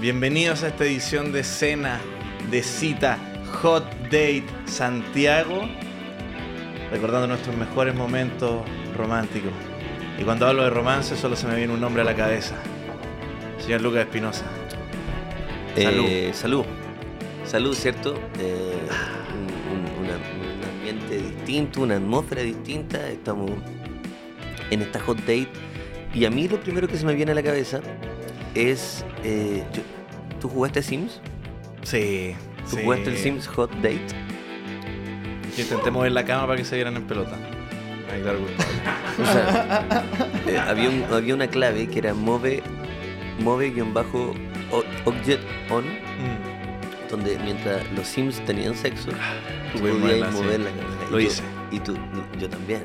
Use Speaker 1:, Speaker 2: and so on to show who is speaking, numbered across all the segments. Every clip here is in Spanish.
Speaker 1: Bienvenidos a esta edición de cena, de cita, hot date Santiago, recordando nuestros mejores momentos románticos. Y cuando hablo de romance solo se me viene un nombre a la cabeza, señor Lucas Espinosa. Salud.
Speaker 2: Eh, salud. Salud, ¿cierto? Eh, un, un- una- un ambiente distinto, una atmósfera distinta. Estamos en esta hot date. Y a mí lo primero que se me viene a la cabeza es... eh, yo- ¿Tú jugaste Sims?
Speaker 1: Sí.
Speaker 2: ¿Tú
Speaker 1: sí.
Speaker 2: jugaste el Sims Hot Date?
Speaker 1: Yo intenté mover la cama para que se vieran en pelota. Ay, claro, culpable.
Speaker 2: O sea, eh, había, un- había una clave que era move, move-bajo o- object on,
Speaker 1: Mm,
Speaker 2: donde mientras los Sims tenían sexo,
Speaker 1: Sí,
Speaker 2: tú
Speaker 1: podías
Speaker 2: podías
Speaker 1: moverla, sí.
Speaker 2: mover la cabeza.
Speaker 1: Lo
Speaker 2: Y tú-
Speaker 1: hice.
Speaker 2: Y tú, yo también.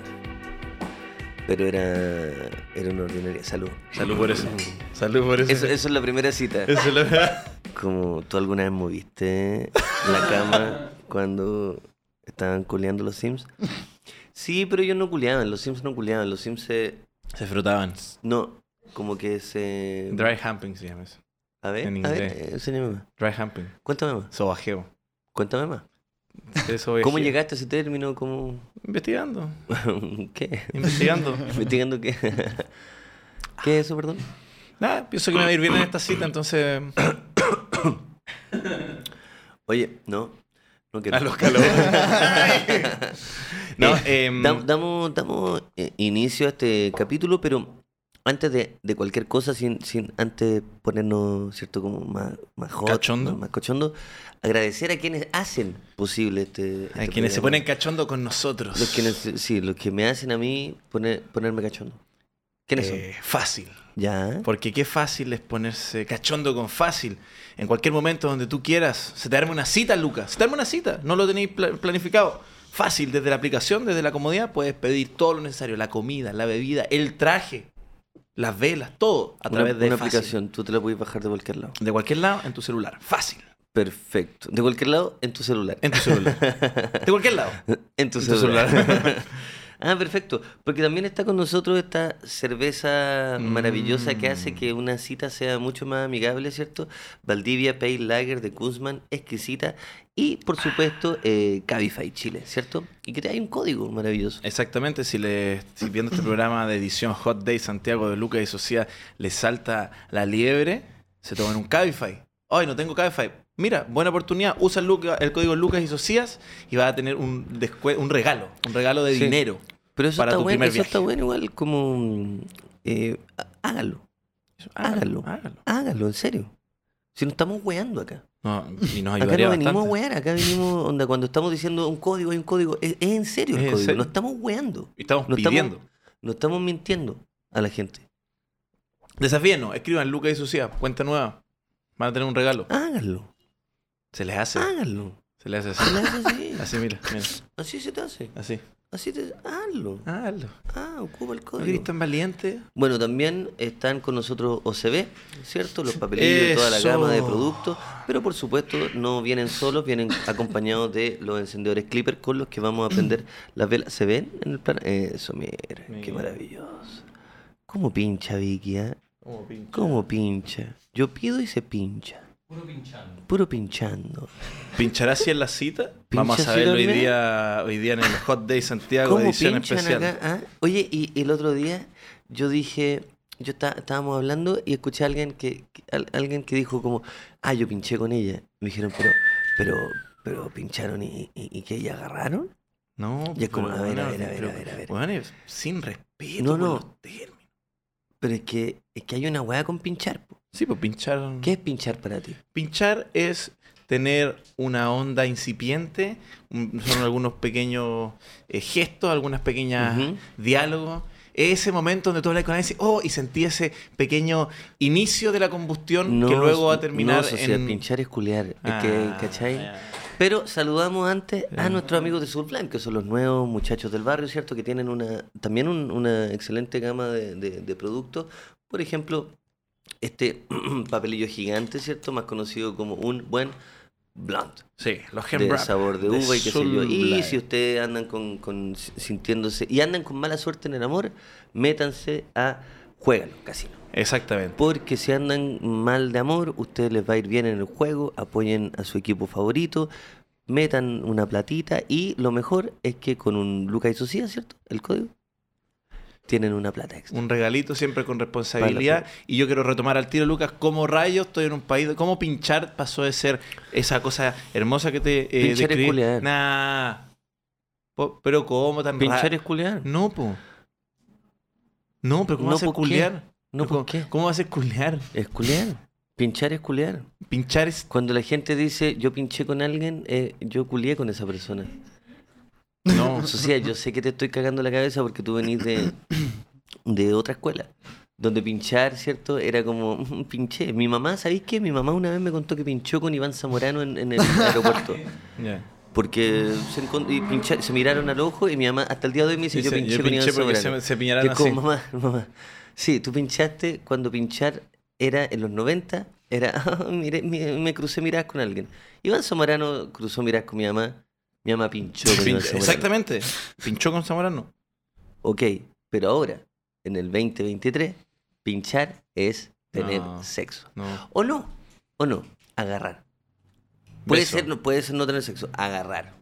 Speaker 2: Pero era, era una ordinaria salud.
Speaker 1: Salud por eso. Salud por eso.
Speaker 2: Eso, eso es la primera cita.
Speaker 1: Eso es la-
Speaker 2: Como tú alguna vez moviste la cama cuando estaban culeando los Sims. Sí, pero ellos no culeaban, los Sims no culeaban, los Sims se...
Speaker 1: Se frotaban.
Speaker 2: No, como que se...
Speaker 1: Dry humping se llama eso.
Speaker 2: A ver,
Speaker 1: En
Speaker 2: a ver,
Speaker 1: inglés.
Speaker 2: eh, enséñame más.
Speaker 1: Dry humping.
Speaker 2: Cuéntame más.
Speaker 1: Sobajeo.
Speaker 2: Cuéntame más.
Speaker 1: Eso es-
Speaker 2: ¿Cómo llegaste a ese término? ¿Cómo...
Speaker 1: Investigando.
Speaker 2: ¿Qué?
Speaker 1: Investigando.
Speaker 2: ¿Investigando qué? ¿Qué es eso, perdón?
Speaker 1: Nada, pienso que me va a ir bien en esta cita, entonces.
Speaker 2: Oye, no. No quiero.
Speaker 1: A los calores. no, em,
Speaker 2: Dam- damos damos, eh, inicio a este capítulo, pero antes de, de cualquier cosa, sin, sin antes ponernos, ¿cierto? Como más, más hot,
Speaker 1: Cachondo.
Speaker 2: Más, más cachondo, agradecer a quienes hacen posible este.
Speaker 1: a
Speaker 2: este
Speaker 1: quienes se ponen
Speaker 2: programa.
Speaker 1: cachondo con nosotros.
Speaker 2: Los quienes, sí, los que me hacen a mí poner, ponerme cachondo. ¿Quiénes son?
Speaker 1: Eh, fácil.
Speaker 2: Ya.
Speaker 1: Porque qué fácil es ponerse cachondo con fácil. En cualquier momento donde tú quieras, se te arma una cita, Lucas. Se te arma una cita. No lo tenéis pla- planificado. Fácil, desde la aplicación, desde la comodidad, puedes pedir todo lo necesario: la comida, la bebida, el traje, las velas, todo a
Speaker 2: Una-
Speaker 1: través de
Speaker 2: una
Speaker 1: Fácil.
Speaker 2: aplicación, tú te la puedes bajar de cualquier lado.
Speaker 1: De cualquier lado, en tu celular. Fácil.
Speaker 2: Perfecto. De cualquier lado, en tu celular.
Speaker 1: En tu celular. De cualquier lado.
Speaker 2: En tu
Speaker 1: En tu
Speaker 2: celular.
Speaker 1: celular.
Speaker 2: ah, perfecto. Porque también está con nosotros esta cerveza maravillosa que
Speaker 1: Mm.
Speaker 2: hace que una cita sea mucho más amigable, ¿cierto? Valdivia Pale Lager de Guzmán, exquisita. Y, por supuesto, eh, Cabify Chile, ¿cierto? Y que te hay un código maravilloso.
Speaker 1: Exactamente, si, le, si viendo este programa de edición Hot Day Santiago de Lucas y Socia le salta la liebre, se toman un Cabify. Ay, no tengo Cabify. Mira, buena oportunidad. Usa el, Luca- el código Lucas y Socias y vas a tener un, descue- un regalo, un regalo de
Speaker 2: Sí.
Speaker 1: dinero.
Speaker 2: Pero eso
Speaker 1: para
Speaker 2: está
Speaker 1: tu
Speaker 2: bueno,
Speaker 1: primer
Speaker 2: eso está
Speaker 1: viaje.
Speaker 2: bueno igual como... mm, eh, há- hágalo, Hágalo.
Speaker 1: Ah, hágalo.
Speaker 2: hágalo, en serio. Si no estamos weando acá.
Speaker 1: No, y nos
Speaker 2: Acá
Speaker 1: ayudaría
Speaker 2: no venimos a
Speaker 1: bastante.
Speaker 2: wear, acá venimos, onda, cuando estamos diciendo un código, hay un código, es, es en serio el
Speaker 1: Es en
Speaker 2: código,
Speaker 1: serio.
Speaker 2: no estamos weando,
Speaker 1: Y estamos
Speaker 2: No estamos-
Speaker 1: pidiendo.
Speaker 2: no estamos mintiendo a la gente.
Speaker 1: Desafíenos, escriban Lucas y Socias, cuenta nueva. Van a tener un regalo.
Speaker 2: Háganlo,
Speaker 1: Se les hace,
Speaker 2: háganlo.
Speaker 1: se les hace
Speaker 2: Se
Speaker 1: así.
Speaker 2: le hace así,
Speaker 1: Así, mira, mira,
Speaker 2: así se te hace,
Speaker 1: así.
Speaker 2: así te hazlo,
Speaker 1: Hágalo.
Speaker 2: ah, ocupa el
Speaker 1: ¿No eres
Speaker 2: código.
Speaker 1: tan valiente?
Speaker 2: Bueno, también están con nosotros OCB, ¿cierto? Los papelillos, toda la
Speaker 1: Eso.
Speaker 2: gama de productos, pero por supuesto no vienen solos, vienen acompañados de los encendedores Clipper con los que vamos a prender las velas. ¿Se ven en el plan? Eso, mira, qué
Speaker 1: Mira.
Speaker 2: maravilloso. ¿Cómo pincha Vicky, ah? ¿Cómo pincha? Yo pido y se pincha. Puro pinchando. Puro pinchando.
Speaker 1: ¿Pinchará si en la cita? Vamos a
Speaker 2: ¿Pincha
Speaker 1: saberlo
Speaker 2: así
Speaker 1: hoy
Speaker 2: también?
Speaker 1: día, hoy día en el Hot Day Santiago,
Speaker 2: ¿Cómo
Speaker 1: edición
Speaker 2: pinchan
Speaker 1: especial.
Speaker 2: acá? ah? Oye, y el otro día yo dije, yo está- estábamos hablando y escuché a alguien que, que- al- alguien que dijo como, ah, yo pinché con ella. Me dijeron, pero, pero, pero pincharon y, y, y que ella agarraron.
Speaker 1: No,
Speaker 2: Ya es como,
Speaker 1: pero,
Speaker 2: a ver, a
Speaker 1: bueno,
Speaker 2: ver, a ver,
Speaker 1: pero,
Speaker 2: a ver, a ver.
Speaker 1: bueno, es sin respeto.
Speaker 2: No,
Speaker 1: por
Speaker 2: no.
Speaker 1: los términos.
Speaker 2: Pero es que, es que hay una hueá con pinchar. po.
Speaker 1: Sí, pues pinchar.
Speaker 2: ¿Qué es pinchar para ti?
Speaker 1: Pinchar es tener una onda incipiente, un- son algunos pequeños eh, gestos, algunas pequeñas
Speaker 2: Ujú.
Speaker 1: diálogos. Ese momento donde tú hablas con alguien y dices, oh, y sentí ese pequeño inicio de la combustión que luego va a terminar
Speaker 2: no, socia,
Speaker 1: en...
Speaker 2: pinchar es culear.
Speaker 1: Ah,
Speaker 2: es que, ¿cachai?
Speaker 1: ya.
Speaker 2: Pero saludamos antes a nuestros amigos de Sur Blanc, que son los nuevos muchachos del barrio, ¿cierto? Que tienen una también un- una excelente gama de, de- de productos. Por ejemplo, este papelillo gigante, ¿cierto? Más conocido como un buen blunt
Speaker 1: Sí, los
Speaker 2: de
Speaker 1: Hembrap,
Speaker 2: sabor de uva y qué sé yo. Y
Speaker 1: Soulblind.
Speaker 2: si ustedes andan con, con- sintiéndose y andan con mala suerte en el amor, métanse a juegan los casinos.
Speaker 1: Exactamente.
Speaker 2: Porque si andan mal de amor, ustedes les va a ir bien en el juego, apoyen a su equipo favorito, metan una platita y lo mejor es que con un Luca y Socia, ¿cierto? El código. Tienen una plata extra.
Speaker 1: Un regalito siempre con responsabilidad. Y yo quiero retomar al tiro, Lucas, cómo rayos estoy en un país, de, cómo pinchar pasó de ser esa cosa hermosa que te eh,
Speaker 2: Pinchar es
Speaker 1: describí?
Speaker 2: culiar.
Speaker 1: Nah. Po- Pero cómo tan ra-
Speaker 2: Pinchar es culear.
Speaker 1: No, po. No, pero ¿cómo
Speaker 2: No,
Speaker 1: va a ser
Speaker 2: ¿por qué?
Speaker 1: culear?
Speaker 2: No,
Speaker 1: ¿cómo,
Speaker 2: ¿por qué?
Speaker 1: ¿Cómo va a ser culear?
Speaker 2: Es culear. Pinchar es culear.
Speaker 1: Pinchar es.
Speaker 2: Cuando la gente dice yo pinché con alguien, eh, yo culié con esa persona.
Speaker 1: No.
Speaker 2: O sea, yo sé que te estoy cagando la cabeza porque tú venís de, de otra escuela. Donde pinchar, ¿cierto? Era como, "Mm, pinché. Mi mamá, ¿sabéis qué? Mi mamá una vez me contó que pinchó con Iván Zamorano en, en el aeropuerto.
Speaker 1: Ya.
Speaker 2: Porque se, encon- y pincha- se miraron al ojo y mi mamá, hasta el día de hoy me dice,
Speaker 1: Y
Speaker 2: yo
Speaker 1: se-
Speaker 2: pinché
Speaker 1: yo
Speaker 2: con Iván
Speaker 1: pinché porque
Speaker 2: Zamorano.
Speaker 1: se- se piñaron
Speaker 2: Y es como,
Speaker 1: así.
Speaker 2: mamá, mamá. Sí, tú pinchaste cuando pinchar era en los 90, era, "Ah, mire, me, me crucé miradas con alguien. Iván Zamorano cruzó miradas con mi mamá, mi mamá pinchó con Iván
Speaker 1: Pinch-
Speaker 2: Zamorano.
Speaker 1: Exactamente. Pinchó con Zamorano.
Speaker 2: Ok, pero ahora, en el 2023, pinchar es tener
Speaker 1: No.
Speaker 2: sexo.
Speaker 1: No.
Speaker 2: O no, o no, agarrar. Puede
Speaker 1: Beso.
Speaker 2: ser, no, puede ser no tener sexo, agarrar.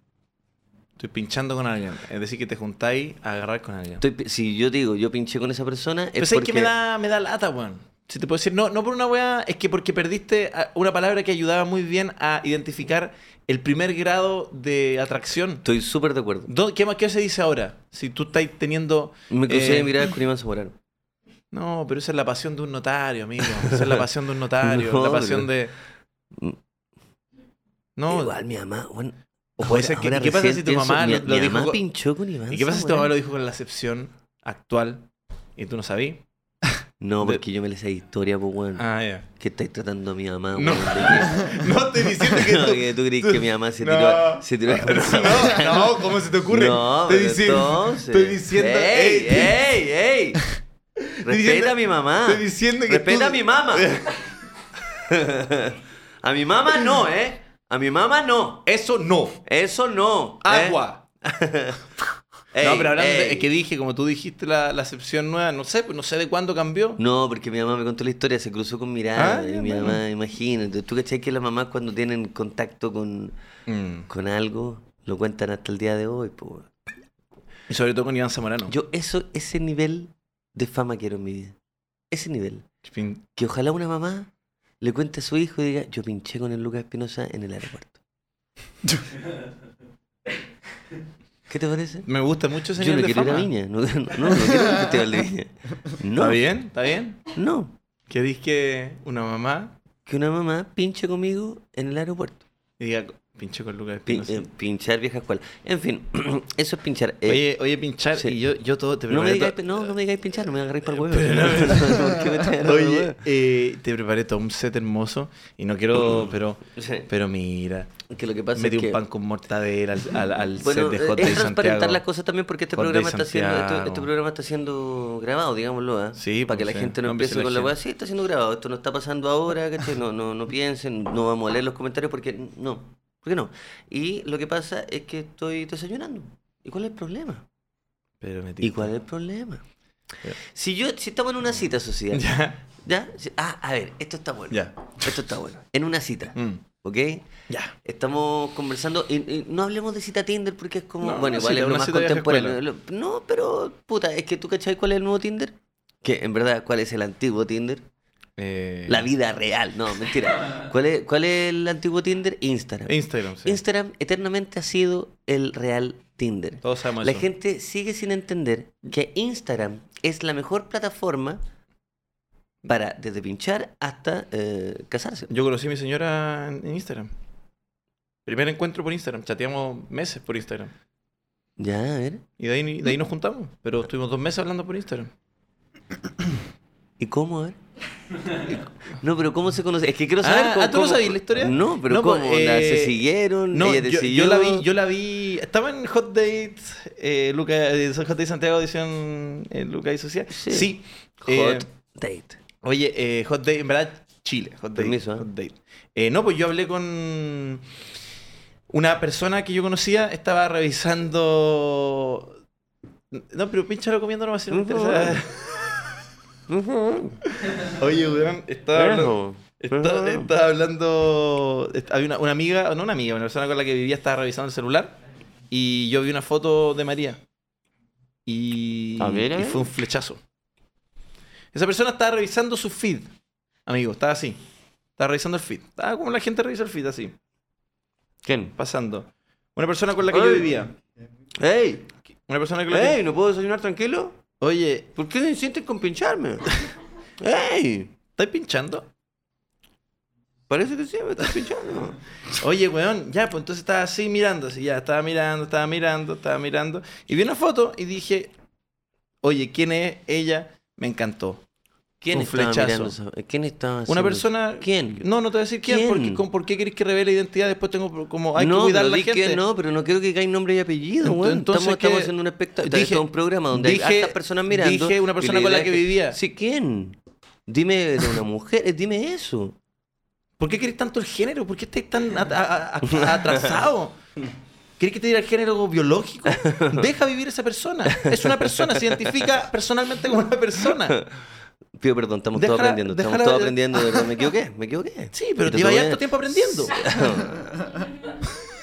Speaker 1: Estoy pinchando con alguien. Es decir, que te juntáis a agarrar con alguien.
Speaker 2: Estoy pi- si yo digo, yo pinché con esa persona, es
Speaker 1: Pero Pues es
Speaker 2: porque...
Speaker 1: que me da, me da lata, weón. Si te puedo decir, no, no por una weá, es que porque perdiste a- una palabra que ayudaba muy bien a identificar el primer grado de atracción.
Speaker 2: Estoy súper de acuerdo.
Speaker 1: Do- ¿Qué más que se dice ahora? Si tú estás teniendo.
Speaker 2: Me crucé
Speaker 1: eh,
Speaker 2: de miradas con Iván Zamorano.
Speaker 1: No, pero esa es la pasión de un notario, amigo. Esa es la pasión de un notario.
Speaker 2: No,
Speaker 1: la pasión
Speaker 2: pero-
Speaker 1: de. No.
Speaker 2: Igual mi mamá, bueno...
Speaker 1: O puede ser que- ¿y qué pasa
Speaker 2: recién
Speaker 1: si tu mamá
Speaker 2: mi,
Speaker 1: lo- lo
Speaker 2: mi
Speaker 1: dijo
Speaker 2: mamá
Speaker 1: con-
Speaker 2: pinchó con Iván
Speaker 1: ¿Y qué pasa si tu mamá
Speaker 2: Zamorano?
Speaker 1: lo dijo con la acepción actual y tú no sabías?
Speaker 2: No,
Speaker 1: de-
Speaker 2: porque yo me le sé historia, pues, weón.
Speaker 1: Ah, ya.
Speaker 2: Que estáis tratando a mi mamá,
Speaker 1: No.
Speaker 2: weón, de que-
Speaker 1: No estoy diciendo que
Speaker 2: No,
Speaker 1: tú-
Speaker 2: que tú crees
Speaker 1: tú-
Speaker 2: que mi mamá se
Speaker 1: No.
Speaker 2: tiró, se tiró con
Speaker 1: No, no, ¿cómo se te ocurre?
Speaker 2: No,
Speaker 1: estoy
Speaker 2: pero
Speaker 1: diciendo,
Speaker 2: entonces-
Speaker 1: estoy diciendo,
Speaker 2: ¡Ey,
Speaker 1: "Ey,
Speaker 2: ey, ey! Respeta
Speaker 1: diciendo-
Speaker 2: a mi mamá.
Speaker 1: estoy diciendo que
Speaker 2: Respeta
Speaker 1: tú-
Speaker 2: a mi mamá. a mi mamá no, ¿eh? A mi mamá no.
Speaker 1: eso no.
Speaker 2: Eso no. ¿eh?
Speaker 1: Agua.
Speaker 2: Ey,
Speaker 1: no, pero hablando de
Speaker 2: ey.
Speaker 1: es que dije, como tú dijiste la, la acepción nueva, no sé, pues no sé de cuándo cambió.
Speaker 2: No, porque mi mamá me contó la historia, se cruzó con mirada.
Speaker 1: Ah,
Speaker 2: y
Speaker 1: ya,
Speaker 2: mi
Speaker 1: bueno.
Speaker 2: mamá, imagínate. ¿Tú cachai que las mamás cuando tienen contacto con,
Speaker 1: Mm.
Speaker 2: con algo lo cuentan hasta el día de hoy? Pues, weón?
Speaker 1: Y sobre todo con Iván Zamorano.
Speaker 2: Yo eso, ese nivel de fama quiero en mi vida. Ese nivel.
Speaker 1: Fin.
Speaker 2: Que ojalá una mamá le cuente a su hijo y diga, yo pinché con el Lucas Espinosa en el aeropuerto. ¿Qué te parece?
Speaker 1: Me gusta mucho ese
Speaker 2: Yo no
Speaker 1: nivel de
Speaker 2: quiero ir a
Speaker 1: fama.
Speaker 2: Viña. No, no, no, no quiero ir al festival de Viña. No,
Speaker 1: ¿Está bien? ¿Está bien?
Speaker 2: no.
Speaker 1: ¿Querís que una mamá
Speaker 2: Que una mamá pinche conmigo en el aeropuerto.
Speaker 1: y diga, pinche con Lucas
Speaker 2: Pin-
Speaker 1: Espinosa"?
Speaker 2: eh, pinchar vieja escuela. En fin, eso es pinchar. Eh,
Speaker 1: Oye, oye, pinchar,
Speaker 2: sí.
Speaker 1: y yo, yo todo te
Speaker 2: no, me
Speaker 1: preparé
Speaker 2: digáis,
Speaker 1: to-
Speaker 2: pe- no, no me digáis pinchar, no me agarréis para el huevo.
Speaker 1: Pero no-
Speaker 2: ¿Por qué me traen al
Speaker 1: Oye,
Speaker 2: huevo?
Speaker 1: eh, te preparé todo un set hermoso y no quiero,
Speaker 2: Mm.
Speaker 1: pero,
Speaker 2: O sea,
Speaker 1: pero mira,
Speaker 2: que lo que pasa
Speaker 1: metí
Speaker 2: es que...
Speaker 1: un pan con mortadela al, al, al
Speaker 2: Bueno,
Speaker 1: set de
Speaker 2: eh,
Speaker 1: Hot Day
Speaker 2: es transparentar
Speaker 1: Santiago.
Speaker 2: las cosas también porque este
Speaker 1: Hot Day
Speaker 2: programa, está siendo, esto-
Speaker 1: Santiago.
Speaker 2: este programa está siendo grabado, digámoslo, ¿ah?
Speaker 1: Sí,
Speaker 2: para que
Speaker 1: pues,
Speaker 2: la
Speaker 1: sí.
Speaker 2: gente no,
Speaker 1: No empiece
Speaker 2: empiece
Speaker 1: la
Speaker 2: con la
Speaker 1: gente.
Speaker 2: weá, sí, está siendo grabado, esto no está pasando ahora, ¿cachai? No, no, no piensen, no vamos a leer los comentarios porque no, porque no. Y lo que pasa es que estoy desayunando. ¿Y cuál es el problema?
Speaker 1: Pero metí-
Speaker 2: ¿Y cuál es el problema?
Speaker 1: Ya.
Speaker 2: Si yo, si estamos en una cita social, ¿ya?
Speaker 1: Ya,
Speaker 2: Si- Ah, a ver, esto está bueno.
Speaker 1: ya.
Speaker 2: Esto está bueno. En una cita,
Speaker 1: mm,
Speaker 2: ¿ok?
Speaker 1: Ya.
Speaker 2: Estamos conversando, y, y no hablemos de cita Tinder porque es como,
Speaker 1: No,
Speaker 2: bueno,
Speaker 1: no, cita,
Speaker 2: igual es lo
Speaker 1: una
Speaker 2: más
Speaker 1: cita vieja
Speaker 2: contemporáneo. Lo- No, pero puta, es que tú cachai cuál es el nuevo Tinder. Que en verdad, ¿cuál es el antiguo Tinder?
Speaker 1: Eh,
Speaker 2: La vida real, no, mentira. ¿Cuál es, cuál es el antiguo Tinder? Instagram.
Speaker 1: Instagram, sí.
Speaker 2: Instagram eternamente ha sido el real Tinder.
Speaker 1: Todos sabemos
Speaker 2: La
Speaker 1: eso.
Speaker 2: gente sigue sin entender que Instagram es la mejor plataforma para desde pinchar hasta eh, casarse.
Speaker 1: Yo conocí a mi señora en en Instagram. Primer encuentro por Instagram. Chateamos meses por Instagram.
Speaker 2: Ya, a ver.
Speaker 1: Y de ahí, de ahí nos juntamos. Pero estuvimos dos meses hablando por Instagram.
Speaker 2: ¿Y cómo, a ver? No, pero ¿cómo se conoce? Es que quiero
Speaker 1: Ah,
Speaker 2: saber cómo.
Speaker 1: ah, ¿tú no
Speaker 2: cómo-
Speaker 1: sabías la historia?
Speaker 2: No, pero
Speaker 1: No, pues,
Speaker 2: ¿cómo? onda?
Speaker 1: eh,
Speaker 2: ¿Se siguieron?
Speaker 1: No,
Speaker 2: ¿Ella te
Speaker 1: yo,
Speaker 2: siguió?
Speaker 1: yo la vi, yo la vi. Estaba en Hot Date, eh, Luca, eh, Hot Date Santiago, edición eh, Luca y Sociedad.
Speaker 2: Sí.
Speaker 1: Sí.
Speaker 2: Hot
Speaker 1: eh,
Speaker 2: date.
Speaker 1: oye, eh, Hot Date, en verdad, Chile, Hot Date.
Speaker 2: Permiso, ¿eh?
Speaker 1: Hot Date. Eh, no, pues yo hablé con una persona que yo conocía, estaba revisando. No, pero pinchalo comiendo nomás si no me
Speaker 2: No,
Speaker 1: interesa.
Speaker 2: Ujú.
Speaker 1: Oye, weón, estaba hablando.
Speaker 2: Bueno,
Speaker 1: Estaba,
Speaker 2: bueno.
Speaker 1: estaba hablando. est- Había una, una amiga, no una amiga, una persona con la que vivía estaba revisando el celular. Y yo vi una foto de María. Y,
Speaker 2: A ver, eh. a
Speaker 1: y
Speaker 2: ver.
Speaker 1: fue un flechazo. Esa persona estaba revisando su feed. Amigo, estaba así. Estaba revisando el feed. Estaba como la gente revisa el feed, así.
Speaker 2: ¿Quién?
Speaker 1: Pasando. Una persona con la que yo
Speaker 2: Ay. Eh.
Speaker 1: vivía.
Speaker 2: ¡Ey!
Speaker 1: Una persona con la que.
Speaker 2: ¡Ey! ¿No puedo desayunar tranquilo?
Speaker 1: Oye,
Speaker 2: ¿Por qué insisten con pincharme? ¡Ey!
Speaker 1: ¿estás pinchando?
Speaker 2: Parece que sí, me estás pinchando.
Speaker 1: Oye, weón, ya, pues entonces estaba así mirando, así, ya, estaba mirando, estaba mirando, estaba mirando. Y vi una foto y dije, oye, ¿quién es ella? Me encantó.
Speaker 2: ¿Quién
Speaker 1: Un
Speaker 2: estaba
Speaker 1: flechazo.
Speaker 2: mirando esa- ¿Quién estaba
Speaker 1: Una
Speaker 2: haciendo-
Speaker 1: persona...
Speaker 2: ¿Quién?
Speaker 1: No, no te voy a decir quién,
Speaker 2: ¿Quién?
Speaker 1: porque con por qué querés que revele identidad, después tengo como... Hay
Speaker 2: no,
Speaker 1: que cuidar
Speaker 2: pero
Speaker 1: la
Speaker 2: di que
Speaker 1: gente.
Speaker 2: no, pero no quiero que caiga nombre y apellido,
Speaker 1: Ent-
Speaker 2: weón.
Speaker 1: entonces
Speaker 2: estamos, estamos
Speaker 1: que-
Speaker 2: haciendo un espectáculo.
Speaker 1: dije-
Speaker 2: Esto es un programa donde hay
Speaker 1: dije-
Speaker 2: hartas personas mirando.
Speaker 1: dije una
Speaker 2: y
Speaker 1: persona con
Speaker 2: idea
Speaker 1: la
Speaker 2: es
Speaker 1: que vivía.
Speaker 2: Sí, ¿quién? Dime de una mujer, eh, dime eso.
Speaker 1: ¿Por qué querés tanto el género? ¿Por qué estás tan at- a- a- a- atrasado? ¿Querés que te diga el género biológico? Deja vivir esa persona. Es una persona, se identifica personalmente como una persona.
Speaker 2: Pido perdón, estamos
Speaker 1: Déjala-
Speaker 2: todos aprendiendo. Estamos
Speaker 1: déjala-
Speaker 2: todos aprendiendo, de verdad. Me equivoqué, me equivoqué.
Speaker 1: Sí, pero
Speaker 2: Te
Speaker 1: lleva
Speaker 2: tuve-
Speaker 1: harto tiempo aprendiendo.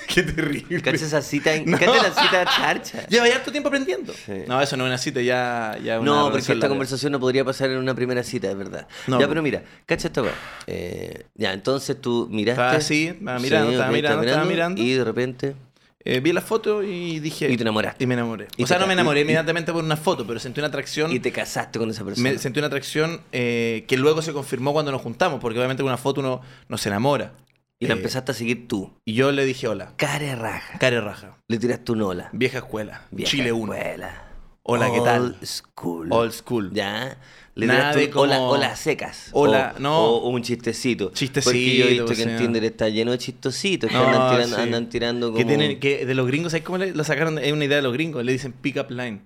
Speaker 1: qué terrible.
Speaker 2: Cacha esa cita, en- cacha la cita charcha.
Speaker 1: Lleva ya harto tiempo aprendiendo.
Speaker 2: Sí.
Speaker 1: No, eso no es una cita, ya, ya es una
Speaker 2: No, porque
Speaker 1: relación
Speaker 2: esta
Speaker 1: larga.
Speaker 2: conversación no podría pasar en una primera cita, es verdad.
Speaker 1: No.
Speaker 2: Ya, pero mira, cacha esta weá. Eh, ya, entonces tú miraste.
Speaker 1: Estaba así, estaba mirando, ah,
Speaker 2: Sí,
Speaker 1: estaba
Speaker 2: ok,
Speaker 1: mirando, estaba mirando.
Speaker 2: Y de repente.
Speaker 1: Eh, vi la foto y dije.
Speaker 2: Y te enamoraste.
Speaker 1: Y me enamoré.
Speaker 2: Y
Speaker 1: o sea,
Speaker 2: te-
Speaker 1: no me enamoré
Speaker 2: y-
Speaker 1: inmediatamente por una foto, pero sentí una atracción.
Speaker 2: Y te casaste con esa persona.
Speaker 1: me sentí una atracción eh, que luego se confirmó cuando nos juntamos, porque obviamente con una foto uno, no se enamora.
Speaker 2: Y la
Speaker 1: Eh,
Speaker 2: empezaste a seguir tú.
Speaker 1: Y yo le dije hola.
Speaker 2: Cara de raja.
Speaker 1: Care raja.
Speaker 2: Le tiraste un hola.
Speaker 1: Vieja escuela.
Speaker 2: Vieja
Speaker 1: Chile 1.
Speaker 2: escuela.
Speaker 1: Hola, ¿qué tal?
Speaker 2: Old school.
Speaker 1: Old school.
Speaker 2: Ya. Le
Speaker 1: Nada
Speaker 2: tiraste
Speaker 1: de
Speaker 2: un
Speaker 1: como-
Speaker 2: hola, hola secas.
Speaker 1: Hola,
Speaker 2: O-
Speaker 1: no.
Speaker 2: O un chistecito.
Speaker 1: Chistecito,
Speaker 2: Porque yo he visto
Speaker 1: o
Speaker 2: que en
Speaker 1: sea.
Speaker 2: Tinder está lleno de chistecitos. Que
Speaker 1: No,
Speaker 2: andan, tirando,
Speaker 1: sí.
Speaker 2: andan tirando como...
Speaker 1: Que tienen, que de los gringos, ¿sabes cómo le- lo sacaron? Es una idea de los gringos, le dicen pick up line.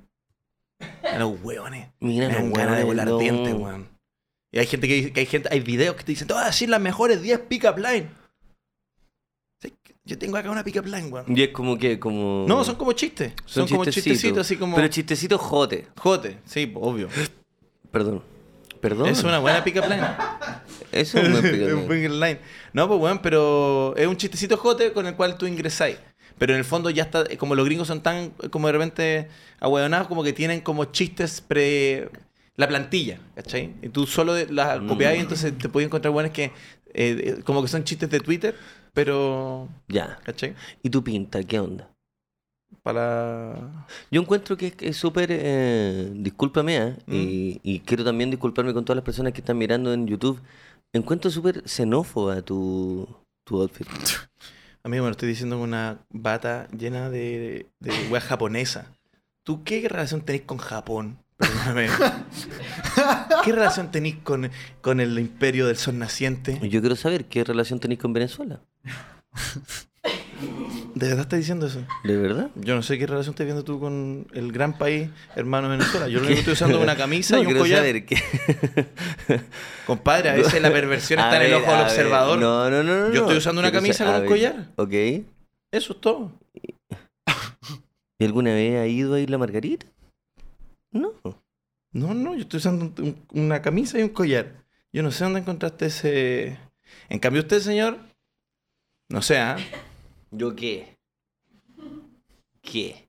Speaker 1: A los hueones.
Speaker 2: Mira,
Speaker 1: Me dan
Speaker 2: los
Speaker 1: ganas de
Speaker 2: hueones,
Speaker 1: volar
Speaker 2: no.
Speaker 1: dientes, weón. Y hay gente que, dice- que hay gente, hay videos que te dicen, te voy a decir las mejores 10 pick up line. ¿Sabes qué? Yo tengo acá una pick up line, weón.
Speaker 2: Y es como que, como...
Speaker 1: No, son como chistes. Son, como chistecitos, así como.
Speaker 2: Pero chistecitos jote.
Speaker 1: Jote, sí, po, obvio.
Speaker 2: Perdón. Perdón.
Speaker 1: Es una buena pick up line.
Speaker 2: Eso es una
Speaker 1: Es un pick up line. No, pues weón, pero es un chistecito jote con el cual tú ingresáis. Pero en el fondo ya está, eh, como los gringos son tan, eh, como de repente, ahueonados, como que tienen como chistes pre... La plantilla, ¿cachai? Y tú solo de- la
Speaker 2: Mm.
Speaker 1: copiás y entonces te puedes encontrar buenas que, eh, eh, como que son chistes de Twitter, pero...
Speaker 2: Ya.
Speaker 1: ¿Cachai?
Speaker 2: ¿Y tu pinta? ¿Qué onda?
Speaker 1: Para...
Speaker 2: Yo encuentro que es- es súper, eh, discúlpame, ¿eh?
Speaker 1: Mm.
Speaker 2: y, y quiero también disculparme con todas las personas que están mirando en YouTube. Encuentro súper xenófoba tu, tu outfit.
Speaker 1: Amigo, me lo estoy diciendo con una bata llena de, de wea japonesa. ¿Tú qué relación tenés con Japón? Perdóname. ¿Qué relación tenés con, con el imperio del sol naciente?
Speaker 2: Yo quiero saber qué relación tenéis con Venezuela.
Speaker 1: ¿De verdad estás diciendo eso?
Speaker 2: ¿De verdad?
Speaker 1: Yo no sé qué relación estás viendo tú con el gran país, hermano Venezuela. Yo lo único que estoy usando es una camisa
Speaker 2: No,
Speaker 1: y un
Speaker 2: quiero
Speaker 1: collar.
Speaker 2: saber qué.
Speaker 1: Compadre, a veces la perversión está en el ojo del observador.
Speaker 2: No, no, no, no,
Speaker 1: Yo estoy
Speaker 2: no.
Speaker 1: usando una
Speaker 2: Quiero
Speaker 1: camisa
Speaker 2: sa-
Speaker 1: con
Speaker 2: a
Speaker 1: un
Speaker 2: ver,
Speaker 1: collar.
Speaker 2: Ok. ¿Y
Speaker 1: Eso es todo.
Speaker 2: alguna vez ha ido a Isla Margarita? No.
Speaker 1: No, no, yo estoy usando un- un- una camisa y un collar. Yo no sé dónde encontraste ese. En cambio, usted, señor. No sé, ¿ah?
Speaker 2: ¿Yo qué? ¿Qué?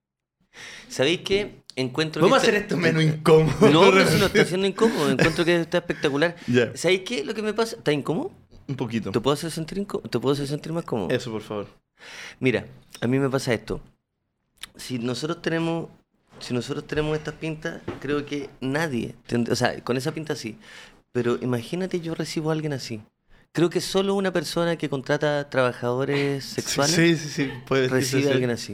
Speaker 2: ¿Sabéis qué? Encuentro
Speaker 1: Vamos a
Speaker 2: que
Speaker 1: hacer
Speaker 2: está-
Speaker 1: esto menos incómodo.
Speaker 2: No, no se lo está haciendo incómodo. Encuentro que está espectacular.
Speaker 1: Ya,
Speaker 2: ¿Sabéis qué? Lo que me pasa. ¿Está incómodo?
Speaker 1: un poquito.
Speaker 2: ¿Te puedo hacer sentir, incó- ¿Te puedo hacer sentir más cómodo?
Speaker 1: Eso, por favor.
Speaker 2: Mira, a mí me pasa esto. Si nosotros tenemos. Si nosotros tenemos estas pintas, creo que nadie. tend- O sea, con esa pinta sí. Pero imagínate yo recibo a alguien así. Creo que solo una persona que contrata trabajadores sexuales
Speaker 1: Sí, sí, sí. puede
Speaker 2: recibe
Speaker 1: sí, sí.
Speaker 2: a alguien así.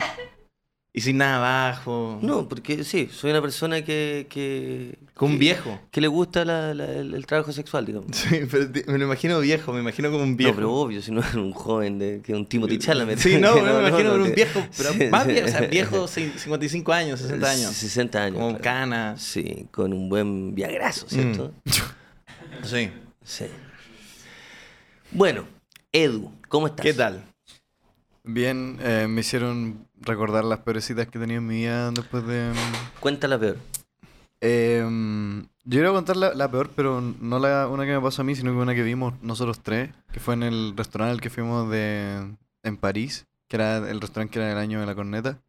Speaker 1: Y sin nada abajo.
Speaker 2: No, porque sí, soy una persona que. que
Speaker 1: Como un
Speaker 2: que-
Speaker 1: viejo.
Speaker 2: Que le gusta la- la- el, el trabajo sexual, digamos.
Speaker 1: Sí, pero te- me lo imagino viejo, me imagino como un viejo.
Speaker 2: No, pero obvio, si no era un joven, de, que un Timothy Chalamet.
Speaker 1: Sí, no,
Speaker 2: que
Speaker 1: me imagino
Speaker 2: no,
Speaker 1: un
Speaker 2: que-
Speaker 1: viejo, pero
Speaker 2: Sí,
Speaker 1: más
Speaker 2: sí.
Speaker 1: viejo, o sea, viejo cin- 55 años, 60 años.
Speaker 2: 60 años.
Speaker 1: Como Mm.
Speaker 2: claro.
Speaker 1: cana.
Speaker 2: Sí, con un buen viagrazo, ¿cierto?
Speaker 1: Sí.
Speaker 2: Sí. Bueno, Edu, ¿cómo estás?
Speaker 1: ¿Qué tal?
Speaker 3: Bien, eh, me hicieron recordar las peorecitas que he tenido en mi vida después de... mm,
Speaker 2: Cuéntala peor.
Speaker 3: em, Yo iba a contar la, la peor, pero no la una que me pasó a mí, sino que una que vimos nosotros tres, que fue en el restaurante al que fuimos de en París, que era el restaurante que era el año de la corneta.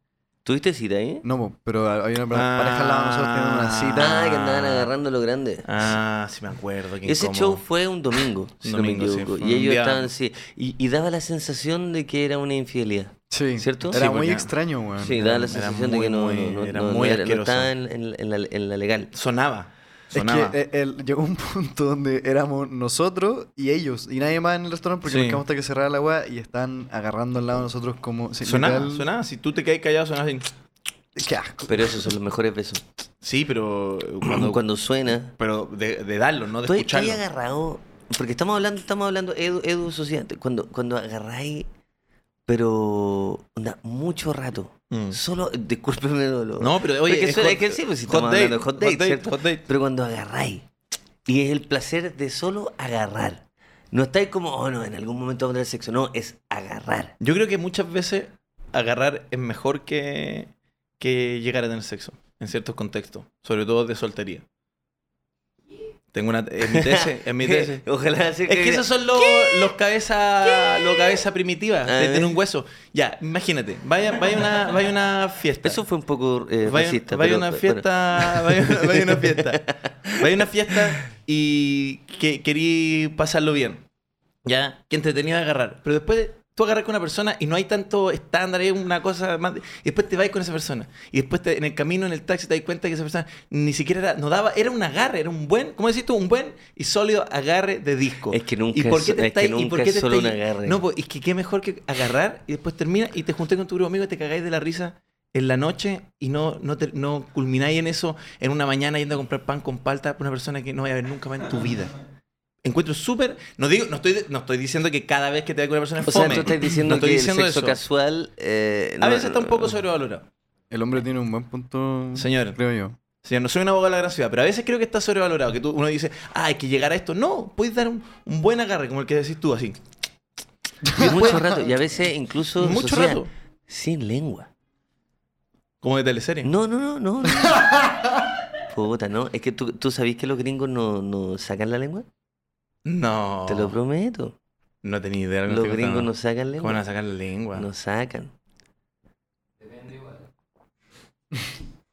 Speaker 2: ¿Tuviste cita ahí?
Speaker 3: No, po, pero había una pareja al lado de nosotros teniendo una cita.
Speaker 2: Ah, que andaban agarrando lo grande.
Speaker 1: Ah, sí me acuerdo. qué
Speaker 2: Ese
Speaker 1: incómodo.
Speaker 2: show fue un domingo, si no me
Speaker 1: Domingo, sí,
Speaker 2: equivoco.
Speaker 1: fue
Speaker 2: y
Speaker 1: un
Speaker 2: ellos
Speaker 1: día-
Speaker 2: estaban así. Y, y daba la sensación de que era una infidelidad.
Speaker 3: Sí.
Speaker 2: ¿Cierto?
Speaker 3: Era
Speaker 2: Sí,
Speaker 3: muy
Speaker 1: porque-
Speaker 3: extraño, weón.
Speaker 2: Sí, daba la
Speaker 1: Ah, era
Speaker 2: sensación de
Speaker 1: muy,
Speaker 2: que no,
Speaker 1: muy-
Speaker 2: no, no-
Speaker 1: era
Speaker 2: no- no
Speaker 1: muy
Speaker 2: era- no
Speaker 1: asqueroso.
Speaker 2: estaba en, en- en la, en la legal.
Speaker 1: Sonaba.
Speaker 3: Es
Speaker 1: Sonaba.
Speaker 3: que eh, el- llegó un punto donde éramos nosotros y ellos, y nadie más en el restaurante porque
Speaker 1: Sí.
Speaker 3: nos quedamos hasta que cerrara la weá y están agarrando al lado de nosotros como. sí,
Speaker 1: sonaba,
Speaker 3: literal-
Speaker 1: sonaba. Si tú te quedas callado, sonaba así.
Speaker 3: Qué asco.
Speaker 2: Pero esos son los mejores besos.
Speaker 1: Sí, pero eh, cuando.
Speaker 2: Cuando, suena.
Speaker 1: Pero de, de darlo, no de
Speaker 2: Estoy, estoy
Speaker 1: escucharlo.
Speaker 2: agarrado. Porque estamos hablando, estamos hablando, Edu, Edu Sociedad. Cuando, cuando agarráis, pero onda, mucho rato.
Speaker 1: Mm.
Speaker 2: Solo, discúlpeme lo- lo-
Speaker 1: No, pero oye,
Speaker 2: Porque
Speaker 1: es
Speaker 2: eso-
Speaker 1: hot-
Speaker 2: es que sí, pues, si
Speaker 1: hot
Speaker 2: estamos
Speaker 1: date,
Speaker 2: hablando de hot date, ¿cierto?
Speaker 1: hot date.
Speaker 2: Pero cuando agarráis, y es el placer de solo agarrar. No estáis como, oh no, en algún momento vamos a tener sexo. No, es agarrar.
Speaker 1: Yo creo que muchas veces agarrar es mejor que, que llegar a tener sexo, en ciertos contextos, sobre todo de soltería. Tengo una... Es mi tesis, es mi tesis.
Speaker 2: Ojalá sea
Speaker 1: Es que esos son los, los cabeza, los cabeza primitiva
Speaker 2: A
Speaker 1: de tener
Speaker 2: ver.
Speaker 1: un hueso. Ya, imagínate, vaya, vaya una, vaya una fiesta.
Speaker 2: Eso fue un poco eh,
Speaker 1: vaya,
Speaker 2: racista.
Speaker 1: vaya
Speaker 2: pero-
Speaker 1: una
Speaker 2: pero-
Speaker 1: fiesta, vaya, vaya una fiesta. Vaya una fiesta y que querí pasarlo bien. Ya, que entretenido agarrar. Pero después tú agarras con una persona y no hay tanto estándar, es una cosa más. de- Y después te vas con esa persona. Y después te- en el camino, en el taxi, te das cuenta que esa persona ni siquiera era, no daba, era un agarre, era un buen, ¿cómo decís tú? Un buen y sólido agarre de disco.
Speaker 2: Es que nunca
Speaker 1: ¿Y por
Speaker 2: es-
Speaker 1: qué te
Speaker 2: es que
Speaker 1: estáis- y por
Speaker 2: nunca
Speaker 1: qué
Speaker 2: es
Speaker 1: te
Speaker 2: solo
Speaker 1: estáis-
Speaker 2: un agarre.
Speaker 1: No, pues es que qué mejor que agarrar y después termina y te junté con tu grupo amigo y te cagáis de la risa en la noche y no, no, te- no culmináis en eso en una mañana yendo a comprar pan con palta por una persona que no vaya a ver nunca más en tu vida. Encuentro súper. No digo, no estoy, no estoy diciendo que cada vez que te vea con una persona es
Speaker 2: O sea,
Speaker 1: fome.
Speaker 2: tú estás diciendo
Speaker 1: No estoy
Speaker 2: que
Speaker 1: diciendo
Speaker 2: el sexo
Speaker 1: eso.
Speaker 2: casual... eh,
Speaker 1: A
Speaker 2: no-
Speaker 1: veces está un poco sobrevalorado.
Speaker 3: El hombre tiene un buen punto.
Speaker 1: Señor.
Speaker 3: Creo yo.
Speaker 1: Señor, no soy un abogado de la gran ciudad, pero a veces creo que está sobrevalorado. Que tú, uno dice, ah, hay que llegar a esto. No, puedes dar un, un buen agarre, como el que decís tú, así.
Speaker 2: Y mucho rato, y a veces incluso...
Speaker 1: Mucho
Speaker 2: social,
Speaker 1: rato.
Speaker 2: Sin lengua.
Speaker 1: Como de teleserie.
Speaker 2: No, no, no, no. no. Puta, no. Es que tú, tú sabías que los gringos no, no sacan la lengua.
Speaker 1: No.
Speaker 2: Te lo prometo.
Speaker 1: No tenía idea. de lo que
Speaker 2: los
Speaker 1: Oh. estoy
Speaker 2: gringos
Speaker 1: contando.
Speaker 2: no sacan
Speaker 1: ¿Cómo van a
Speaker 2: lengua.
Speaker 1: sacar la lengua?
Speaker 2: No sacan.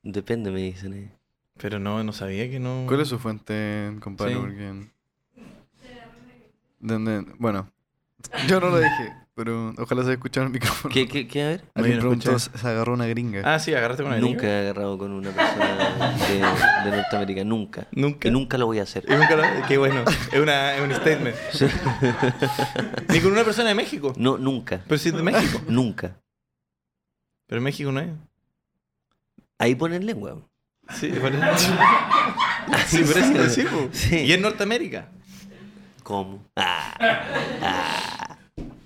Speaker 2: Depende, me dicen. ahí.
Speaker 1: Pero no, no sabía que no.
Speaker 3: ¿Cuál es su fuente, compadre?
Speaker 1: Sí.
Speaker 3: Porque... ¿Dónde? Bueno, yo no lo dije, pero ojalá se escuchara el micrófono.
Speaker 2: ¿Qué, qué, qué? A ver.
Speaker 1: No, yo
Speaker 3: Alguien
Speaker 1: no
Speaker 3: preguntó,
Speaker 1: escuché.
Speaker 3: se agarró una gringa.
Speaker 1: Ah, sí, agarraste con la
Speaker 2: Nunca
Speaker 1: lengua.
Speaker 2: he agarrado con una persona de, de Norteamérica. Nunca.
Speaker 1: Nunca.
Speaker 2: Y nunca lo voy a hacer.
Speaker 1: Y nunca lo- Qué bueno. Es, una, es un statement. Ni con una persona de México.
Speaker 2: No, nunca.
Speaker 1: Pero sí es de México.
Speaker 2: Nunca.
Speaker 1: Pero México no es.
Speaker 2: Ahí ponen lengua.
Speaker 1: Sí, por eso. Sí, por eso sí, po.
Speaker 2: Sí.
Speaker 1: Y es Norteamérica.
Speaker 2: ¿Cómo? Ah.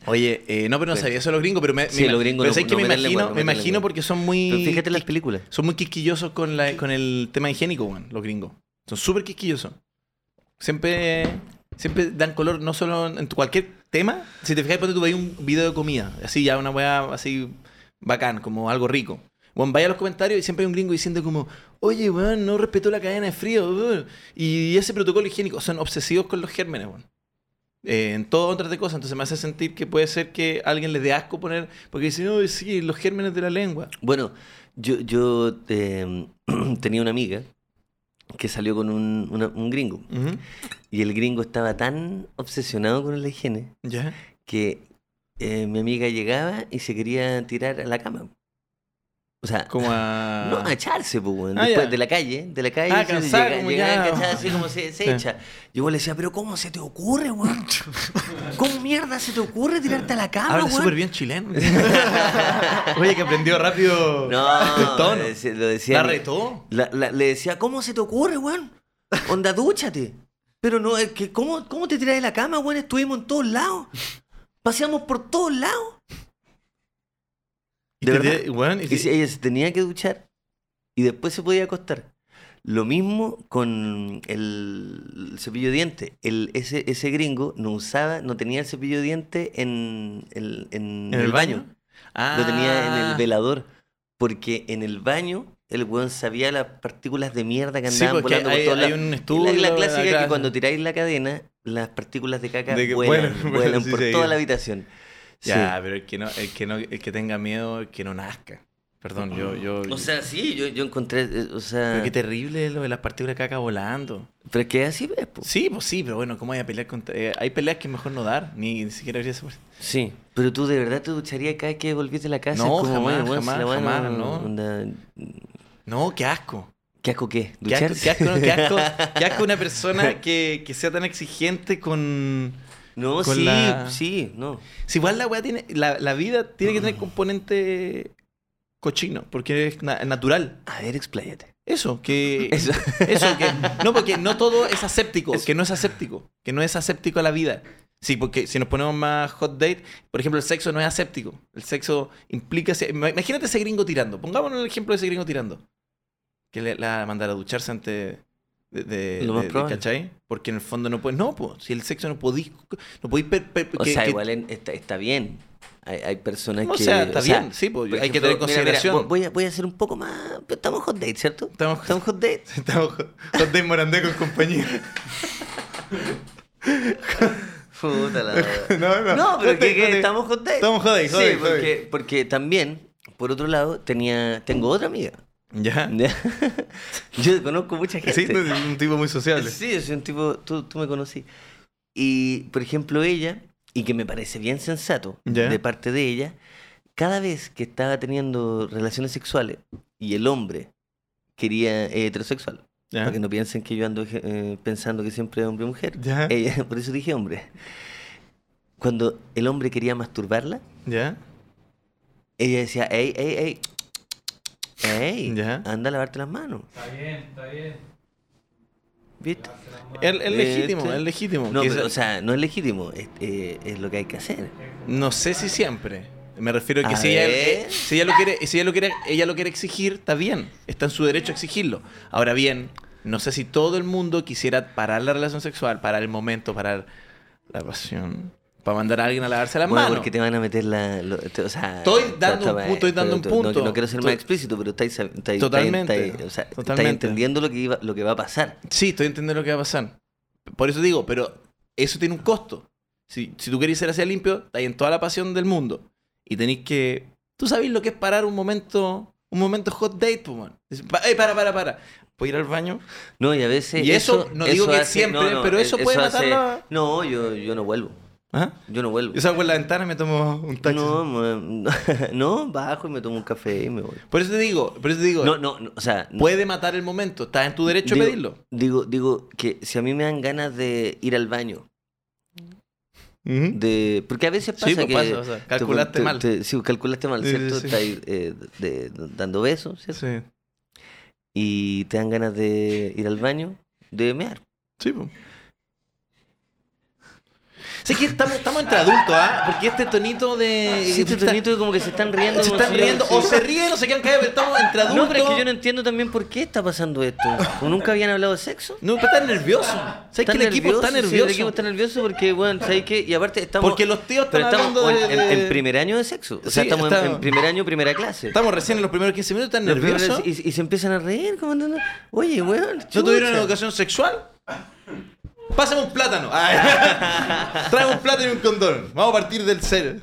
Speaker 1: Oye, eh, no, pero no sabía eso de los gringos, pero me, me
Speaker 2: Sí,
Speaker 1: ima-
Speaker 2: los gringos
Speaker 1: pero
Speaker 2: no-
Speaker 1: sabes que
Speaker 2: no
Speaker 1: me
Speaker 2: meten
Speaker 1: imagino,
Speaker 2: lengua, no
Speaker 1: me
Speaker 2: meten
Speaker 1: imagino
Speaker 2: lengua.
Speaker 1: porque son muy
Speaker 2: Pero fíjate las películas.
Speaker 1: son muy quisquillosos con la con el tema higiénico, weón, los gringos. Son súper quisquillosos. Siempre siempre dan color no solo en tu- cualquier tema, si te fijas ponte tú veis un video de comida, así ya una weá así bacán, como algo rico. Bueno, vaya a los comentarios y siempre hay un gringo diciendo como, oye, weón, no respetó la cadena de frío. weón". Y ese protocolo higiénico, son obsesivos con los gérmenes, weón. Eh, en todo otras de cosas. Entonces me hace sentir que puede ser que alguien les dé asco poner. Porque dicen, no, sí, los gérmenes de la lengua.
Speaker 2: Bueno, yo, yo eh, tenía una amiga que salió con un, una- un gringo.
Speaker 1: Ujú.
Speaker 2: Y el gringo estaba tan obsesionado con la higiene
Speaker 1: Ya.
Speaker 2: que eh, mi amiga llegaba y se quería tirar a la cama. O sea,
Speaker 1: Como a.
Speaker 2: no a echarse, pues, weón.
Speaker 1: Ah,
Speaker 2: Después
Speaker 1: ya.
Speaker 2: de la calle, de la calle,
Speaker 1: Ah,
Speaker 2: se
Speaker 1: cansada,
Speaker 2: llega-
Speaker 1: como
Speaker 2: llegaba
Speaker 1: ya.
Speaker 2: cachada, así como se, se
Speaker 1: Sí.
Speaker 2: echa. Yo le decía, pero ¿cómo se te ocurre, weón? ¿Cómo mierda se te ocurre tirarte a la cama,
Speaker 1: Habla
Speaker 2: weón?
Speaker 1: súper bien chileno. Oye, que aprendió rápido. el
Speaker 2: No,
Speaker 1: tono.
Speaker 2: lo decía- lo decía.
Speaker 1: La
Speaker 2: mi-
Speaker 1: retó.
Speaker 2: La- la- le decía, ¿cómo se te ocurre, weón? Onda, dúchate. Pero no, es que, ¿cómo, cómo te tiras de la cama, weón? Estuvimos en todos lados. Paseamos por todos lados.
Speaker 1: Y
Speaker 2: De
Speaker 1: te-
Speaker 2: verdad.
Speaker 1: te- weón, y
Speaker 2: Y
Speaker 1: te-
Speaker 2: si ella se tenía que duchar y después se podía acostar. Lo mismo con el, cepillo de dientes. El, ese, ese gringo no usaba, no tenía el cepillo de dientes en, el- en
Speaker 1: ¿En el baño? Ah.
Speaker 2: Lo tenía en el velador. Porque en el baño el weón sabía las partículas de mierda que
Speaker 1: Sí,
Speaker 2: andaban
Speaker 1: porque
Speaker 2: volando
Speaker 1: hay,
Speaker 2: por todos
Speaker 1: hay
Speaker 2: lados.
Speaker 1: un
Speaker 2: La-
Speaker 1: estudio.
Speaker 2: la, clásica es
Speaker 1: acá.
Speaker 2: que cuando tiráis la cadena, las partículas de caca
Speaker 1: De que
Speaker 2: vuelan,
Speaker 1: vuelan,
Speaker 2: vuelan
Speaker 1: sí,
Speaker 2: por
Speaker 1: sí.
Speaker 2: toda la habitación. Sí.
Speaker 1: Ya, pero el que, no, el, que no, el que tenga miedo, el que no nazca. Perdón, yo. yo
Speaker 2: O sea, sí, yo, yo encontré, eh, o sea...
Speaker 1: Pero qué terrible lo de las partículas de caca volando.
Speaker 2: Pero es que así ves, po.
Speaker 1: Sí, pues sí, pero bueno, ¿cómo hay a pelear contra.? eh, hay peleas que es mejor no dar, ni, ni siquiera habría esa
Speaker 2: Sí. Pero tú de verdad te ducharías cada vez que volviste a la casa.
Speaker 1: No,
Speaker 2: Es como,
Speaker 1: jamás,
Speaker 2: bueno, bueno,
Speaker 1: jamás,
Speaker 2: si la buena
Speaker 1: jamás, no.
Speaker 2: onda-
Speaker 1: No, qué asco.
Speaker 2: ¿Qué asco qué?
Speaker 1: Qué asco,
Speaker 2: ¿Ducharse?
Speaker 1: qué asco, no, qué asco, qué asco una persona que, que sea tan exigente con.
Speaker 2: No,
Speaker 1: Con
Speaker 2: sí,
Speaker 1: la-
Speaker 2: sí, no.
Speaker 1: Si igual la weá tiene. La, la vida tiene que tener componente cochino, porque es na- natural.
Speaker 2: A ver, expláyate.
Speaker 1: Eso, Eh, que. Eso,
Speaker 2: Eso.
Speaker 1: que. No, porque no todo es aséptico, que no es aséptico, que no es aséptico a la vida. Sí, porque si nos ponemos más hot date, por ejemplo, el sexo no es aséptico. El sexo implica. se- ima- Imagínate ese gringo tirando. Pongámonos el ejemplo de ese gringo tirando. Que le, la mandar a ducharse antes de. de-
Speaker 2: Lo más
Speaker 1: de- de-
Speaker 2: probable.
Speaker 1: ¿Cachai? Porque en el fondo no puedes. No, po, si el sexo no podís. No podís. per- per-
Speaker 2: O
Speaker 1: que-
Speaker 2: sea,
Speaker 1: que-
Speaker 2: igual en- está, está bien. Hay, hay personas
Speaker 1: o
Speaker 2: que...
Speaker 1: sea, está
Speaker 2: o sea,
Speaker 1: bien, sí, po,
Speaker 2: por
Speaker 1: hay que
Speaker 2: ejemplo,
Speaker 1: tener
Speaker 2: mira, mira,
Speaker 1: consideración.
Speaker 2: voy- voy, a, voy a hacer un poco más... Estamos hot date, ¿cierto?
Speaker 1: Estamos-
Speaker 2: Estamos hot date.
Speaker 1: Estamos con con Dave Morandé con compañía.
Speaker 2: Puta la wea.
Speaker 1: No, no,
Speaker 2: No, pero
Speaker 1: hot
Speaker 2: que,
Speaker 1: date,
Speaker 2: que
Speaker 1: hot date.
Speaker 2: estamos hot date.
Speaker 1: Estamos hot date, hot
Speaker 2: Sí,
Speaker 1: date, hot
Speaker 2: porque, porque también, por otro lado, tenía, tengo otra amiga.
Speaker 1: Ya.
Speaker 2: Yo conozco mucha gente.
Speaker 1: Sí, es un tipo muy sociable.
Speaker 2: Sí, yo soy un tipo, tú, tú me conocí. Y, por ejemplo, ella, y que me parece bien sensato
Speaker 1: Ya.
Speaker 2: de parte de ella, cada vez que estaba teniendo relaciones sexuales y el hombre quería eh, heterosexual,
Speaker 1: Ya.
Speaker 2: para que no piensen que yo ando eh, pensando que siempre es hombre o mujer,
Speaker 1: Ya.
Speaker 2: ella, por eso dije hombre. Cuando el hombre quería masturbarla,
Speaker 1: Ya.
Speaker 2: ella decía, ey, ey, ey, ey,
Speaker 1: Ya.
Speaker 2: anda a lavarte las manos.
Speaker 4: Está bien, está bien.
Speaker 2: ¿Viste?
Speaker 1: Es es legítimo,
Speaker 2: Este-
Speaker 1: es legítimo.
Speaker 2: No,
Speaker 1: Que
Speaker 2: pero,
Speaker 1: esa-
Speaker 2: o sea, no es legítimo, es, eh, es lo que hay que hacer.
Speaker 1: no sé si siempre. Me refiero a que
Speaker 2: A
Speaker 1: si ella, eh,
Speaker 2: ver.
Speaker 1: si ella lo quiere, si ella lo quiere, ella lo quiere exigir, está bien. Está en su derecho a exigirlo. Ahora bien, no sé si todo el mundo quisiera parar la relación sexual, parar el momento, parar la pasión, para mandar a alguien a lavarse las
Speaker 2: Bueno,
Speaker 1: manos.
Speaker 2: porque te van a meter la... lo- te- o sea,
Speaker 1: Estoy
Speaker 2: ta-
Speaker 1: dando
Speaker 2: ta-
Speaker 1: un
Speaker 2: ta-
Speaker 1: punto, estoy dando un
Speaker 2: ta-
Speaker 1: punto.
Speaker 2: No, no quiero ser
Speaker 1: Estoy-
Speaker 2: más explícito, pero estáis... sab- estáis- estáis-
Speaker 1: Totalmente,
Speaker 2: estáis- o sea, estáis
Speaker 1: totalmente.
Speaker 2: entendiendo lo que, iba- lo que va a pasar.
Speaker 1: Sí, estoy entendiendo lo que va a pasar. Por eso digo, pero eso tiene un costo. Si, si tú querés ser hacia limpio, estáis en toda la pasión del mundo. Y tenéis que. Tú sabés lo que es parar un momento. Un momento hot date, pues, man. Dices, pa- ey, para, para, para. ¿Puedo ir al baño?
Speaker 2: No, y a veces...
Speaker 1: Y eso, no digo que siempre, pero eso
Speaker 2: es-
Speaker 1: puede
Speaker 2: e, hace-
Speaker 1: matarla.
Speaker 2: No, yo, yo no vuelvo.
Speaker 1: ¿Ah?
Speaker 2: Yo no vuelvo.
Speaker 1: Yo salgo en la ventana y me tomo un taxi.
Speaker 2: No, me- no, bajo y me tomo un café y me voy.
Speaker 1: Por eso te digo, por eso te digo,
Speaker 2: No, no, no, o sea... no.
Speaker 1: puede matar el momento. Estás en tu derecho
Speaker 2: digo,
Speaker 1: a pedirlo.
Speaker 2: Digo, digo que si a mí me dan ganas de ir al baño,
Speaker 1: Ujú.
Speaker 2: de porque a veces pasa
Speaker 1: Sí, pues
Speaker 2: que
Speaker 1: pasa, o sea,
Speaker 2: te-
Speaker 1: calculaste
Speaker 2: te-
Speaker 1: mal.
Speaker 2: te- sí, calculaste mal,
Speaker 1: Sí,
Speaker 2: ¿cierto?
Speaker 1: sí, sí.
Speaker 2: Estás eh, de- de- dando besos, ¿cierto?
Speaker 1: Sí.
Speaker 2: Y te dan ganas de ir al baño, de mear.
Speaker 1: Sí, po. Sé que estamos, estamos entre adultos, ¿ah? Porque este tonito de.
Speaker 2: Sí, este
Speaker 1: está-
Speaker 2: tonito como que se están riendo.
Speaker 1: Se
Speaker 2: como
Speaker 1: están
Speaker 2: si yo-
Speaker 1: riendo,
Speaker 2: sí.
Speaker 1: o se ríen o se quedan callados, pero estamos entre adultos.
Speaker 2: No, pero es que yo no entiendo también por qué está pasando esto. ¿O nunca habían hablado de sexo?
Speaker 1: No, pero está nervioso. ¿Sabes que
Speaker 2: Están
Speaker 1: el equipo está
Speaker 2: nerviosos, sí,
Speaker 1: nervioso?
Speaker 2: el equipo está nervioso porque, bueno, ¿sabes qué? Y aparte estamos...
Speaker 1: Porque los tíos están
Speaker 2: pero estamos
Speaker 1: hablando de-
Speaker 2: bueno, en,
Speaker 1: de-
Speaker 2: en primer año de sexo. O sea,
Speaker 1: Sí,
Speaker 2: estamos en-
Speaker 1: está-
Speaker 2: en, primer año, primera clase.
Speaker 1: Estamos recién en los primeros 15 minutos, están
Speaker 2: Los primeros-
Speaker 1: nerviosos.
Speaker 2: Y, y se empiezan a reír, como andando, Oye, weón.
Speaker 1: ¿No tuvieron
Speaker 2: chucha".
Speaker 1: educación sexual? Pásame un plátano. Ay. Trae un plátano y un condón. Vamos a partir del cero.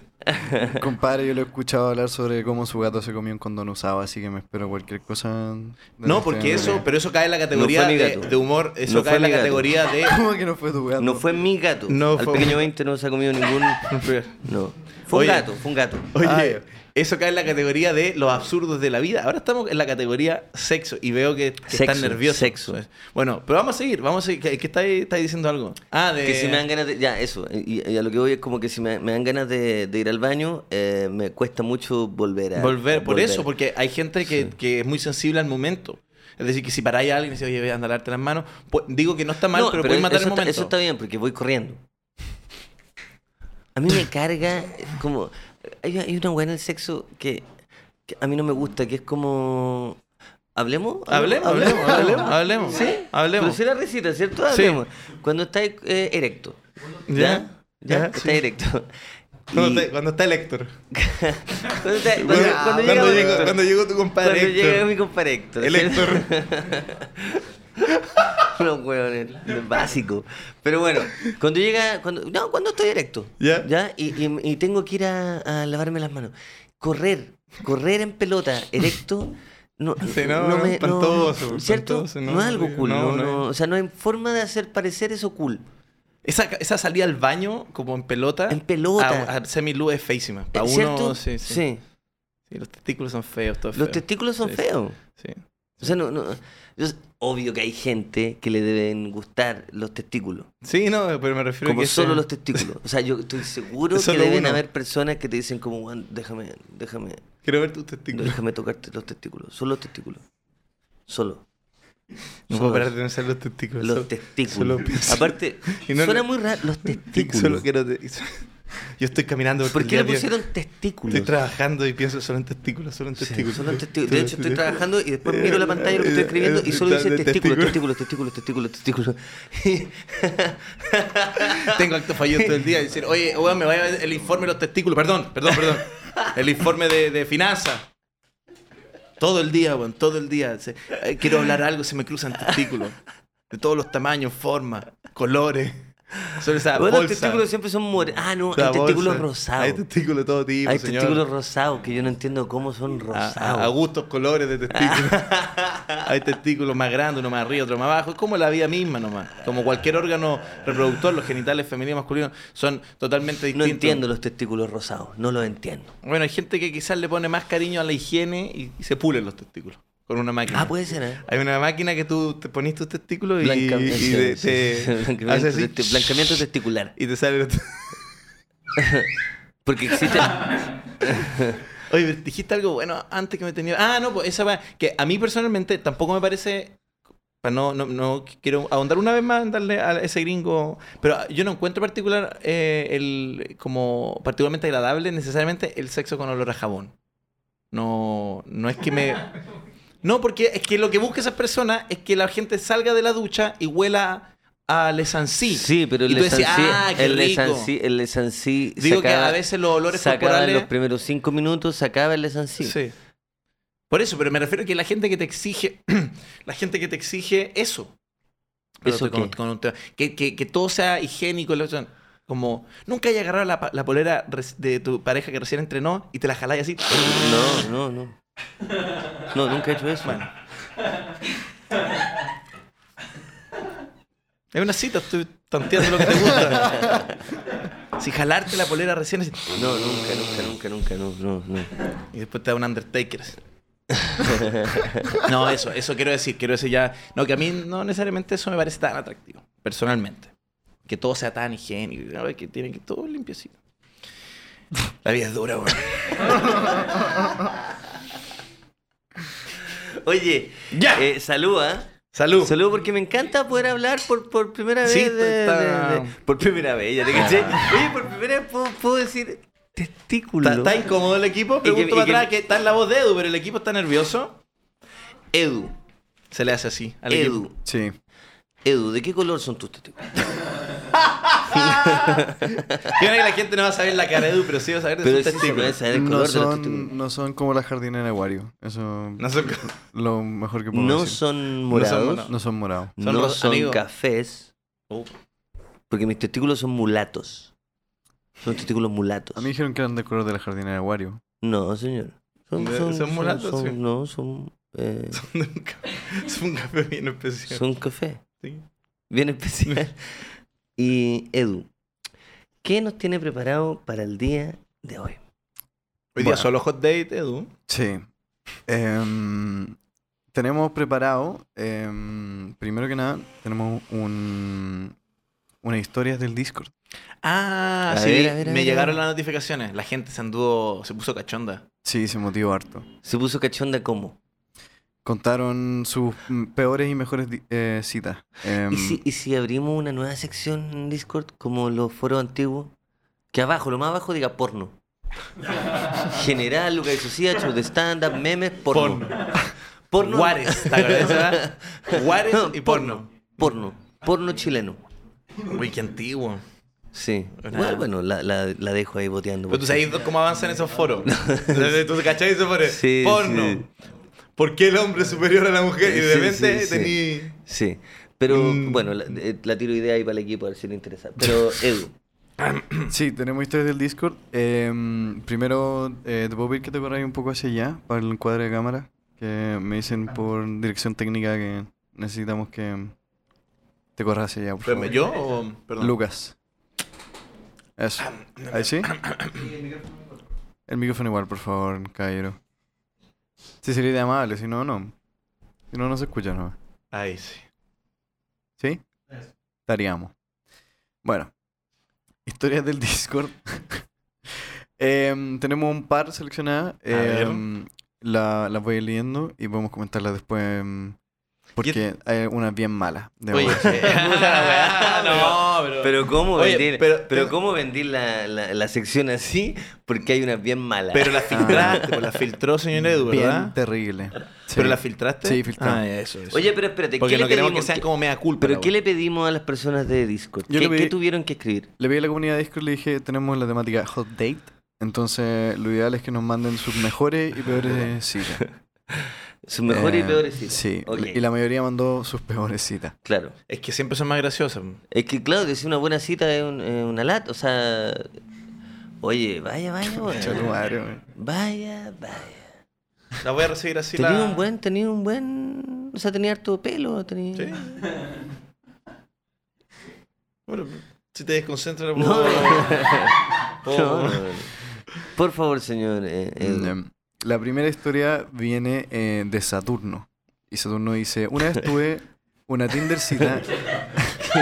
Speaker 3: Compadre, yo lo he escuchado hablar sobre cómo su gato se comió un condón usado, así que me espero cualquier cosa. de
Speaker 1: No,
Speaker 3: este
Speaker 1: porque
Speaker 3: ámbito.
Speaker 1: eso, pero eso cae en la categoría
Speaker 2: mi
Speaker 1: de,
Speaker 2: gato.
Speaker 1: de humor, eso
Speaker 2: No
Speaker 1: cae
Speaker 2: fue
Speaker 1: en la
Speaker 2: mi gato.
Speaker 1: categoría de.
Speaker 3: ¿Cómo que no fue tu gato?
Speaker 2: No fue mi gato.
Speaker 1: No
Speaker 2: Al
Speaker 1: fue-
Speaker 2: pequeño 20 no se ha comido ningún. No. Fue
Speaker 1: Oye.
Speaker 2: un gato, fue un gato.
Speaker 1: Oye,
Speaker 3: Ay.
Speaker 1: eso cae en la categoría de los absurdos de la vida. Ahora estamos en la categoría sexo y veo que, que están
Speaker 2: Sexo,
Speaker 1: nerviosos.
Speaker 2: sexo.
Speaker 1: Bueno, pero vamos a seguir, vamos a seguir. ¿Qué, qué está, ahí- está ahí diciendo algo? Ah, de...
Speaker 2: Que si me dan ganas de. Ya, eso. Y, y a lo que voy es como que si me, me dan ganas de, de ir al baño, eh, me cuesta mucho volver a.
Speaker 1: Volver, por eso, porque hay gente que, que es muy sensible al momento. Es decir, que si paráis a alguien y dices, oye, ve a lavarte las manos, pues, digo que no está mal,
Speaker 2: No,
Speaker 1: pero, puedes matar
Speaker 2: eso
Speaker 1: el
Speaker 2: está-
Speaker 1: momento.
Speaker 2: eso está bien, porque voy corriendo. A mí me carga eh, como. Hay, hay una weá en el sexo que, que a mí no me gusta, que es como. ¿Hablemos?
Speaker 1: Hablemos, hablemos, hablemos, hablemos.
Speaker 2: ¿Sí?
Speaker 1: Hablemos.
Speaker 2: Pero si la recita, ¿cierto?
Speaker 1: Sí.
Speaker 2: Hablemos. Cuando está eh, erecto. ¿Ya?
Speaker 1: Ya,
Speaker 2: ¿Ya?
Speaker 1: ya,
Speaker 2: Está
Speaker 1: sí.
Speaker 2: erecto.
Speaker 1: Cuando,
Speaker 2: Y-
Speaker 1: está, cuando está el Héctor.
Speaker 2: Cuando, te- cuando-
Speaker 1: Cuando,
Speaker 2: cuando
Speaker 1: cuando
Speaker 2: llega-
Speaker 1: llegó, cuando llegó tu
Speaker 2: cuando
Speaker 1: compadre
Speaker 2: llega
Speaker 1: Héctor.
Speaker 2: mi compadre Héctor.
Speaker 1: El Héctor.
Speaker 2: Los hueones, lo básico. Pero bueno, cuando llega. Cuando, no, cuando estoy erecto.
Speaker 1: Ya.
Speaker 2: Y, y- y tengo que ir a, a lavarme las manos. Correr, correr en pelota, erecto. No,
Speaker 1: Sí, no, no, espantoso,
Speaker 2: ¿Cierto?
Speaker 1: espantoso, no,
Speaker 2: no, es algo cool.
Speaker 1: no,
Speaker 2: No,
Speaker 1: no
Speaker 2: no, o sea, no hay forma de hacer parecer eso cool.
Speaker 1: Esa, esa salida al baño, como en pelota.
Speaker 2: En pelota.
Speaker 1: A, a semiluz es feísima. Para
Speaker 2: ¿Cierto?
Speaker 1: uno, sí, sí, Sí, Los testículos son feos, todo es
Speaker 2: Los
Speaker 1: feo.
Speaker 2: testículos son
Speaker 1: Sí, sí.
Speaker 2: feos.
Speaker 1: Sí.
Speaker 2: O sea, no, no. yo sé- obvio que hay gente que le deben gustar los testículos.
Speaker 1: Sí, no, pero me refiero a
Speaker 2: como
Speaker 1: que
Speaker 2: solo
Speaker 1: sea-
Speaker 2: los testículos. O sea, yo estoy seguro que
Speaker 1: Solo
Speaker 2: deben
Speaker 1: uno.
Speaker 2: haber personas que te dicen como, "Juan, déjame, déjame,
Speaker 1: Quiero ver tus testículos.
Speaker 2: déjame tocarte los testículos. Solo los testículos. Solo.
Speaker 1: No
Speaker 2: Solo
Speaker 1: puedo parar de pensar los testículos.
Speaker 2: Los
Speaker 1: solo- solo
Speaker 2: testículos.
Speaker 1: pienso-
Speaker 2: Aparte,
Speaker 1: Y no-
Speaker 2: suena muy raro. Los
Speaker 1: Solo
Speaker 2: testículos.
Speaker 1: quiero te- Yo estoy caminando por
Speaker 2: ¿Por
Speaker 1: el
Speaker 2: qué
Speaker 1: día
Speaker 2: le
Speaker 1: a día.
Speaker 2: pusieron testículos?
Speaker 1: Estoy trabajando y pienso solo en testículos, solo en
Speaker 2: Sí,
Speaker 1: testículos. Eh,
Speaker 2: solo en testículos. De hecho, estoy trabajando y después miro la pantalla de lo que estoy escribiendo y solo dice
Speaker 1: De
Speaker 2: testículos, testículos, testículos, testículos, testículos.
Speaker 1: Tengo acto fallido todo el día y decir, oye, weón, me vaya el informe de los testículos. Perdón, perdón, perdón. El informe de, de finanzas. Todo el día, weón, todo el día. Se- eh, quiero hablar algo, se me cruzan testículos. De todos los tamaños, formas, colores. Sobre esa
Speaker 2: Bueno, los
Speaker 1: bolsa.
Speaker 2: testículos siempre son morenos. Ah, no,
Speaker 1: La
Speaker 2: hay testículos
Speaker 1: bolsa.
Speaker 2: rosados.
Speaker 1: Hay testículos de todo tipo,
Speaker 2: Hay
Speaker 1: señor.
Speaker 2: testículos rosados que yo no entiendo cómo son
Speaker 1: A- A, a
Speaker 2: rosados.
Speaker 1: gustos, colores de testículos. Hay testículos más grandes, uno más arriba, otro más abajo. Es como la vida misma nomás. Como cualquier órgano reproductor, los genitales femeninos y masculinos son totalmente
Speaker 2: no
Speaker 1: distintos.
Speaker 2: entiendo los testículos rosados, no los entiendo.
Speaker 1: Bueno, hay gente que quizás le pone más cariño a la higiene y, y se pulen los testículos con una máquina.
Speaker 2: Ah, puede ser, ¿eh?
Speaker 1: Hay una máquina que tú te pones tus testículos y,
Speaker 2: Blancamiento,
Speaker 1: y de-
Speaker 2: sí,
Speaker 1: te,
Speaker 2: sí, blancamiento
Speaker 1: haces así,
Speaker 2: testi- blancamiento testicular.
Speaker 1: y te sale los-
Speaker 2: Porque existe.
Speaker 1: Oye, pero dijiste algo bueno antes que me tenía. Ah, no, pues esa va. Que a mí personalmente tampoco me parece. Para no, no, no quiero ahondar una vez más en darle a ese gringo. Pero yo no encuentro particular eh, el como particularmente agradable necesariamente el sexo con olor a jabón. No, no es que me. No, porque es que lo que busca esa persona es que la gente salga de la ducha y huela a Le Sancy.
Speaker 2: Sí, pero
Speaker 1: Y
Speaker 2: el
Speaker 1: tú decís,
Speaker 2: lesancí.
Speaker 1: "Ah, qué
Speaker 2: el
Speaker 1: rico".
Speaker 2: lesancí. El lesancí.
Speaker 1: Digo que
Speaker 2: sacaba-
Speaker 1: a veces los olores
Speaker 2: sacaba en
Speaker 1: corporales.
Speaker 2: los primeros cinco minutos, sacaba el lesancí.
Speaker 1: Sí. Por eso, pero me refiero a que la gente que te exige, la gente que te exige eso. Pero
Speaker 2: ¿Eso
Speaker 1: estoy con-
Speaker 2: qué?
Speaker 1: con un tema. que, que, que todo sea higiénico. la cuestión. Como, nunca hayas agarrado la, pa- la polera res- de tu pareja que recién entrenó y te la jaláis así.
Speaker 2: No, no, no. No, nunca he hecho eso.
Speaker 1: Bueno. Es una cita, estoy tanteando lo que te gusta. si jalarte la polera recién así,
Speaker 2: No, nunca, nunca, nunca, nunca, no, no, no.
Speaker 1: Y después te da un Undertaker. así. no, eso, eso quiero decir. Quiero decir ya. No, que a mí no necesariamente eso me parece tan atractivo, personalmente. Que todo sea tan higiénico, ¿no? que tiene que todo limpiecito. La vida es dura, güey.
Speaker 2: Oye,
Speaker 1: ¡Ya!
Speaker 2: eh, saluda.
Speaker 1: Salud.
Speaker 2: Saludo porque me encanta poder hablar por, por primera vez.
Speaker 1: Sí,
Speaker 2: de- de-
Speaker 1: está-
Speaker 2: de- por primera vez, ya te caché. Oye, por primera vez puedo, puedo decir testículo.
Speaker 1: Está, está incómodo el equipo.
Speaker 2: que-
Speaker 1: Pregunto
Speaker 2: y
Speaker 1: para
Speaker 2: que-
Speaker 1: atrás que está en la voz de Edu, pero el equipo está nervioso.
Speaker 2: Edu,
Speaker 1: Se le hace así al equipo.
Speaker 2: Edu,
Speaker 3: Sí.
Speaker 2: Edu, ¿de qué color son tus testículos?
Speaker 1: Yo creo que la gente no va a saber la cara de Edu, pero sí va a saber de
Speaker 2: Pero
Speaker 1: sus
Speaker 2: sí se
Speaker 1: testículos.
Speaker 2: puede saber el color
Speaker 3: No
Speaker 2: de los testículos.
Speaker 3: son, no son como la jardinera de Wario. Eso
Speaker 1: No son-
Speaker 3: lo mejor que puedo
Speaker 2: No
Speaker 3: decir.
Speaker 2: son morados, no
Speaker 1: morados.
Speaker 2: son,
Speaker 3: No son morados.
Speaker 1: Son ros- amigo.
Speaker 2: cafés,
Speaker 1: Uh,
Speaker 2: porque mis testículos son mulatos. Son testículos mulatos.
Speaker 3: A mí dijeron que eran del color de la jardinera de Wario.
Speaker 2: No, señor. Son,
Speaker 1: ¿Son
Speaker 2: son,
Speaker 1: mulatos,
Speaker 2: son-
Speaker 1: sí?
Speaker 2: No, son, eh,
Speaker 1: son de un ca- son un café bien especial.
Speaker 2: son café.
Speaker 1: Sí.
Speaker 2: Bien especial. y Edu, ¿qué nos tiene preparado para el día de hoy?
Speaker 1: Hoy día
Speaker 3: Bueno.
Speaker 1: solo hot date, Edu.
Speaker 3: Sí. Em, tenemos preparado, em, primero que nada, tenemos un, una historia del Discord.
Speaker 1: Ah,
Speaker 2: A
Speaker 1: sí.
Speaker 2: ver, a ver, a
Speaker 1: me
Speaker 2: ver,
Speaker 1: llegaron
Speaker 2: a ver.
Speaker 1: las notificaciones. La gente se anduvo, se puso cachonda.
Speaker 3: Sí, se motivó harto.
Speaker 2: Se puso cachonda como.
Speaker 3: Contaron sus mm, peores y mejores di- eh, citas. Em,
Speaker 2: ¿Y si, y si abrimos una nueva sección en Discord como los foros antiguos? Que abajo, lo más abajo diga porno. General, Lucas y Socia, show de stand-up, memes, porno. Porno. Porno,
Speaker 1: Juárez, ¿te acordás de esa? Juárez y porno.
Speaker 2: porno. porno chileno.
Speaker 1: Uy, qué antiguo.
Speaker 2: Sí.
Speaker 1: Una-
Speaker 2: Bueno, bueno, la, la- la dejo ahí boteando.
Speaker 1: Pero tú
Speaker 2: porque-
Speaker 1: sabes cómo avanzan esos foros. ¿Tú cachai esos foros?
Speaker 2: Sí,
Speaker 1: Porno.
Speaker 2: sí.
Speaker 1: ¿Por qué el hombre es superior a la mujer? Y de
Speaker 2: Sí,
Speaker 1: repente
Speaker 2: sí, sí.
Speaker 1: tení-
Speaker 2: Sí. Pero
Speaker 1: Mm.
Speaker 2: bueno, la, eh, la tiro idea ahí para el equipo a ver si le interesa. Pero Edu,
Speaker 3: Sí, tenemos historias del Discord. Em, primero, eh, te puedo pedir que te corras un poco hacia allá para el cuadro de cámara. Que me dicen por dirección técnica que necesitamos que te corras hacia allá, por favor.
Speaker 1: ¿Yo o.? Perdón.
Speaker 3: Lucas. Eso. ¿Ahí sí? El micrófono igual, por favor, caballero. Sí, sería de amable, si no, no. Si no, no se escucha nomás.
Speaker 1: Ahí sí.
Speaker 3: ¿Sí? Estaríamos. Bueno, historias del Discord. Em, tenemos un par seleccionadas.
Speaker 1: ver.
Speaker 3: em, la- las voy leyendo y podemos comentarlas después. em, Porque hay unas bien malas. de
Speaker 1: Oye,
Speaker 3: verdad.
Speaker 1: eh,
Speaker 2: weá,
Speaker 1: no, pero.
Speaker 2: pero ¿cómo
Speaker 1: Oye,
Speaker 2: vendir,
Speaker 1: pero-
Speaker 2: pero, cómo vendir la, la- la sección así? Porque hay una bien mala.
Speaker 1: pero la filtraste, pues la filtró, señor Edu,
Speaker 3: bien
Speaker 1: ¿verdad?
Speaker 3: terrible.
Speaker 1: ¿Pero
Speaker 3: Sí.
Speaker 1: la filtraste?
Speaker 3: Sí, filtramos.
Speaker 1: Ah, ya, eso, eso.
Speaker 2: Oye, pero espérate,
Speaker 1: Porque
Speaker 2: ¿qué
Speaker 1: no
Speaker 2: le
Speaker 1: queremos
Speaker 2: pedimos?
Speaker 1: que sean
Speaker 2: ¿Qué-
Speaker 1: como media culpa.
Speaker 2: ¿Pero
Speaker 1: la
Speaker 2: qué
Speaker 1: weá.
Speaker 2: le pedimos a las personas de Discord?
Speaker 3: Yo
Speaker 2: ¿Qué,
Speaker 3: le pedí-
Speaker 2: qué tuvieron que escribir?
Speaker 3: Le pedí a la comunidad de Discord, le dije, tenemos la temática hot date. Entonces, lo ideal es que nos manden sus mejores y peores citas.
Speaker 2: Sus mejores
Speaker 3: Eh,
Speaker 2: y peores citas.
Speaker 3: Sí.
Speaker 2: Ok,
Speaker 3: Y la mayoría mandó sus peores citas.
Speaker 2: Claro.
Speaker 1: Es que siempre son más graciosas.
Speaker 2: Es que claro, que si una buena cita es un- es una lata, o sea... Oye, vaya, vaya,
Speaker 3: Chucha tu
Speaker 2: weón.
Speaker 3: madre, weón.
Speaker 2: Vaya, vaya.
Speaker 1: La voy a recibir así
Speaker 2: Tenía
Speaker 1: la...
Speaker 2: un buen, tenía un buen... O sea, tenía harto pelo, tenía...
Speaker 1: Sí. Bueno, si te desconcentras...
Speaker 2: No.
Speaker 1: puedo-
Speaker 2: No,
Speaker 1: puedo-
Speaker 2: no, no. Por favor, señor. eh, Edu.
Speaker 3: Mm, La primera historia viene eh, de Saturno. Y Saturno dice, una vez tuve una Tinder cita.
Speaker 2: ¿Qué,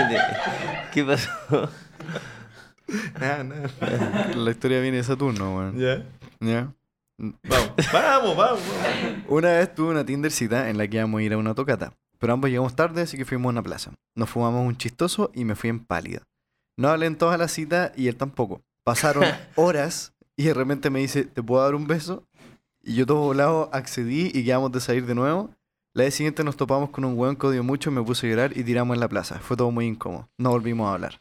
Speaker 2: te- qué pasó?
Speaker 1: Ah, no.
Speaker 3: la historia viene de Saturno, weón.
Speaker 1: Ya.
Speaker 3: ¿Ya?
Speaker 1: Vamos, vamos, vamos.
Speaker 3: Una vez tuve una Tinder cita en la que íbamos a ir a una tocata, pero ambos llegamos tarde, así que fuimos a una plaza. Nos fumamos un chistoso y me fui en pálida. No hablé en toda la cita y él tampoco. Pasaron horas y de repente me dice, ¿te puedo dar un beso? Y yo todo volado accedí y quedamos de salir de nuevo. La vez siguiente nos topamos con un hueón que odio mucho, me puse a llorar y tiramos en la plaza. Fue todo muy incómodo. No volvimos a hablar.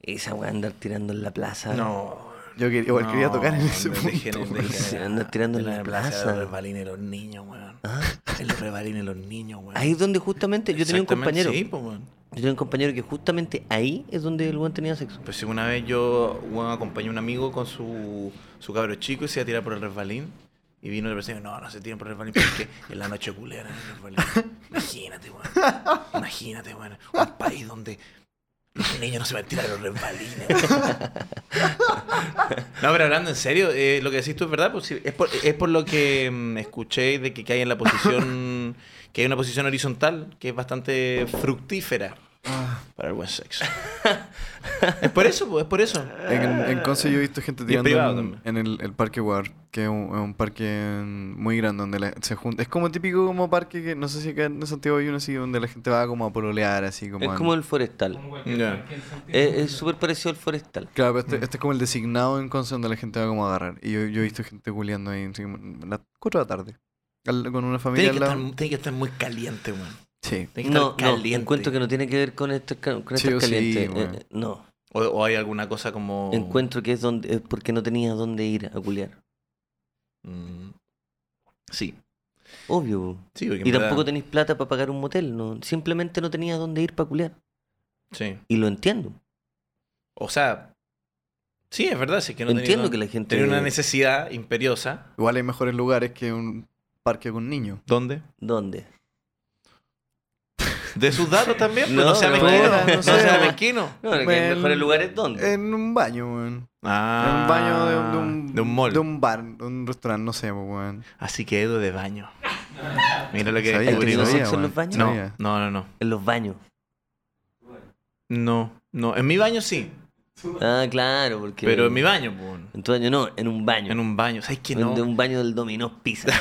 Speaker 2: Esa weá andar tirando en la plaza.
Speaker 1: No.
Speaker 3: Yo quería, igual quería tocar en ese
Speaker 1: no,
Speaker 3: punto.
Speaker 1: dejen-
Speaker 3: weón.
Speaker 1: dejen-
Speaker 2: Se anda tirando en la plaza.
Speaker 1: Los rebalines los niños, weón.
Speaker 2: Ah,
Speaker 1: Los rebalines los niños, weón.
Speaker 2: Ahí es donde justamente... Yo tenía un
Speaker 1: Exactamente,
Speaker 2: compañero.
Speaker 1: Sí, pues, weón.
Speaker 2: Yo tenía un compañero que justamente ahí es donde el weón tenía sexo.
Speaker 1: Pues si una vez yo weón, acompañé a un amigo con su, su cabro chico y se iba a tirar por el resbalín. Y vino el vecino y dijo, no, no se tiran por el resbalín porque en la noche culera en el resbalín. Imagínate, weón. Imagínate, weón. Un país donde los niños no se van a tirar a los resbalines. weón. No, pero hablando en serio, eh, lo que decís tú es verdad. Pues, sí, es, por, es por lo que mm, escuché de que, que hay en la posición... que hay una posición horizontal que es bastante fructífera para el buen sexo. es por eso, po, es por eso.
Speaker 3: En, en Conce yo he visto gente
Speaker 1: Y es
Speaker 3: tirando
Speaker 1: privado
Speaker 3: en,
Speaker 1: también.
Speaker 3: en el, el parque War, que es un, es un parque mm, muy grande donde la- se junta. Es como típico como parque que no sé si acá en Santiago hay uno así donde la gente va como a pololear, así como.
Speaker 2: Es
Speaker 3: en-
Speaker 2: como el forestal.
Speaker 1: Ya.
Speaker 2: Es es súper parecido al forestal.
Speaker 3: Claro, pero
Speaker 1: Mm.
Speaker 3: este, este es como el designado en Conce donde la gente va como a agarrar. Y yo, yo he visto gente culeando ahí así como a las 4 de la tarde. al- con una familia
Speaker 1: Tiene que,
Speaker 3: al lado.
Speaker 1: estar, tiene que estar muy caliente, weón.
Speaker 3: Sí.
Speaker 1: Tiene que
Speaker 2: No,
Speaker 1: estar
Speaker 2: no,
Speaker 1: caliente.
Speaker 2: encuentro que no tiene que ver con estos ca- con
Speaker 3: Sí
Speaker 2: estos
Speaker 3: o sí,
Speaker 2: calientes.
Speaker 3: weón.
Speaker 2: Eh, eh, no,
Speaker 1: o, o hay alguna cosa como.
Speaker 2: encuentro que es donde es porque no tenía dónde ir a culiar.
Speaker 1: Mm. Sí.
Speaker 2: Obvio. weón.
Speaker 1: Sí, porque en
Speaker 2: Y
Speaker 1: verdad-
Speaker 2: tampoco tenéis plata para pagar un motel, no. Simplemente no tenías dónde ir para culiar.
Speaker 1: Sí.
Speaker 2: Y lo entiendo.
Speaker 1: O sea. Sí, es verdad, sí que no tenía
Speaker 2: entiendo
Speaker 1: nada.
Speaker 2: que la gente.
Speaker 1: Tenía una necesidad imperiosa.
Speaker 3: Igual hay mejores lugares que un parque con niños.
Speaker 1: ¿Dónde?
Speaker 2: ¿Dónde?
Speaker 1: De sus datos también, pues, no,
Speaker 2: No,
Speaker 1: sea
Speaker 2: no,
Speaker 1: mezquino.
Speaker 3: no,
Speaker 1: No,
Speaker 3: no
Speaker 1: sea
Speaker 3: sea.
Speaker 1: mezquino.
Speaker 2: No, en
Speaker 3: Bueno,
Speaker 2: mejores lugares, ¿dónde?
Speaker 3: En un baño, weón.
Speaker 1: Ah,
Speaker 3: En un baño de, un- de un.
Speaker 1: De un mall.
Speaker 3: De un bar, de un restaurante, no sé, pues, weón.
Speaker 1: Así que Edu de baño. Mira lo que
Speaker 3: Sabía,
Speaker 1: descubrimos.
Speaker 2: no
Speaker 3: sabía,
Speaker 2: sexo en los
Speaker 3: weón.
Speaker 2: baños?
Speaker 1: No,
Speaker 3: Sabía.
Speaker 1: no, no, no.
Speaker 2: En los baños.
Speaker 1: No, no. En mi baño sí.
Speaker 2: Ah, claro, porque.
Speaker 1: Pero en mi baño, pues. bueno.
Speaker 2: En tu baño no, en un baño.
Speaker 1: En un baño. ¿Sabes qué
Speaker 2: En-
Speaker 1: no?
Speaker 2: de un baño del dominó pizza.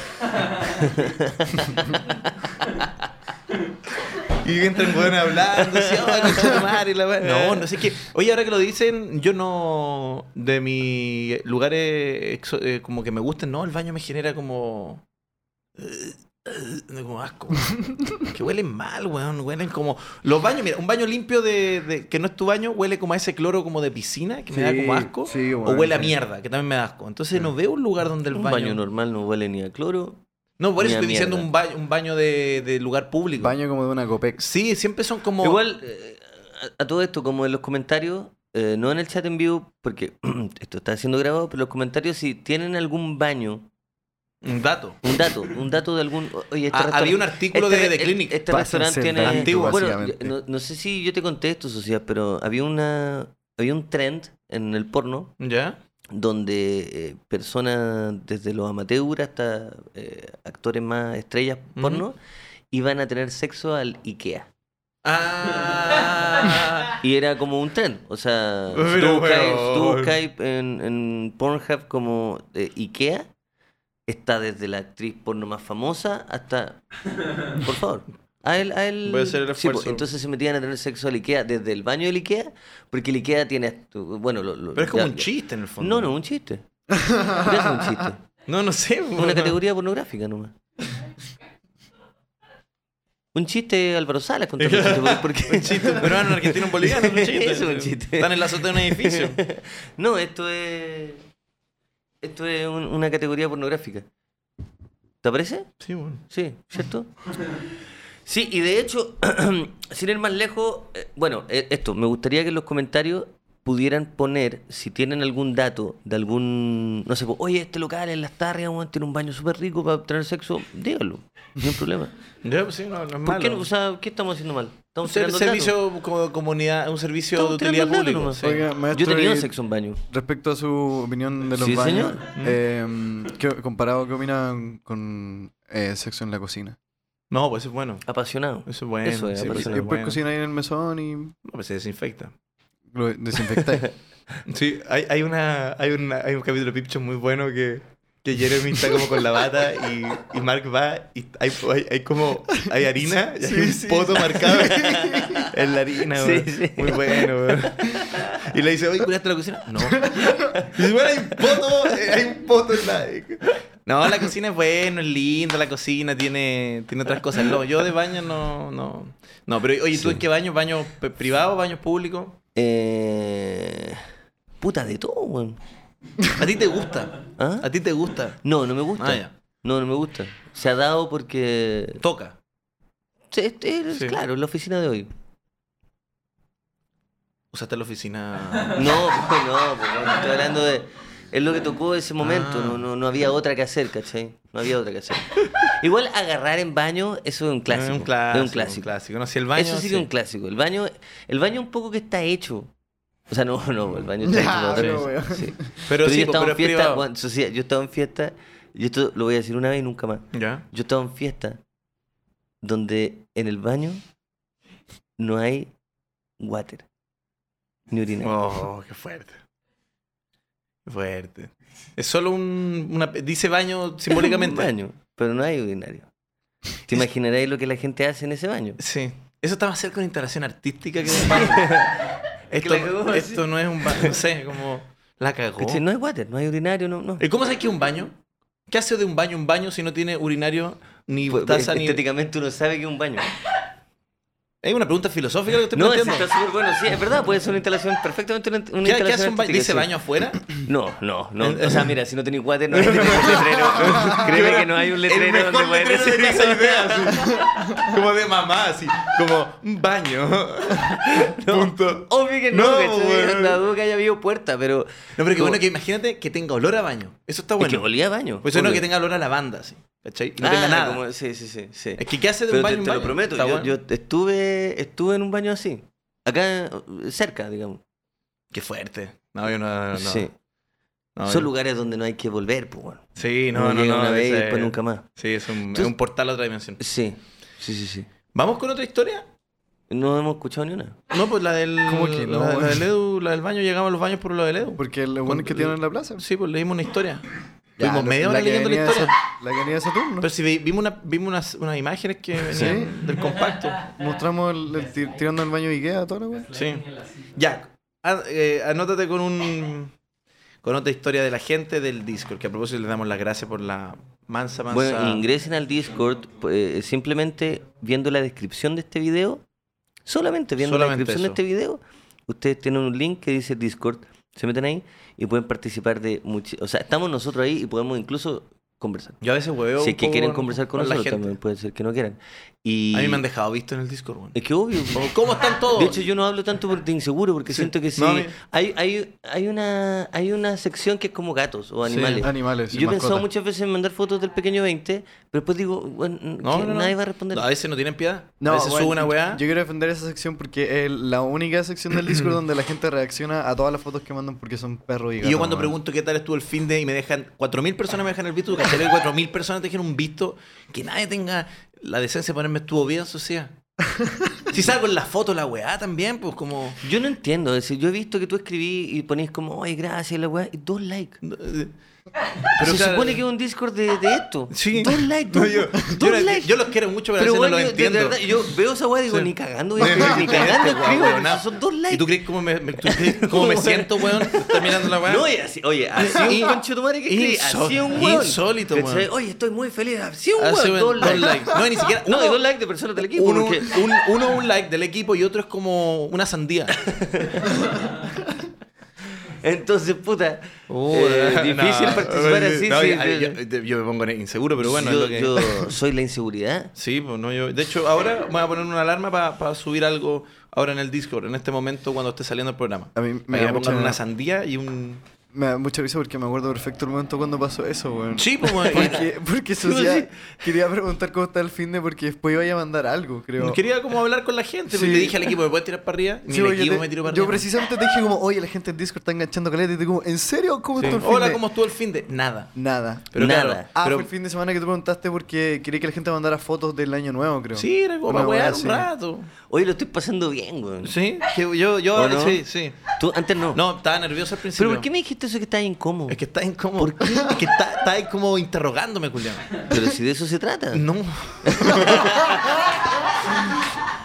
Speaker 1: Y entran buenos hablando, así, "Oh, concha tu madre", y la wea. No, no sé qué. Oye, ahora que lo dicen, yo no. De mis lugares exo- eh, como que me gusten, no, el baño me genera como. Como asco. que huelen mal, weón. Huelen como. Los baños, mira, un baño limpio de, de- que no es tu baño huele como a ese cloro como de piscina que me da
Speaker 3: Sí,
Speaker 1: como asco.
Speaker 3: sí,
Speaker 1: o
Speaker 3: weón,
Speaker 1: huele a
Speaker 3: sí.
Speaker 1: mierda, que también me da asco. Entonces no veo un lugar donde el
Speaker 2: Un
Speaker 1: baño.
Speaker 2: baño normal no huele ni a cloro.
Speaker 1: no, por
Speaker 2: ni
Speaker 1: eso
Speaker 2: a
Speaker 1: estoy diciendo
Speaker 2: mierda.
Speaker 1: un baño, un baño de, de lugar público.
Speaker 3: Baño como de una Copex.
Speaker 1: Sí, siempre son como.
Speaker 2: Igual, eh, a, a todo esto, como en los comentarios, eh, no en el chat en vivo, porque esto está siendo grabado, pero los comentarios, si tienen algún baño,
Speaker 1: Un dato.
Speaker 2: un dato, un dato de algún. o- Oye, este
Speaker 1: Ah,
Speaker 2: restaurante-
Speaker 1: había un artículo
Speaker 2: este
Speaker 1: de,
Speaker 2: re-
Speaker 1: de Clinic.
Speaker 2: Este
Speaker 3: Pásense
Speaker 2: restaurante
Speaker 3: el
Speaker 2: tiene.
Speaker 1: dato, Antiguo,
Speaker 2: bueno,
Speaker 3: básicamente.
Speaker 2: no, no sé si yo te contesto, Sociedad, pero había una. Había un trend en el porno
Speaker 1: ¿Ya?
Speaker 2: donde eh, personas desde los amateurs hasta eh, actores más estrellas
Speaker 1: Ujú.
Speaker 2: porno iban a tener sexo al IKEA.
Speaker 1: Ah.
Speaker 2: Y era como un tren. O sea, si
Speaker 1: Pero,
Speaker 2: tú buscáis- si tú
Speaker 1: weón.
Speaker 2: buscáis en, en Pornhub como eh, IKEA, está desde la actriz porno más famosa hasta. Por favor. A él, a él.
Speaker 1: Voy a hacer el
Speaker 2: Sí, po,
Speaker 1: esfuerzo.
Speaker 2: entonces se metían a tener sexo al IKEA desde el baño del IKEA, porque el IKEA tiene. Bueno, lo- lo-
Speaker 1: Pero es como
Speaker 2: ya-
Speaker 1: un chiste en el fondo.
Speaker 2: No, no, un chiste. Ya es un chiste.
Speaker 1: No, no sé. weón.
Speaker 2: Una categoría pornográfica nomás. Un chiste Álvaro Salas con todo el chiste, ¿por- por qué?
Speaker 1: Un chiste peruano, argentino, boliviano. un chiste.
Speaker 2: Es un chiste.
Speaker 1: Están en la azotea de un edificio.
Speaker 2: No, esto es. Esto es un- una categoría pornográfica. ¿Te parece?
Speaker 1: Sí, bueno.
Speaker 2: Sí, ¿cierto? Sí, y de hecho, sin ir más lejos, eh, bueno, eh, esto, me gustaría que en los comentarios pudieran poner, si tienen algún dato de algún, no sé, po, oye, este local en las tardes weón, tiene un baño súper rico para tener sexo, díganlo, no hay problema.
Speaker 1: Ya, pues sí, no, no es
Speaker 2: ¿Por
Speaker 1: malo.
Speaker 2: qué, no? o sea, ¿qué estamos haciendo mal? Estamos
Speaker 1: un ser-
Speaker 2: tirando el dato.
Speaker 1: servicio como de comunidad, un servicio
Speaker 2: Estamos
Speaker 1: de utilidad
Speaker 2: tirando el
Speaker 1: pública.
Speaker 2: dato nomás.
Speaker 1: sí.
Speaker 3: Oiga,
Speaker 2: Yo
Speaker 3: maestro,
Speaker 2: he tenido
Speaker 3: y
Speaker 2: sexo en baño.
Speaker 3: Respecto a su opinión de los
Speaker 2: Sí,
Speaker 3: baños,
Speaker 2: señor.
Speaker 1: Mm.
Speaker 3: eh, ¿qué- comparado, ¿qué opinan con eh, sexo en la cocina?
Speaker 1: No, pues eso es bueno.
Speaker 2: Apasionado.
Speaker 1: Eso es bueno.
Speaker 2: Eso es,
Speaker 1: sí,
Speaker 2: pero
Speaker 3: Y
Speaker 1: pues eso
Speaker 2: eso no
Speaker 1: es
Speaker 3: después
Speaker 1: bueno.
Speaker 3: cocina ahí en el mesón y
Speaker 1: No, pues se desinfecta.
Speaker 3: lo desinfectáis.
Speaker 1: Sí, hay, hay, una, hay, una, hay un capítulo de Pipchon muy bueno que, que Jeremy está como con la bata y, y Mark va y hay, hay, hay como... Hay harina y hay
Speaker 3: Sí,
Speaker 1: un
Speaker 3: sí.
Speaker 1: poto marcado en la harina,
Speaker 2: Sí,
Speaker 1: weón.
Speaker 2: sí.
Speaker 1: Muy bueno, weón. Y le dice, oye, ¿curaste la cocina? No. Y dice, bueno, hay un poto, eh, hay un poto en la... No, la cocina es bueno, es linda, la cocina tiene, tiene otras cosas. No, yo de baño no... No, no pero oye, ¿tú
Speaker 2: Sí.
Speaker 1: en qué baño? ¿Baño p- privado, baño público?
Speaker 2: Eh... Puta de todo, weón.
Speaker 1: ¿A ti te gusta?
Speaker 2: ¿Ah?
Speaker 1: ¿A ti te gusta?
Speaker 2: No, no me gusta.
Speaker 1: Ah, ya.
Speaker 2: No, no me gusta. Se ha dado porque.
Speaker 1: Toca.
Speaker 2: Sí, este, es
Speaker 1: Sí.
Speaker 2: Claro, en la oficina de hoy.
Speaker 1: Usaste la oficina.
Speaker 2: No, pues no, pues, bueno, estoy hablando de. Es lo que tocó ese momento,
Speaker 1: Ah.
Speaker 2: no, no, no había otra que hacer, ¿cachai? No había otra que hacer. Igual agarrar en baño, eso es un clásico.
Speaker 1: Es un clásico.
Speaker 2: es un clásico.
Speaker 1: No, si el baño.
Speaker 2: eso sí que es un clásico. El baño, el baño un poco que está hecho. O sea, no, no, el baño está
Speaker 3: Ya,
Speaker 2: hecho.
Speaker 3: no,
Speaker 2: para otra cosa, sí.
Speaker 1: Pero, sí, pues,
Speaker 2: yo estaba
Speaker 1: pero
Speaker 2: en
Speaker 1: es
Speaker 2: fiesta,
Speaker 1: privado.
Speaker 2: Juan, Socia, yo estaba en fiesta, y esto lo voy a decir una vez y nunca más.
Speaker 1: Ya.
Speaker 2: Yo estaba en fiesta donde en el baño no hay water ni orina.
Speaker 1: Oh, qué fuerte. Qué fuerte. Es solo un. Una, dice baño simbólicamente.
Speaker 2: Es un baño, pero no hay urinario. ¿Te imaginarás lo que la gente hace en ese baño?
Speaker 1: Sí. Eso está más cerca de una instalación artística que de un baño. esto,
Speaker 2: Que la cagó,
Speaker 1: esto no es un baño. No sé, como. La cagó.
Speaker 2: ¿Cachai? No hay water, no hay urinario, no. no.
Speaker 1: ¿Y cómo sabes que Oh. es un baño? ¿Qué hace de un baño un baño si no tiene urinario ni
Speaker 2: Pues,
Speaker 1: taza ni.?
Speaker 2: Estéticamente uno sabe que es un baño.
Speaker 1: Es una pregunta filosófica lo que estoy
Speaker 2: No, eso
Speaker 1: planteando.
Speaker 2: está súper bueno. Sí, es verdad, puede ser una instalación perfectamente una, una
Speaker 1: ¿Qué, qué
Speaker 2: instalación.
Speaker 1: hace un baño?
Speaker 2: artística,
Speaker 1: ¿Dice
Speaker 2: sí.
Speaker 1: baño afuera?
Speaker 2: No, no, no. O sea, mira, si no tenéis water, no hay letrero. Créeme que no hay un letrero donde pueda decir
Speaker 1: de esa idea, así. Como de mamá, así. Como un baño. Punto.
Speaker 2: Obvio que no,
Speaker 1: No,
Speaker 2: ¿cachai?
Speaker 1: weón.
Speaker 2: La duda que haya habido puerta, pero.
Speaker 1: No, pero que
Speaker 2: como-
Speaker 1: bueno que imagínate que tenga olor a baño. Eso está
Speaker 2: Es que
Speaker 1: bueno.
Speaker 2: olía a baño.
Speaker 1: Pues eso no
Speaker 2: obvio.
Speaker 1: que tenga olor a lavanda, así. ¿Cachai? No
Speaker 2: Ah,
Speaker 1: tenga nada.
Speaker 2: como- sí, sí, sí. sí.
Speaker 1: Es que ¿qué hace de
Speaker 2: Pero
Speaker 1: un baño
Speaker 2: te,
Speaker 1: un
Speaker 2: te lo
Speaker 1: baño?
Speaker 2: prometo,
Speaker 1: Está
Speaker 2: yo,
Speaker 1: bueno.
Speaker 2: yo estuve, estuve en un baño así. Acá, eh, cerca, digamos.
Speaker 1: Qué fuerte. No, yo no, no, no.
Speaker 2: Sí.
Speaker 1: No,
Speaker 2: Son
Speaker 1: yo-
Speaker 2: lugares donde no hay que volver, pues, bueno.
Speaker 1: Sí, no, no,
Speaker 2: llega
Speaker 1: no.
Speaker 2: una vez y
Speaker 1: ese-
Speaker 2: después nunca más.
Speaker 1: Sí, es un, es
Speaker 2: Tú-
Speaker 1: un portal a otra dimensión.
Speaker 2: Sí, sí, sí, sí.
Speaker 1: ¿Vamos con otra historia?
Speaker 2: No hemos escuchado ni una.
Speaker 1: No, pues la del.
Speaker 3: ¿Cómo que no?
Speaker 1: La, la del Edu, la del baño, llegamos a los baños por lo del Edu.
Speaker 3: Porque lo bueno es que tienen en la plaza.
Speaker 1: Sí, pues leímos una historia.
Speaker 3: Ya,
Speaker 1: Tuvimos
Speaker 3: la-
Speaker 1: media hora
Speaker 3: que
Speaker 1: leyendo la
Speaker 3: venía de
Speaker 1: historia. Pues,
Speaker 3: Sa- la que venía de Saturno.
Speaker 1: Pero si vi- vimos, una- vimos unas, unas imágenes que venían
Speaker 3: Sí.
Speaker 1: del compacto.
Speaker 3: Mostramos el, el ti- tirando al baño de Ikea, toda la wea.
Speaker 1: ah, Sí. Ya. a- eh, anótate con un. con otra historia de la gente del Discord, que a propósito le damos las gracias por la mansa, mansa...
Speaker 2: Bueno, ingresen al Discord eh, simplemente viendo la descripción de este video. Solamente viendo
Speaker 1: Solamente
Speaker 2: la descripción
Speaker 1: eso.
Speaker 2: de este video, ustedes tienen un link que dice Discord. Se meten ahí y pueden participar de muchos. O sea, estamos nosotros ahí y podemos incluso conversar.
Speaker 1: Yo a veces hueveo
Speaker 2: Si
Speaker 1: un
Speaker 2: es que
Speaker 1: poco
Speaker 2: quieren
Speaker 1: con-
Speaker 2: conversar con,
Speaker 1: con la
Speaker 2: nosotros
Speaker 1: gente.
Speaker 2: también, puede ser que no quieran. Y
Speaker 1: A mí me han dejado visto en el Discord, weón.
Speaker 2: Es que obvio. po.
Speaker 1: ¿Cómo están todos?
Speaker 2: De hecho, yo no hablo tanto por- de inseguro porque
Speaker 1: Sí.
Speaker 2: siento que sí.
Speaker 1: No, a mí-
Speaker 2: hay, hay, hay, una, hay una sección que es como gatos o
Speaker 1: Sí.
Speaker 2: animales.
Speaker 3: Animales.
Speaker 2: Yo he pensado
Speaker 3: mascotas.
Speaker 2: muchas veces en mandar fotos del pequeño 20, pero después digo, bueno,
Speaker 1: no,
Speaker 2: que
Speaker 1: no, no.
Speaker 2: nadie va a responder.
Speaker 1: No, a veces no tienen piedad.
Speaker 3: No,
Speaker 1: a veces
Speaker 3: bueno,
Speaker 1: sube una weá.
Speaker 3: Yo quiero defender esa sección porque es la única sección del Discord donde la gente reacciona a todas las fotos que mandan porque son perros y
Speaker 1: Y
Speaker 3: gatos.
Speaker 1: yo cuando
Speaker 3: weón.
Speaker 1: pregunto qué tal estuvo el fin de y me dejan 4.000 personas me dejan el visto, ¿cachai? Que 4.000 personas te dijeron un visto, que nadie tenga la decencia de ponerme estuvo bien, sociedad. si salgo en la foto la weá también, pues como...
Speaker 2: Yo no entiendo, es decir, yo he visto que tú escribís y ponís como, ay, gracias, la weá, y dos likes.
Speaker 1: eh, Pero
Speaker 2: se
Speaker 1: claro,
Speaker 2: supone que es un Discord de, de esto.
Speaker 1: Sí.
Speaker 2: Dos likes,
Speaker 1: No,
Speaker 2: dos-
Speaker 1: yo,
Speaker 2: dos
Speaker 1: yo la-
Speaker 2: likes.
Speaker 1: yo los quiero mucho, pero, a veces
Speaker 2: bueno,
Speaker 1: no
Speaker 2: yo,
Speaker 1: los
Speaker 2: de
Speaker 1: entiendo.
Speaker 2: verdad, yo veo esa weá y digo,
Speaker 1: Sí.
Speaker 2: ni cagando,
Speaker 1: No,
Speaker 2: voy a escribir, ni
Speaker 1: evidentemente,
Speaker 2: cagando
Speaker 1: weón,
Speaker 2: escribo,
Speaker 1: weón,
Speaker 2: porque
Speaker 1: nada.
Speaker 2: son dos
Speaker 1: ¿Y tú
Speaker 2: likes.
Speaker 1: crees cómo me, me- tú crees cómo me siento, weón? Estás mirando la weá.
Speaker 2: No, y así, oye, así un conchetumare que escribe,
Speaker 1: Insó-
Speaker 2: así un weón.
Speaker 1: insólito,
Speaker 2: ¿Cachai?
Speaker 1: weón.
Speaker 2: Oye, estoy muy feliz, así un
Speaker 1: Hace
Speaker 2: weón, dos likes.
Speaker 1: No, y ni siquiera.
Speaker 2: No,
Speaker 1: uno-
Speaker 2: y dos likes de personas del equipo,
Speaker 1: uno,
Speaker 2: porque...
Speaker 1: un, uno un like del equipo y otro es como una sandía.
Speaker 2: Entonces, puta,
Speaker 1: Uh,
Speaker 2: eh,
Speaker 1: no. pues,
Speaker 2: difícil participar así.
Speaker 1: No,
Speaker 2: sí,
Speaker 1: yo,
Speaker 2: de-
Speaker 1: yo- yo me pongo inseguro, pero bueno. es
Speaker 2: yo,
Speaker 1: lo que-
Speaker 2: yo soy la inseguridad.
Speaker 1: Sí, pues no, yo. De hecho, ahora voy a poner una alarma para subir algo ahora en el Discord, en este momento cuando esté saliendo el programa.
Speaker 3: A mí me
Speaker 1: Para que
Speaker 3: da
Speaker 1: me
Speaker 3: mucha-
Speaker 1: pongan una sandía y un.
Speaker 3: Me da mucha risa porque me acuerdo perfecto el momento cuando pasó eso, weón.
Speaker 1: Sí, pues, weón.
Speaker 3: Porque, porque
Speaker 1: Sí, pues,
Speaker 3: Sociedad-
Speaker 1: sí.
Speaker 3: quería preguntar cómo está el fin de porque después iba a mandar algo, creo.
Speaker 1: Quería como hablar con la gente.
Speaker 3: Sí.
Speaker 1: Le dije al equipo, ¿me puedes tirar para arriba? Ni
Speaker 3: Sí,
Speaker 1: el
Speaker 3: porque
Speaker 1: equipo
Speaker 3: te-
Speaker 1: me tiró para
Speaker 3: yo
Speaker 1: arriba.
Speaker 3: precisamente te dije como, oye, la gente en Discord está enganchando caleta y te digo, ¿en serio? ¿Cómo
Speaker 1: Sí.
Speaker 3: está el fin
Speaker 1: Hola,
Speaker 3: de?
Speaker 1: ¿cómo estuvo el fin de? Nada.
Speaker 3: Nada.
Speaker 1: Pero
Speaker 2: Nada.
Speaker 1: claro,
Speaker 3: Ah,
Speaker 1: pero-
Speaker 3: fue el fin de semana que tú preguntaste porque quería que la gente mandara fotos del año nuevo, creo.
Speaker 1: Sí, era como
Speaker 3: Una
Speaker 1: para
Speaker 3: weá
Speaker 1: wear un
Speaker 3: así.
Speaker 1: rato.
Speaker 2: Hoy lo estoy pasando bien, weón.
Speaker 1: Sí, que yo, yo
Speaker 2: ¿O no?
Speaker 1: sí, sí.
Speaker 2: Tú antes no.
Speaker 1: No, estaba nervioso al principio.
Speaker 2: Pero ¿por qué me dijiste eso que estás incómodo?
Speaker 1: Es que está incómodo. ¿Por qué? Es que está, está ahí como interrogándome, Julián.
Speaker 2: Pero si de eso se trata.
Speaker 1: No.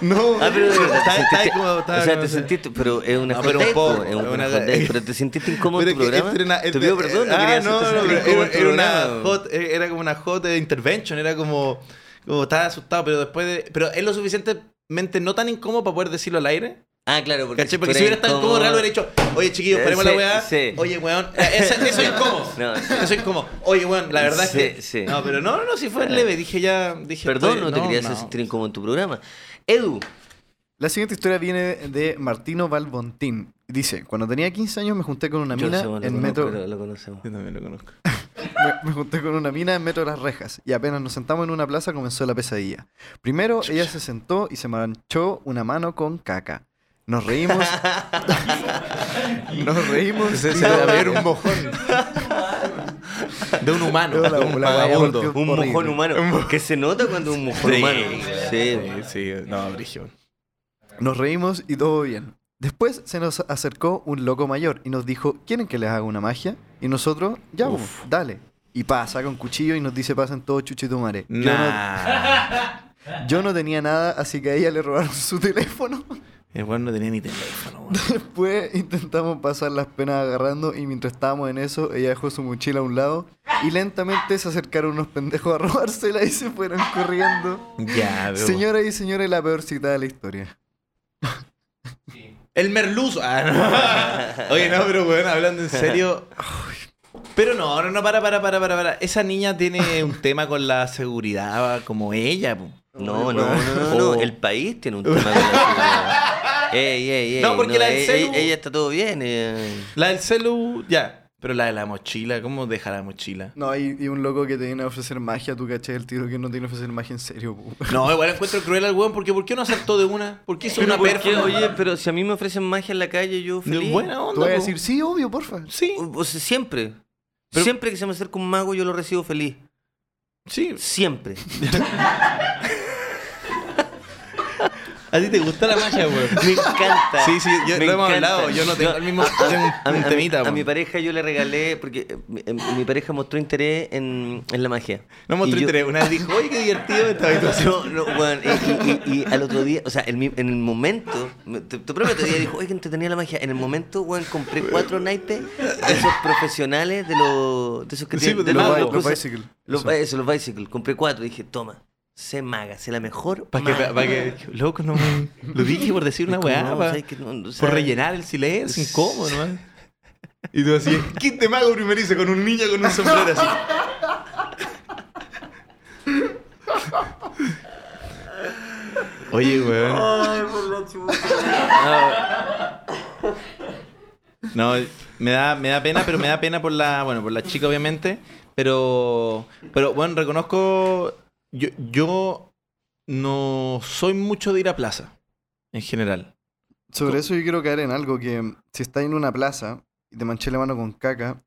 Speaker 3: No.
Speaker 2: Ah, pero de verdad,
Speaker 1: Está-
Speaker 2: te
Speaker 1: está
Speaker 2: sentiste-
Speaker 1: incómodo, está
Speaker 2: o sea,
Speaker 1: como-
Speaker 2: te sentiste, pero es una
Speaker 1: No, pero un
Speaker 2: hot date,
Speaker 1: poco,
Speaker 2: po, es
Speaker 1: es
Speaker 2: una
Speaker 1: una-
Speaker 2: hot date, pero te sentiste incómodo en tu
Speaker 1: Pero es que
Speaker 2: programa.
Speaker 1: este era una-
Speaker 2: te pido perdón, no
Speaker 1: ah,
Speaker 2: quería
Speaker 1: no,
Speaker 2: hacerte
Speaker 1: no,
Speaker 2: sentir
Speaker 1: pero
Speaker 2: incómodo
Speaker 1: era,
Speaker 2: en tu
Speaker 1: era una
Speaker 2: programa.
Speaker 1: hot, eh, era como una hot de intervention, era como, como estaba asustado, pero después de, pero es lo suficientemente no tan incómodo para poder decirlo al aire.
Speaker 2: Ah, claro, porque,
Speaker 1: ¿Cachai?
Speaker 2: tú
Speaker 1: Porque si
Speaker 2: eres
Speaker 1: hubiera estado incómodo, real hubiera dicho, oye chiquillos,
Speaker 2: Eh,
Speaker 1: paremos
Speaker 2: sí,
Speaker 1: la weá.
Speaker 2: sí.
Speaker 1: Oye, weón, eh, eso, eso es incómodo.
Speaker 2: No, sí.
Speaker 1: Eso es incómodo. Oye, weón, la verdad
Speaker 2: Sí,
Speaker 1: es que.
Speaker 2: sí.
Speaker 1: No, pero no, no, no, si fue leve, dije ya. Dije,
Speaker 2: Perdón,
Speaker 1: estoy-
Speaker 2: no te quería hacer
Speaker 1: no.
Speaker 2: sentir incómodo en tu programa. Edu,
Speaker 3: La siguiente historia viene de Martino Valbontín. Dice, cuando tenía 15 años me junté con una
Speaker 2: yo
Speaker 3: mina
Speaker 2: sé, bueno, lo
Speaker 3: en
Speaker 2: conozco,
Speaker 3: metro...
Speaker 2: lo- lo conocemos.
Speaker 1: Yo también lo conozco.
Speaker 3: Me, me junté con una mina en Metro Las Rejas y apenas nos sentamos en una plaza comenzó la pesadilla. Primero ella se sentó y se manchó una mano con caca. Nos reímos. nos reímos.
Speaker 1: Se,
Speaker 3: y
Speaker 1: se debe
Speaker 3: todo
Speaker 1: haber
Speaker 3: bien.
Speaker 1: un mojón. De un humano.
Speaker 3: No, la-
Speaker 1: de un
Speaker 3: la weá
Speaker 1: vagabundo.
Speaker 3: volteó.
Speaker 2: Un
Speaker 3: Horrible.
Speaker 2: mojón humano. Que se nota cuando un mojón
Speaker 1: Sí.
Speaker 2: humano. Sí.
Speaker 1: Sí, sí, no, Brigio.
Speaker 3: Nos reímos y todo bien. Después se nos acercó un loco mayor y nos dijo, ¿quieren que les haga una magia? Y nosotros, ya,
Speaker 1: Uf.
Speaker 3: pues, dale. Y pasa, saca un cuchillo y nos dice, pasen todo chuchitumare. Yo, no,
Speaker 1: Nah.
Speaker 3: yo no tenía nada, así que a ella le robaron su teléfono.
Speaker 1: El weón no tenía ni teléfono, weón.
Speaker 3: Después intentamos pasar las penas agarrando y mientras estábamos en eso, ella dejó su mochila a un lado y lentamente se acercaron unos pendejos a robársela y se fueron corriendo.
Speaker 1: Ya, pero-
Speaker 3: Señoras y señores, la peor cita de la historia.
Speaker 1: El merluzo. Ah, no. Oye, no, pero weón, hablando en serio. Ay. Pero no, no, no, para, para, para, para, para. Esa niña tiene un tema con la seguridad como ella, po.
Speaker 2: No, no, no, no, no.
Speaker 1: Oh.
Speaker 2: El país tiene un tema con la seguridad. Ey, ey, ey.
Speaker 1: No, porque la del
Speaker 2: ey,
Speaker 1: celu-
Speaker 2: ey, Ella está todo bien. eh.
Speaker 1: La del celu, ya. Pero la de la mochila, ¿cómo deja la mochila?
Speaker 3: No, y, y un loco que te viene a ofrecer magia, tú caché el tiro que no te viene a ofrecer magia en serio. po.
Speaker 1: No, igual encuentro cruel al weón, porque ¿por qué no asaltó de una? ¿Por qué hizo
Speaker 2: Pero
Speaker 1: una
Speaker 2: ¿por qué?
Speaker 1: perfora?
Speaker 2: Oye, pero si a mí me ofrecen magia en la calle, yo
Speaker 1: De
Speaker 2: feliz.
Speaker 1: buena onda.
Speaker 3: Tú vas a
Speaker 1: po.
Speaker 3: decir, sí, obvio, porfa.
Speaker 1: Sí,
Speaker 2: O- o sea, siempre.
Speaker 1: Pero-
Speaker 2: Siempre que se me acerca un mago, yo lo recibo feliz.
Speaker 1: sí.
Speaker 2: Siempre.
Speaker 1: ¿A ti te gusta la malla, weón?
Speaker 2: Me encanta.
Speaker 1: Sí, sí, yo-
Speaker 2: me
Speaker 1: lo hemos
Speaker 2: encanta.
Speaker 1: hablado, yo no tengo el mismo- tengo un- un
Speaker 2: mi-
Speaker 1: temita,
Speaker 2: a
Speaker 1: weón.
Speaker 2: mi pareja yo le regalé, porque eh, mi, eh, mi pareja mostró interés en, en la magia.
Speaker 1: No mostró
Speaker 2: Y yo-
Speaker 1: interés. Una vez dijo, oye, qué divertido esta situación.
Speaker 2: No, no, weón, y, y- y- y al otro día, o sea, el mi- en el momento, me- te, te prometo, día dijo, oye, que entretenía la magia. En el momento, weón, compré cuatro naipes de esos profesionales, de, los de esos que
Speaker 1: Sí, pues,
Speaker 2: tienen.
Speaker 1: de
Speaker 2: los-
Speaker 1: mago.
Speaker 2: los-
Speaker 3: Los bicycle.
Speaker 2: Los,
Speaker 3: Eso.
Speaker 2: eso, los bicycle. Compré cuatro y dije, toma, sé maga, sé la mejor.
Speaker 1: Para que,
Speaker 2: maga".
Speaker 1: pa' que, loco, no me- Lo dije por decir una
Speaker 2: Es como,
Speaker 1: weá,
Speaker 2: no,
Speaker 1: pa-
Speaker 2: ¿sabes qué? No, no, o sea,
Speaker 1: por rellenar el silencio, incómodo, ¿no? Y tú así, ¿quién te mago primerizo con un niño con un sombrero así? Oye, weón.
Speaker 2: Ay, por la chucha.
Speaker 1: No, me da, me da pena, pero me da pena por la, bueno, por la chica, obviamente. Pero, pero bueno, reconozco, yo, yo no soy mucho de ir a plaza, en general.
Speaker 3: Sobre eso yo quiero caer en algo que mm, si estás en una plaza y te manché la mano con caca,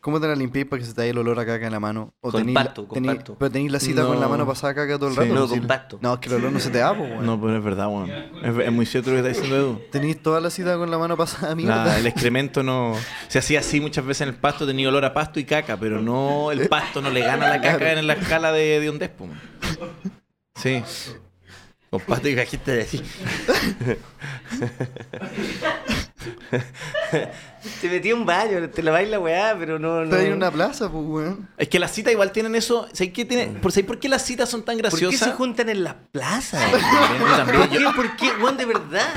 Speaker 3: ¿cómo te la limpiáis para que se te vaya el olor a caca en la mano? O tenéis la-
Speaker 2: Compacto,
Speaker 3: tenéis-
Speaker 2: compacto.
Speaker 3: Pero tenéis la cita con la
Speaker 1: No.
Speaker 3: mano pasada a caca todo el
Speaker 1: Sí.
Speaker 3: rato.
Speaker 1: No,
Speaker 3: si-
Speaker 2: compacto.
Speaker 3: No, es que el olor no se te da, pues,
Speaker 1: No, pero es verdad, weón. Es, es muy cierto lo que está diciendo Edu.
Speaker 3: Tenéis toda la cita con la mano pasada a mierda.
Speaker 1: Nada, el excremento no. Se hacía así muchas veces en el pasto, tenía olor a pasto y caca, pero no, el pasto no le gana la caca en la escala de, de un despo. man. Sí. Con pasto y cajita de así.
Speaker 2: Te metí un baño, te la baila weá, pero no. no.
Speaker 3: Estás en una plaza, pues, weón.
Speaker 1: Es que las citas igual tienen eso. ¿Sabes qué, tiene, por, ¿sabes por qué las citas son tan
Speaker 2: Mm. ¿Por qué
Speaker 1: graciosas?
Speaker 2: se juntan en las plazas?
Speaker 1: también,
Speaker 2: ¿Por qué?
Speaker 1: yo-
Speaker 2: ¿Por qué? Weón, de verdad.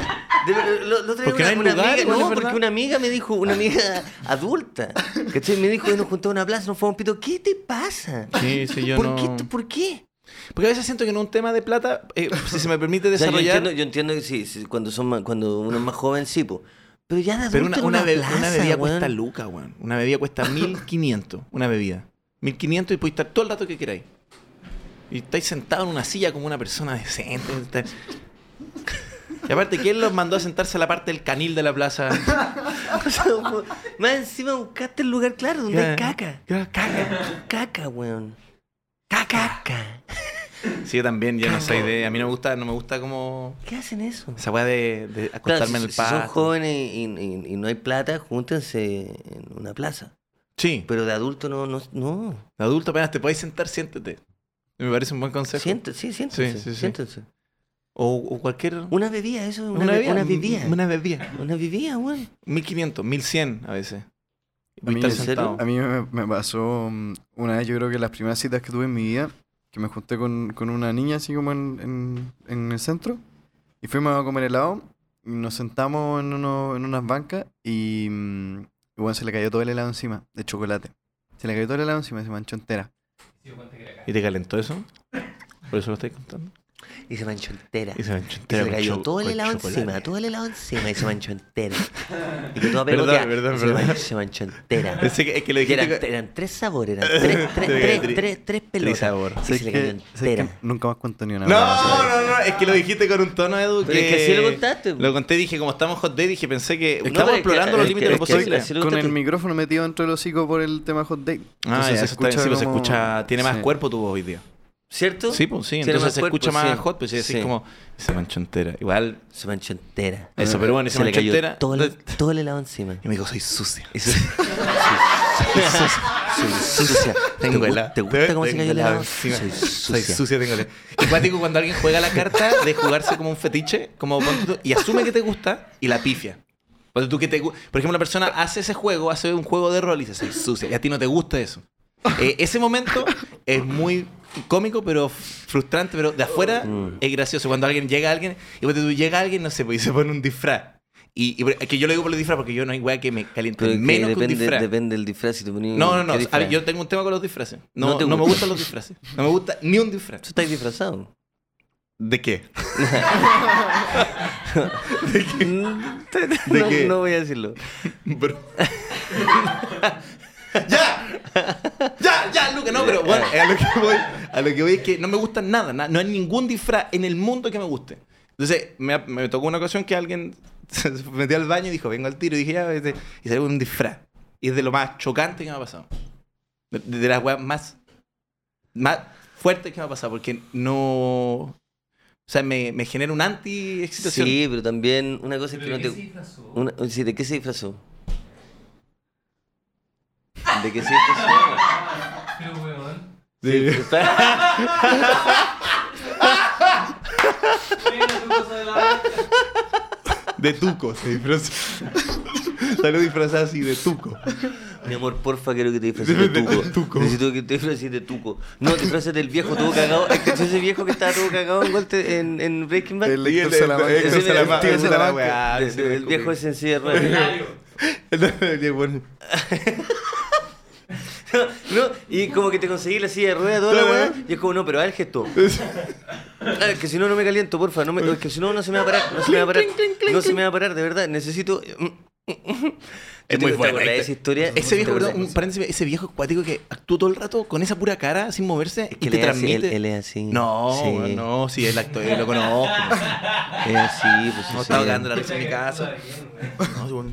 Speaker 2: De ver- lo, lo otro día
Speaker 1: Porque no
Speaker 2: una,
Speaker 1: hay
Speaker 2: una
Speaker 1: lugar,
Speaker 2: amiga,
Speaker 1: igual,
Speaker 2: no,
Speaker 1: es verdad.
Speaker 2: porque una amiga me dijo, una amiga adulta, ¿cachai? Me dijo, nos juntó a una plaza, nos fuimos a un pito. ¿Qué te pasa?
Speaker 1: Sí, sí, yo
Speaker 2: ¿Por
Speaker 1: no.
Speaker 2: qué? tú- ¿Por qué?
Speaker 1: Porque a veces siento que en un tema de plata, eh, si se me permite
Speaker 2: O sea, yo,
Speaker 1: desarrollar.
Speaker 2: entiendo, yo entiendo que sí, sí, cuando, son más- cuando uno es más joven, sí, po. Pero ya de adulto
Speaker 1: Pero una,
Speaker 2: en
Speaker 1: una, be-
Speaker 2: plaza,
Speaker 1: una bebida
Speaker 2: weón.
Speaker 1: cuesta lucas, weón. Una bebida cuesta 1500. Una bebida. 1500 y puedes estar todo el rato que queráis. Y estáis sentado en una silla como una persona decente. está- Y aparte, ¿quién los mandó a sentarse a la parte del canil de la plaza?
Speaker 2: O sea, weón, Más encima buscaste el lugar claro donde hay caca.
Speaker 1: Ya, Caca.
Speaker 2: Caca, weón. Caca. Caca.
Speaker 1: Sí, yo también, yo no soy de. A mí no me gusta, no me gusta como.
Speaker 2: ¿Qué hacen eso?
Speaker 1: Esa weá de, de
Speaker 2: Claro,
Speaker 1: acostarme
Speaker 2: si,
Speaker 1: en el
Speaker 2: si son
Speaker 1: pasto.
Speaker 2: jóvenes y, y- y no hay plata, júntense en una plaza.
Speaker 1: sí,
Speaker 2: Pero de adulto no, no, no.
Speaker 1: de adulto apenas te podéis sentar, siéntete. Me parece un buen consejo.
Speaker 2: Siéntense, sí, siéntense,
Speaker 1: Sí, sí, sí.
Speaker 2: siéntense.
Speaker 1: O, o cualquier.
Speaker 2: Una bebida, eso es una, be- una bebida. Una,
Speaker 1: Una bebida.
Speaker 2: bebida, weón.
Speaker 1: 1500, 1100 a veces. Y
Speaker 3: A mí,
Speaker 1: estar
Speaker 2: ¿en serio?
Speaker 1: sentado.
Speaker 3: a mí me, me pasó mm, una vez, yo creo que las primeras citas que tuve en mi vida, que me junté con, con una niña así como en, en- en el centro, y fuimos a comer helado, y nos sentamos en, uno- en unas bancas, y, mm, y bueno, se le cayó todo el helado encima, de chocolate. Se le cayó todo el helado encima, se manchó entera.
Speaker 1: ¿Y te calentó eso? Por eso lo estáis contando.
Speaker 2: Y se manchó entera.
Speaker 1: Y se manchó
Speaker 2: Y se
Speaker 1: entera
Speaker 2: le
Speaker 1: con
Speaker 2: cayó
Speaker 1: cho-
Speaker 2: todo el
Speaker 1: con
Speaker 2: helado
Speaker 1: chocolate.
Speaker 2: encima, todo el helado encima y se manchó entera. Y que toda
Speaker 1: Verdad,
Speaker 2: pegoteada.
Speaker 1: verdad,
Speaker 2: Y se,
Speaker 1: verdad.
Speaker 2: Manchó, se manchó entera.
Speaker 1: Pensé que, es que lo
Speaker 2: Y
Speaker 1: dijiste.
Speaker 2: eran,
Speaker 1: con-
Speaker 2: eran tres sabores, eran tres, tres, tres,
Speaker 1: Tri-
Speaker 2: tres, tres, pelotas.
Speaker 1: trisabor.
Speaker 2: Y
Speaker 3: ¿Sabes
Speaker 2: se le
Speaker 3: qué?
Speaker 2: cayó
Speaker 3: ¿Sabes qué?
Speaker 2: entera.
Speaker 3: Nunca más cuento ni una
Speaker 1: No,
Speaker 3: hueá, ¿sabes?
Speaker 1: no, no, es que lo dijiste con un tono, Edu.
Speaker 2: Pero es que así lo contaste, po.
Speaker 1: Lo conté, dije, como estamos hot day, dije, pensé que
Speaker 2: que-
Speaker 1: estamos
Speaker 2: es que-
Speaker 1: explorando los
Speaker 2: es que-
Speaker 1: límites de Ah, lo
Speaker 2: es que-
Speaker 1: posible.
Speaker 2: así lo
Speaker 3: Con
Speaker 2: contaste
Speaker 3: el
Speaker 2: tú.
Speaker 3: micrófono metido dentro del hocico por el tema hot date.
Speaker 1: Ah,
Speaker 3: Entonces
Speaker 1: ya, eso está bien, sí, pues se
Speaker 3: como-
Speaker 1: escucha, tiene más
Speaker 3: sí.
Speaker 1: cuerpo tu voz hoy día.
Speaker 2: ¿Cierto?
Speaker 1: Sí, pues sí,
Speaker 2: Tiene
Speaker 1: entonces
Speaker 2: más
Speaker 1: se
Speaker 2: cuerpo,
Speaker 1: escucha más
Speaker 2: sí.
Speaker 1: hot, pues sí, así
Speaker 2: Sí.
Speaker 1: como, se manchó entera. Igual,
Speaker 2: Se manchó entera.
Speaker 1: eso, pero bueno, se,
Speaker 2: se le
Speaker 1: manchó
Speaker 2: cayó
Speaker 1: entera.
Speaker 2: todo, el, todo el helado encima.
Speaker 1: Y me dijo, soy sucia.
Speaker 2: Y se- soy- soy sucia. ¿Te
Speaker 1: Tengo
Speaker 2: gu-
Speaker 1: helado.
Speaker 2: ¿Te gusta cómo se
Speaker 1: Tengo
Speaker 2: cayó el helado? Soy
Speaker 1: encima. Soy
Speaker 2: sucia.
Speaker 1: sucia, tengo helado. Qué cuático cuando alguien juega la carta de jugarse como un fetiche, como ponte tú, y asume que te gusta y la pifia. Ponte tú que te gu- Por ejemplo, una persona hace ese juego, hace un juego de rol y dice, soy sucia, y a ti no te gusta eso. Eh, ese momento es muy cómico, pero frustrante, pero de afuera
Speaker 2: Mm.
Speaker 1: es gracioso. Cuando alguien llega a alguien, y ponte tú llega alguien, no sé, pues, y se pone un disfraz. Y, y- que yo lo digo por los disfraz porque yo no hay weá que me caliente
Speaker 2: Pero es que
Speaker 1: menos que un
Speaker 2: depende,
Speaker 1: disfraz.
Speaker 2: depende del disfraz. Si te ponía
Speaker 1: No, no, no.
Speaker 2: Mm, ¿qué
Speaker 1: A
Speaker 2: disfraz?
Speaker 1: ver, yo tengo un tema con los disfraces. No,
Speaker 2: No te
Speaker 1: no me
Speaker 2: gusta.
Speaker 1: gustan los disfraces. No me gusta ni un
Speaker 2: ¿Tú
Speaker 1: disfraz.
Speaker 2: estás disfrazado?
Speaker 1: ¿De qué?
Speaker 2: ¿De
Speaker 1: qué?
Speaker 2: No voy a decirlo.
Speaker 1: Bro. ¡Ya! ¡Ya, ya, Luca! No, pero bueno, a lo que voy, a lo que voy es que no me gusta nada, na- No hay ningún disfraz en el mundo que me guste. Entonces, me, me tocó una ocasión que alguien se metió al baño y dijo, vengo al tiro. Y dije, ya, este", y salió con un disfraz. Y es de lo más chocante que me ha pasado. De, de las weas más, más fuertes que me ha pasado. Porque no... O sea, me, me genera un anti-excitación.
Speaker 2: Sí, pero también una cosa es que
Speaker 4: ¿Pero
Speaker 2: no
Speaker 4: de qué
Speaker 2: te.
Speaker 4: se disfrazó?
Speaker 2: Una, sí, ¿De qué se disfrazó? ¿De qué se disfrazó?
Speaker 4: Pero weón.
Speaker 3: De-
Speaker 4: Mira, tú cosa de la vaca.
Speaker 1: De tuco se disfraza. Salió disfrazada así de tuco.
Speaker 2: Mi amor, porfa, quiero que te disfraces de
Speaker 1: De- de-
Speaker 2: tuco.
Speaker 1: de tuco.
Speaker 2: Necesito que te disfraces de tuco. No, te disfraces del viejo todo cagado. ¿Es que ese viejo que estaba todo cagado en, Walter- en, en Breaking Bad?
Speaker 3: El
Speaker 1: Y
Speaker 3: Héctor Salamanca.
Speaker 2: Ese
Speaker 1: Héctor
Speaker 2: era el
Speaker 1: Salamanca.
Speaker 2: tío
Speaker 1: Puta la
Speaker 3: Salamanca.
Speaker 1: weá,
Speaker 2: De-
Speaker 1: ese
Speaker 2: de-
Speaker 1: era
Speaker 2: el viejo
Speaker 1: el
Speaker 2: es en silla de ruedas.
Speaker 4: Ordinario.
Speaker 1: el bueno.
Speaker 2: No, y como que te conseguí la silla de ruedas toda la
Speaker 1: Claro.
Speaker 2: weá, y es como, no, pero haz el gesto. Ah, es que si no, no me caliento, porfa. No me- es que si no, no se me va a parar. No se me va a parar. No se me va a parar, de verdad. Necesito. mm,
Speaker 1: Es muy
Speaker 2: ¿Te
Speaker 1: bueno.
Speaker 2: acordás de esa historia?
Speaker 1: Ese
Speaker 2: ¿Te
Speaker 1: viejo,
Speaker 2: acordás?
Speaker 1: perdón, un paréntesis, ese viejo cuático que actúa todo el rato con esa pura cara sin moverse
Speaker 2: Que
Speaker 1: y te
Speaker 2: él es así,
Speaker 1: transmite.
Speaker 2: Él, él es así.
Speaker 1: No,
Speaker 2: Sí.
Speaker 1: weón, no, sí, el actor, yo lo conozco.
Speaker 2: Es así, pues
Speaker 1: No
Speaker 2: sí,
Speaker 1: estaba
Speaker 2: sí.
Speaker 1: cagando la risa en mi casa. No, sí, bueno.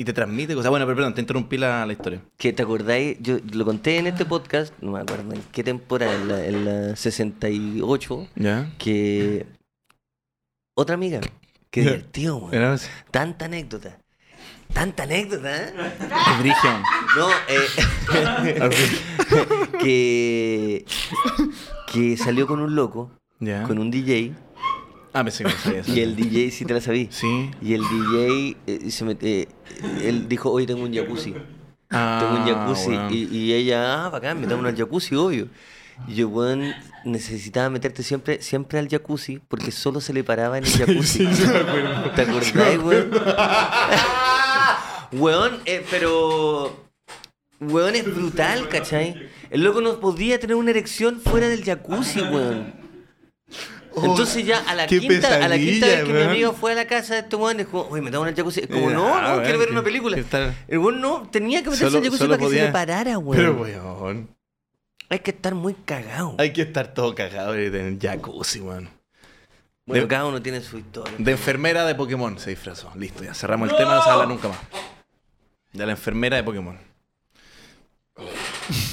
Speaker 1: Y te transmite cosas. Bueno, pero perdón, te interrumpí la, la historia.
Speaker 2: Que te acordáis, yo lo conté en este podcast, no me acuerdo en qué temporada, en la, en la 68,
Speaker 1: ¿Ya?
Speaker 2: que otra amiga, qué divertido, weón.
Speaker 1: Era
Speaker 2: Tanta anécdota. Tanta anécdota, ¿eh?
Speaker 1: Brigio.
Speaker 2: No, eh, que, que salió con un loco,
Speaker 1: ¿Ya?
Speaker 2: con un DJ,
Speaker 1: Ah, me sí, me sabía eso.
Speaker 2: y el DJ, si te la sabí,
Speaker 1: Sí.
Speaker 2: y el DJ, eh, se met- eh, él dijo, hoy tengo un jacuzzi.
Speaker 1: Ah,
Speaker 2: Tengo un jacuzzi.
Speaker 1: weón.
Speaker 2: Y, y ella, ah, bacán, metámonos al jacuzzi, obvio. Y yo, weón, necesitaba meterte siempre, siempre al jacuzzi porque solo se le paraba en el jacuzzi. ¿Te acordás, weón? weón, eh, pero. Weón es brutal, ¿cachai? El loco no podía tener una erección fuera del jacuzzi, weón. Entonces ya a la
Speaker 1: Oh, qué
Speaker 2: quinta, a la quinta vez que mi
Speaker 1: pesadilla,
Speaker 2: amigo
Speaker 1: weón.
Speaker 2: fue a la casa de estos weones, como, oye, metamos en el jacuzzi. Es como,
Speaker 1: Ya,
Speaker 2: no, no,
Speaker 1: Ah, weón,
Speaker 2: quiero ver
Speaker 1: que-
Speaker 2: una película.
Speaker 1: que estar-
Speaker 2: El weón no tenía que meterse
Speaker 1: Solo-
Speaker 2: al jacuzzi
Speaker 1: solo
Speaker 2: para que se le
Speaker 1: podía-
Speaker 2: parara, weón.
Speaker 1: Pero, weón.
Speaker 2: Hay que estar muy cagado.
Speaker 1: Hay que estar todo cagado y tener jacuzzi, weón.
Speaker 2: bueno,
Speaker 1: de-
Speaker 2: cada uno tiene su historia.
Speaker 1: De enfermera de Pokémon se disfrazó. Listo, ya cerramos el tema, no se habla nunca más. De la enfermera de Pokémon.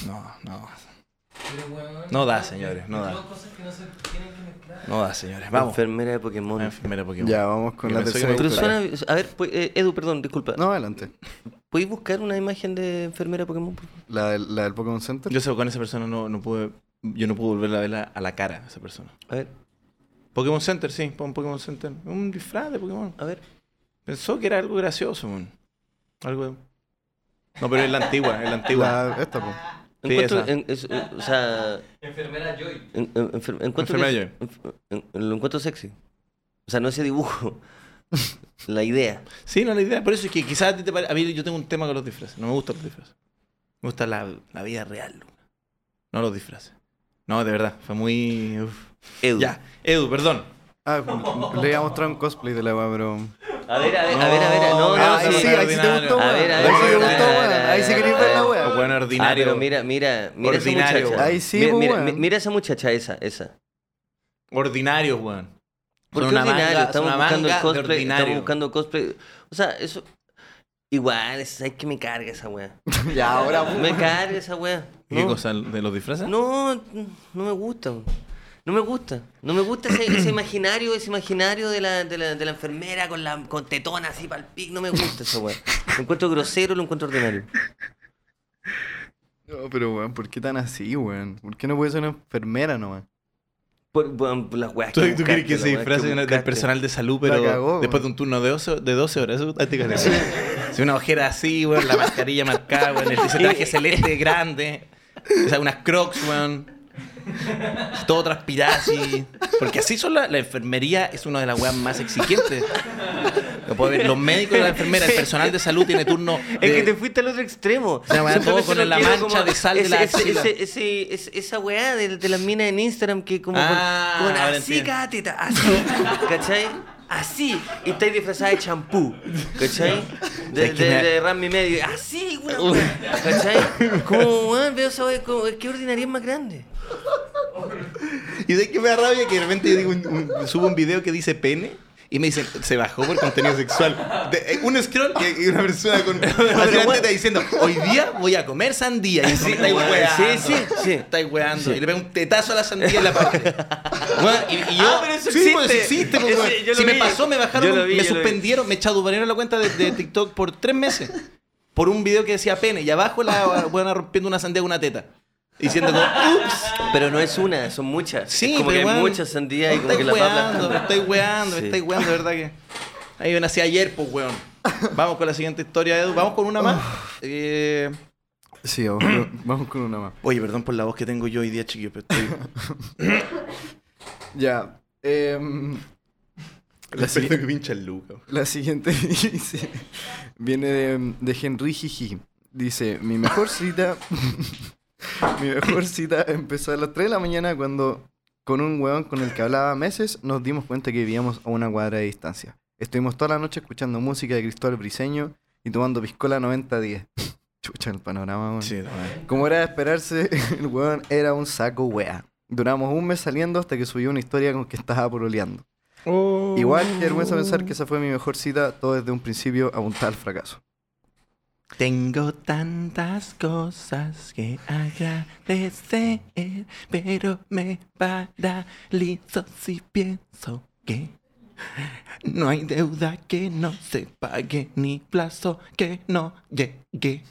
Speaker 1: No, no.
Speaker 4: Pero, weón,
Speaker 1: No da, señores, no da.
Speaker 4: Dos cosas que no se tienen que mezclar.
Speaker 1: No da, señores. Vamos.
Speaker 2: Enfermera de
Speaker 1: La
Speaker 2: Pokémon.
Speaker 1: enfermera de Pokémon.
Speaker 3: Ya, vamos con
Speaker 1: Yo
Speaker 3: la
Speaker 1: pensé que
Speaker 3: tercera
Speaker 1: me
Speaker 2: Pero
Speaker 3: historia.
Speaker 2: suena. A ver, pues, eh, Edu, perdón, disculpa.
Speaker 3: No, adelante.
Speaker 2: ¿Podéis buscar una imagen de enfermera de Pokémon? por favor?
Speaker 3: La del, la del Pokémon Center.
Speaker 1: Yo sé, con esa persona no, no pude. Yo no pude volver a verla a la cara a esa persona.
Speaker 2: A ver,
Speaker 1: Pokémon Center, sí, pon Pokémon Center. Un disfraz de Pokémon.
Speaker 2: a ver.
Speaker 1: Pensó que era algo gracioso, man. Algo. No, pero es la antigua, es la antigua.
Speaker 3: La- esta, po.
Speaker 1: Sí,
Speaker 2: Encuentro,
Speaker 1: esa.
Speaker 2: en- es- eh, o sea,
Speaker 4: Enfermera Joy.
Speaker 2: en- en- enfer- encuentro
Speaker 1: Enfermera
Speaker 2: que es- en- en- lo encuentro sexy. O sea, no ese dibujo. La idea.
Speaker 1: Sí, no, la idea. Por eso es que quizás a ti te pare- A mí yo tengo un tema con los disfraces. No me gustan los disfraces. Me gusta la, la vida real, Luna. No los disfraces. No, de verdad. Fue muy. uf.
Speaker 2: Edu.
Speaker 1: Ya, Edu, perdón.
Speaker 3: Ah, le iba a mostrar un cosplay de la weá, pero.
Speaker 2: A ver, a ver, a ver, a ver. No, no,
Speaker 1: Ah,
Speaker 3: ahí
Speaker 1: sí,
Speaker 3: sí, ahí sí te gustó,
Speaker 2: A
Speaker 3: weón.
Speaker 2: ver, a
Speaker 3: Ahí
Speaker 2: ver,
Speaker 3: sí
Speaker 2: a
Speaker 3: te
Speaker 2: ver, a
Speaker 3: gustó,
Speaker 2: ver, a
Speaker 3: weón.
Speaker 2: ver,
Speaker 3: Ahí sí
Speaker 2: a
Speaker 3: queréis
Speaker 2: ver,
Speaker 3: ver la
Speaker 2: a
Speaker 1: O
Speaker 2: ver.
Speaker 3: weá.
Speaker 1: bueno,
Speaker 2: Ah,
Speaker 1: ordinario.
Speaker 2: pero mira, mira, mira esa
Speaker 1: Ordinario,
Speaker 2: muchacha.
Speaker 1: weón.
Speaker 3: Ahí sí, pues,
Speaker 2: mira, mira,
Speaker 3: weón.
Speaker 2: mi- mira esa muchacha, esa, esa.
Speaker 1: Ordinario, weón.
Speaker 2: ¿Por
Speaker 1: Son
Speaker 2: qué
Speaker 1: una manga-
Speaker 2: ordinario?
Speaker 1: son
Speaker 2: estamos
Speaker 1: una
Speaker 2: buscando el
Speaker 1: manga de
Speaker 2: cosplay, estamos
Speaker 1: ordinario.
Speaker 2: buscando cosplay. O sea, eso igual, es, sabes que me carga esa wea.
Speaker 3: Ya, ahora, po.
Speaker 2: Me carga esa wea.
Speaker 1: ¿Qué
Speaker 2: No,
Speaker 1: cosa? ¿De los disfraces?
Speaker 2: no, no me gusta. weón. No me gusta, no me gusta ese, ese imaginario, ese imaginario de la, de la, de la enfermera con la con tetona así para el pic, no me gusta esa weá. Lo encuentro grosero, lo encuentro ordinario.
Speaker 3: No, pero weón, ¿por qué tan así, weón? ¿Por qué no puede ser una enfermera nomás?
Speaker 2: Por, por- por Pues, las weas
Speaker 1: ¿Tú,
Speaker 2: que
Speaker 1: tú quieres que
Speaker 2: buscaste,
Speaker 1: se
Speaker 2: las weas
Speaker 1: disfrace del
Speaker 2: buscaste.
Speaker 1: personal de salud,
Speaker 3: La
Speaker 1: pero
Speaker 3: cagó,
Speaker 1: después de
Speaker 3: weón.
Speaker 1: un turno de, oso- de 12 horas? Eso a ti que te- Si una ojera así, weón, la mascarilla marcada, weón, el- ese traje celeste grande, o sea, unas crocs, weón. Todo transpirado así. Porque así son la, la enfermería, es una de las weas más exigentes. Lo puedo ver, Los médicos, la enfermera, el personal de salud tiene turno.
Speaker 2: Es
Speaker 1: de-
Speaker 2: que te fuiste al otro extremo.
Speaker 1: O sea, weá, todo
Speaker 2: Simplemente
Speaker 1: con
Speaker 2: no
Speaker 1: la
Speaker 2: quiero
Speaker 1: mancha de sal de
Speaker 2: ese-
Speaker 1: la
Speaker 2: ese-
Speaker 1: axila.
Speaker 2: ese- ese- es- Esa weá de, de las minas en Instagram que como
Speaker 1: Ah,
Speaker 2: con, con
Speaker 1: ahora
Speaker 2: así,
Speaker 1: entiendo.
Speaker 2: gatita, así. ¿Cachai? Así. Y estáis disfrazada de champú. ¿Cachai? De,
Speaker 1: Es que
Speaker 2: de,
Speaker 1: me-
Speaker 2: de Rami Medio. Así, una weá. ¿Cachai? Como, weón, veo esa weá. como, Es que ordinaria es más grande.
Speaker 1: Y de que me da rabia que de repente yo digo un- un- subo un video que dice pene y Y me dicen, se bajó por contenido sexual. De- eh, un scroll y, y una persona con una
Speaker 2: bueno.
Speaker 1: teta diciendo, hoy día voy a comer sandía. Y sí, estáis
Speaker 2: bueno,
Speaker 1: weando.
Speaker 2: sí, sí, sí.
Speaker 1: Estáis weando. Y le pego un tetazo a la sandía en la parte. y, y yo,
Speaker 2: Ah, pero eso
Speaker 1: sí,
Speaker 2: existe.
Speaker 1: pues, existe, pues,
Speaker 2: Ese-
Speaker 1: weón.
Speaker 2: yo lo
Speaker 1: Si me
Speaker 2: vi.
Speaker 1: pasó, me bajaron,
Speaker 2: Yo lo
Speaker 1: un-
Speaker 2: vi,
Speaker 1: me
Speaker 2: yo lo vi.
Speaker 1: suspendieron, me chadubanearon la cuenta de, de TikTok por tres meses. Por un video que decía pene. Y abajo la buena rompiendo una sandía con una teta. Diciendo como, ups.
Speaker 2: Pero no es una, son muchas.
Speaker 1: Sí,
Speaker 2: es como
Speaker 1: pero
Speaker 2: que hay
Speaker 1: weón,
Speaker 2: muchas sandías y
Speaker 1: me
Speaker 2: como que la
Speaker 1: estáis
Speaker 2: va
Speaker 1: weando, me
Speaker 2: aplastando.
Speaker 1: estáis weando,
Speaker 2: Sí.
Speaker 1: me estáis weando, de verdad que. Ahí yo nací ayer, pues weón. Vamos con la siguiente historia, Edu. Vamos con una más. Eh,
Speaker 3: Sí, vamos con- vamos con una más.
Speaker 1: Oye, perdón por la voz que tengo yo hoy día, chiquillo, pero estoy.
Speaker 3: Ya. em, la, si-
Speaker 1: que pincha el Luca.
Speaker 3: la siguiente dice- viene de, de Henry Jiji. Dice, mi mejor cita... mi mejor cita empezó a las 3 de la mañana cuando con un huevón con el que hablaba meses nos dimos cuenta que vivíamos a una cuadra de distancia. Estuvimos toda la noche escuchando música de Cristóbal Briseño y tomando piscola 90-10. Chucha el panorama, weón.
Speaker 1: Sí, no, eh.
Speaker 3: Como era de esperarse, el weón era un saco wea. Duramos un mes saliendo hasta que subió una historia con que estaba pololeando. Igual, qué vergüenza pensar que esa fue mi mejor cita, todo desde un principio apuntar al fracaso.
Speaker 1: Tengo tantas cosas que agradecer, pero me paralizo si pienso que no hay deuda que no se pague, ni plazo que no llegue.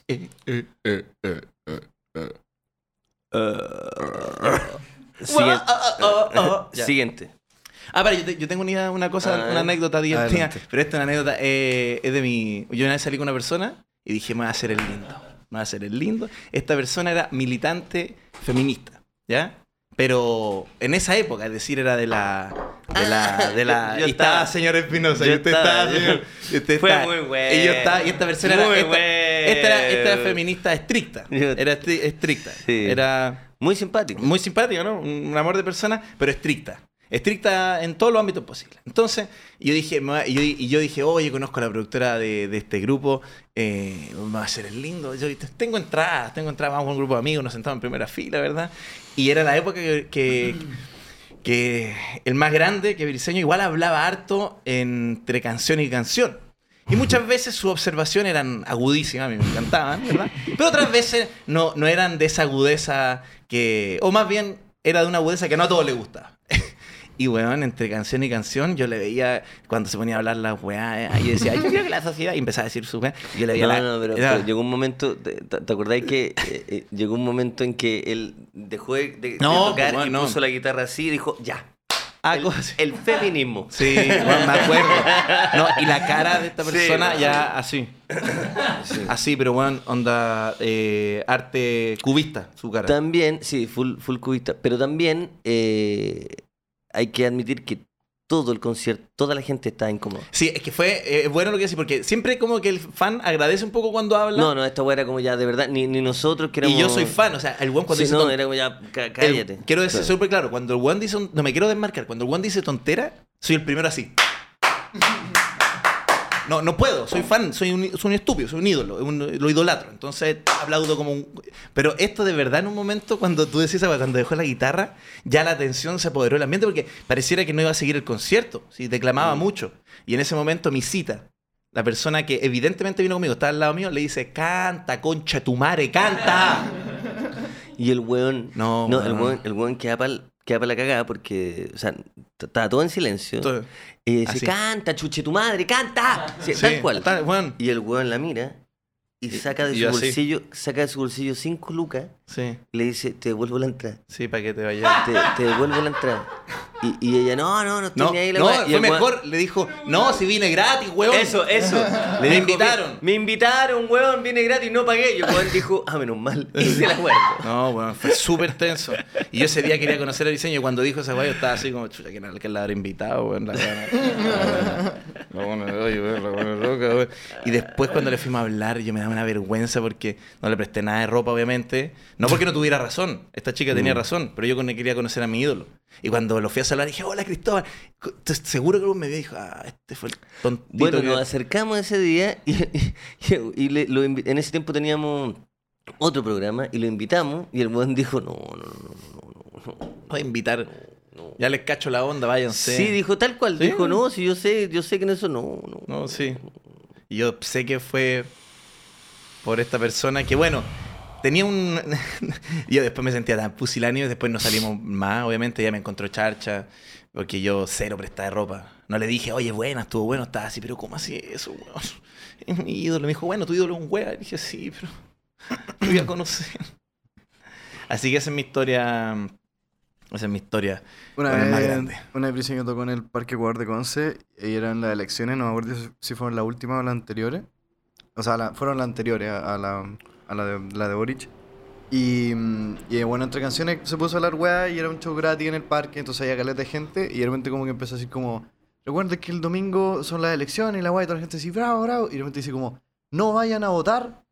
Speaker 2: Siguiente.
Speaker 1: Ya.
Speaker 2: Siguiente.
Speaker 1: Ah, para, yo, te- yo tengo una, idea, una cosa,
Speaker 2: A ver.
Speaker 1: una anécdota divertida.
Speaker 3: Adelante.
Speaker 1: Pero esta es una anécdota, eh, es de mi... Yo una vez salí con una persona y dije, me voy a hacer el lindo. Me voy a hacer el lindo. Esta persona era militante feminista, ¿ya? Pero en esa época, es decir, era de la... De la... De la
Speaker 2: Yo- yo
Speaker 1: y estaba,
Speaker 2: estaba.
Speaker 1: señor Espinosa.
Speaker 2: Yo
Speaker 1: y usted
Speaker 2: estaba,
Speaker 1: estaba,
Speaker 2: yo-
Speaker 1: señor. y usted
Speaker 2: Fue
Speaker 1: estaba.
Speaker 2: muy bueno.
Speaker 1: Y yo estaba... Y esta persona
Speaker 2: Muy
Speaker 1: era... Esta, esta era, esta era
Speaker 2: bueno.
Speaker 1: feminista estricta.
Speaker 2: Yo-
Speaker 1: Era estri- estricta.
Speaker 2: Sí.
Speaker 1: Era...
Speaker 2: Muy simpático.
Speaker 1: Muy simpática, ¿no? Un un amor de persona, pero estricta. Estricta en todos los ámbitos posibles. Entonces, yo dije, me va- y yo, di- y yo dije, oye, conozco a la productora de, de este grupo, eh, va a ser el lindo. Yo dije, tengo entradas, tengo entradas, vamos con un grupo de amigos, nos sentamos en primera fila, ¿verdad? Y era la época que, que- que el más grande, que Briseño, igual hablaba harto entre canción y canción. Y muchas veces sus observaciones eran agudísimas, a mí me encantaban, ¿verdad? Pero otras veces no, no eran de esa agudeza que... O más bien, era de una agudeza que no a todos les gustaba. Y, weón, entre canción y canción, yo le veía cuando se ponía a hablar las weá, y yo decía, yo creo que la sociedad... Y empezaba a decir su weá. Yo le veía
Speaker 2: No,
Speaker 1: la...
Speaker 2: no, pero,
Speaker 1: era-
Speaker 2: pero llegó un momento, ¿te, te- te acordáis que eh, eh, llegó un momento en que él dejó de, de- de
Speaker 1: No,
Speaker 2: tocar
Speaker 1: pues,
Speaker 2: y
Speaker 1: bueno, no.
Speaker 2: puso la guitarra así y dijo, ya,
Speaker 1: Ah,
Speaker 2: el,
Speaker 1: cosas.
Speaker 2: el feminismo.
Speaker 1: Sí, weón, me acuerdo. No, y la cara de esta
Speaker 2: Sí,
Speaker 1: persona
Speaker 2: weón.
Speaker 1: ya así. Así, pero weón, onda eh, arte cubista, su cara.
Speaker 2: También, sí, full, full cubista, pero también eh, hay que admitir que todo el concierto, toda la gente está incómoda.
Speaker 1: Sí, es que fue eh, bueno lo que decís, porque siempre como que el fan agradece un poco cuando habla.
Speaker 2: No, no, esta weá era como ya, de verdad, ni, ni nosotros que éramos...
Speaker 1: y yo soy fan, o sea, el weón cuando
Speaker 2: Sí,
Speaker 1: dice.
Speaker 2: no,
Speaker 1: ton-
Speaker 2: era como ya, ca-
Speaker 1: el-
Speaker 2: cállate.
Speaker 1: quiero decir
Speaker 2: Claro.
Speaker 1: súper claro, cuando el weón dice. un- no me quiero desmarcar, cuando el weón dice tontera, soy el primero así. No, no puedo, soy fan, soy un, soy un estúpido, soy un ídolo, un- lo idolatro. Entonces aplaudo como un. Pero esto de verdad en un momento, cuando tú decís, "Ah, cuando dejó la guitarra, ya la tensión se apoderó del ambiente porque pareciera que no iba a seguir el concierto, si
Speaker 2: Mm.
Speaker 1: declamaba mucho. Y en ese momento mi cita, la persona que evidentemente vino conmigo, estaba al lado mío, le dice, canta, concha, tu madre, canta.
Speaker 2: Y el weón.
Speaker 1: No,
Speaker 2: el
Speaker 1: weón.
Speaker 2: weón, el weón queda para la cagada porque, o sea, t- estaba todo en silencio.
Speaker 1: Entonces,
Speaker 2: y dice,
Speaker 1: así. Ah,
Speaker 2: canta, chuche tu madre, canta. Sí, tal
Speaker 1: sí,
Speaker 2: cual.
Speaker 1: tal- weón.
Speaker 2: Y el weón la mira y saca de
Speaker 1: y
Speaker 2: su
Speaker 1: yo así.
Speaker 2: bolsillo, saca de su bolsillo cinco lucas
Speaker 1: Sí,
Speaker 2: y le dice, te devuelvo la entrada.
Speaker 1: sí, para que te vaya.
Speaker 2: Te, te devuelvo la entrada. Y, y ella, no, no, no estoy
Speaker 1: No,
Speaker 2: ni ahí la
Speaker 1: no
Speaker 2: weá". Y
Speaker 1: fue
Speaker 2: el weón-
Speaker 1: mejor, le dijo, no, si vine gratis, weón.
Speaker 2: Eso, eso.
Speaker 1: Me
Speaker 2: dijo,
Speaker 1: invitaron.
Speaker 2: Me invitaron, weón, viene gratis, no pagué. Y el weón dijo, ah, menos mal. Y se la guardo.
Speaker 1: No, weón, fue súper tenso. Y yo ese día quería conocer el diseño. Y cuando dijo esa weá, yo estaba así como, chucha, que la, que la habrá invitado, weón. La weá. La buena de hoy, weón, la buena loca, weón. Y después, cuando le fuimos a hablar, yo me daba una vergüenza porque no le presté nada de ropa, obviamente. No porque no tuviera razón. Esta chica tenía razón, pero yo con- quería conocer a mi ídolo. Y cuando lo fui a saludar, dije, hola, Cristóbal. Te- Seguro que me vio y dijo, ah, este fue el tontito.
Speaker 2: Bueno,
Speaker 1: que-
Speaker 2: nos acercamos ese día y, y- y le- lo invi- en ese tiempo teníamos otro programa y lo invitamos y el buen dijo, no, no, no, no, no, no, no,
Speaker 1: Voy a invitar.
Speaker 2: No.
Speaker 1: Ya les cacho la onda, váyanse.
Speaker 2: Sí, dijo tal cual.
Speaker 1: Sí.
Speaker 2: Dijo, no, si yo sé, yo sé que en eso no, no.
Speaker 1: No, sí. Y yo sé que fue por esta persona que, bueno, tenía un... yo después me sentía tan pusilánime, después no salimos más, obviamente, ya me encontró charcha, porque yo cero prestada de ropa. No le dije, oye, buena, estuvo bueno, estaba así, pero ¿cómo así eso, weón? Es mi ídolo. Me dijo, bueno, tu ídolo es un weón. Y dije, sí, pero lo voy a conocer. Así que esa es mi historia... Esa es mi historia.
Speaker 3: Una
Speaker 1: Con el
Speaker 3: vez,
Speaker 1: más grande.
Speaker 3: una vez Briceño tocó en el Parque Ecuador de Conce y eran las elecciones, no me acuerdo si- si fueron las últimas o las anteriores. O sea, la- fueron las anteriores a, a la, a la, de, la de Boric. Y, mm, y bueno, entre canciones se puso a hablar weá y era un show gratis en el parque, entonces había caleta de gente y de repente como que empezó así como, recuerden que el domingo son las elecciones y la weá y toda la gente así, bravo, bravo, y de repente dice como, no vayan a votar.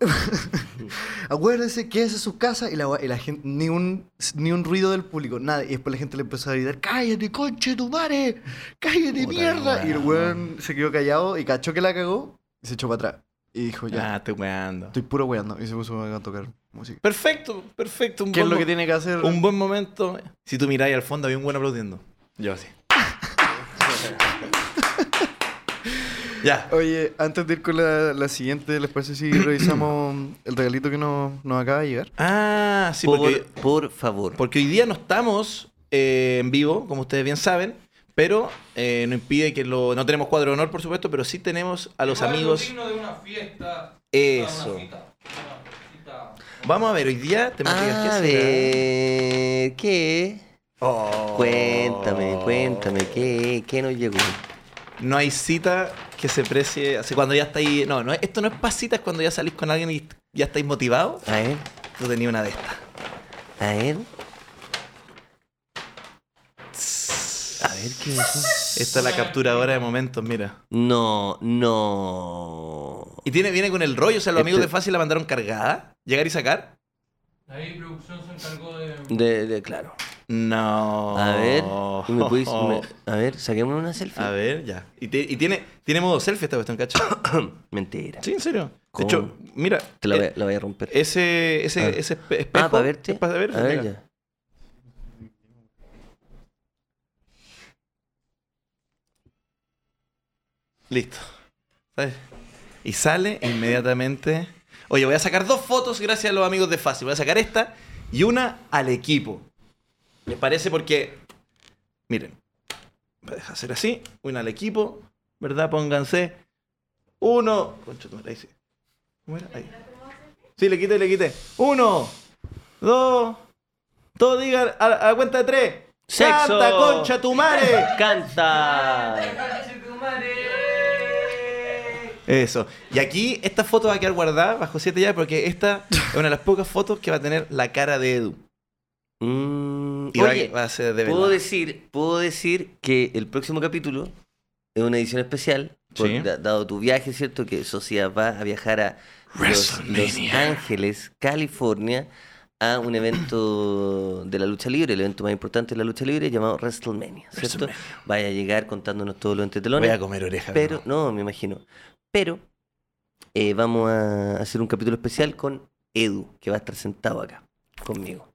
Speaker 3: Acuérdense, quédese en sus casas y la, weá- y la gente, ni un, ni un ruido del público, nada. Y después la gente le empezó a gritar, cállate, conche tu madre, cállate,
Speaker 1: Puta la
Speaker 3: mierda. Y el
Speaker 1: weá.
Speaker 3: weón se quedó callado y cachó que la cagó y se echó para atrás. Y dijo, ya,
Speaker 1: Ah, estoy weando.
Speaker 3: estoy puro weando. Y se puso a tocar música.
Speaker 1: Perfecto, perfecto. Un
Speaker 3: ¿Qué es
Speaker 1: buen
Speaker 3: lo
Speaker 1: mo-
Speaker 3: que tiene que hacer?
Speaker 1: Un buen momento. Si tú miráis al fondo, había un buen aplaudiendo. Yo así. ya.
Speaker 3: Oye, antes de ir con la, la siguiente, ¿les parece si revisamos el regalito que nos, nos acaba de llegar?
Speaker 1: Ah, sí,
Speaker 2: por,
Speaker 1: porque,
Speaker 2: por favor.
Speaker 1: porque hoy día no estamos eh, en vivo, como ustedes bien saben. Pero eh, no impide que lo. No tenemos cuadro de honor, por supuesto, pero sí tenemos a los amigos.
Speaker 4: digno de una fiesta.
Speaker 1: Eso.
Speaker 4: Una cita, una cita.
Speaker 1: Vamos a ver, hoy día temáticas
Speaker 2: A
Speaker 1: que será?
Speaker 2: ver, ¿qué?
Speaker 1: Oh.
Speaker 2: Cuéntame, cuéntame, ¿qué, qué nos llegó?
Speaker 1: No hay cita que se precie. Así cuando ya estáis. No, no, esto no es para citas cuando ya salís con alguien y ya estáis motivados.
Speaker 2: A ver,
Speaker 1: Yo tenía una de estas.
Speaker 2: a ver. A ver, ¿qué es eso?
Speaker 1: Esta es la capturadora de momentos, mira.
Speaker 2: No, no.
Speaker 1: Y tiene, viene con el rollo, o sea, los amigos
Speaker 2: Este-
Speaker 1: de Fácil la mandaron cargada. ¿Llegar y sacar?
Speaker 4: Ahí producción se encargó de.
Speaker 2: De, de- claro.
Speaker 1: No.
Speaker 2: A ver, ¿me puedes- me- a ver, saquemos una selfie.
Speaker 1: A ver, ya. Y, te- y tiene, tiene modo selfie esta cuestión, ¿cacho?
Speaker 2: Mentira.
Speaker 1: Sí, en serio.
Speaker 2: ¿Cómo?
Speaker 1: De hecho, mira.
Speaker 2: Te la voy,
Speaker 1: eh,
Speaker 2: a- la voy a romper.
Speaker 1: Ese, ese,
Speaker 2: Ah.
Speaker 1: ese espe- espejo.
Speaker 2: ah, para verte.
Speaker 1: es Para verte,
Speaker 2: a ver,
Speaker 1: mira.
Speaker 2: ya.
Speaker 1: Listo. ¿Sabes? Y sale inmediatamente. Oye, voy a sacar dos fotos gracias a los amigos de Fácil. Voy a sacar esta y una al equipo. Me parece porque. Miren. Voy a dejar hacer así. Una al equipo. ¿Verdad? Pónganse. Uno. Concha, tu madre, ahí sí. ¿Cómo era? Ahí. Sí, le quité, le quité. Uno. Dos. Todos digan a, a la cuenta de tres.
Speaker 2: ¡Sexo!
Speaker 1: ¡Canta, concha, tu madre!
Speaker 2: ¡Canta!
Speaker 4: ¡Cállate tu madre!
Speaker 1: Eso. Y aquí esta foto va a quedar guardada bajo 7 ya porque esta es una de las pocas fotos que va a tener la cara de Edu.
Speaker 2: Mm,
Speaker 1: Y va-
Speaker 2: oye,
Speaker 1: va, a ser de
Speaker 2: puedo
Speaker 1: verdad.
Speaker 2: decir, puedo decir que el próximo capítulo es una edición especial. por-
Speaker 1: Sí.
Speaker 2: da- dado tu viaje, ¿cierto? Que Socia va a viajar a los, Los
Speaker 1: WrestleMania.
Speaker 2: Ángeles, California, a un evento de la lucha libre, el evento más importante de la lucha libre llamado WrestleMania, ¿cierto? Vaya a llegar contándonos todo lo
Speaker 1: Voy
Speaker 2: entretelones.
Speaker 1: a comer oreja.
Speaker 2: Pero,
Speaker 1: hermano.
Speaker 2: no, me imagino. Pero eh, vamos a hacer un capítulo especial con Edu, que va a estar sentado acá conmigo.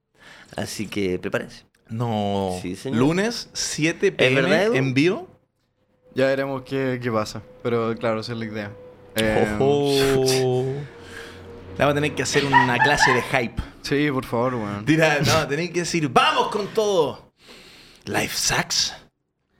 Speaker 2: Así que prepárense.
Speaker 1: No.
Speaker 2: Sí, señor.
Speaker 1: Lunes 7 pm
Speaker 2: verdad, Edu?
Speaker 1: en vivo.
Speaker 3: Ya veremos qué, qué pasa. Pero claro, esa es la idea. Eh,
Speaker 1: Ojo. Le vamos a tener que hacer una clase de hype.
Speaker 3: Sí, por favor, weón.
Speaker 1: Tira, no, tenéis que decir, ¡vamos con todo! Life sucks.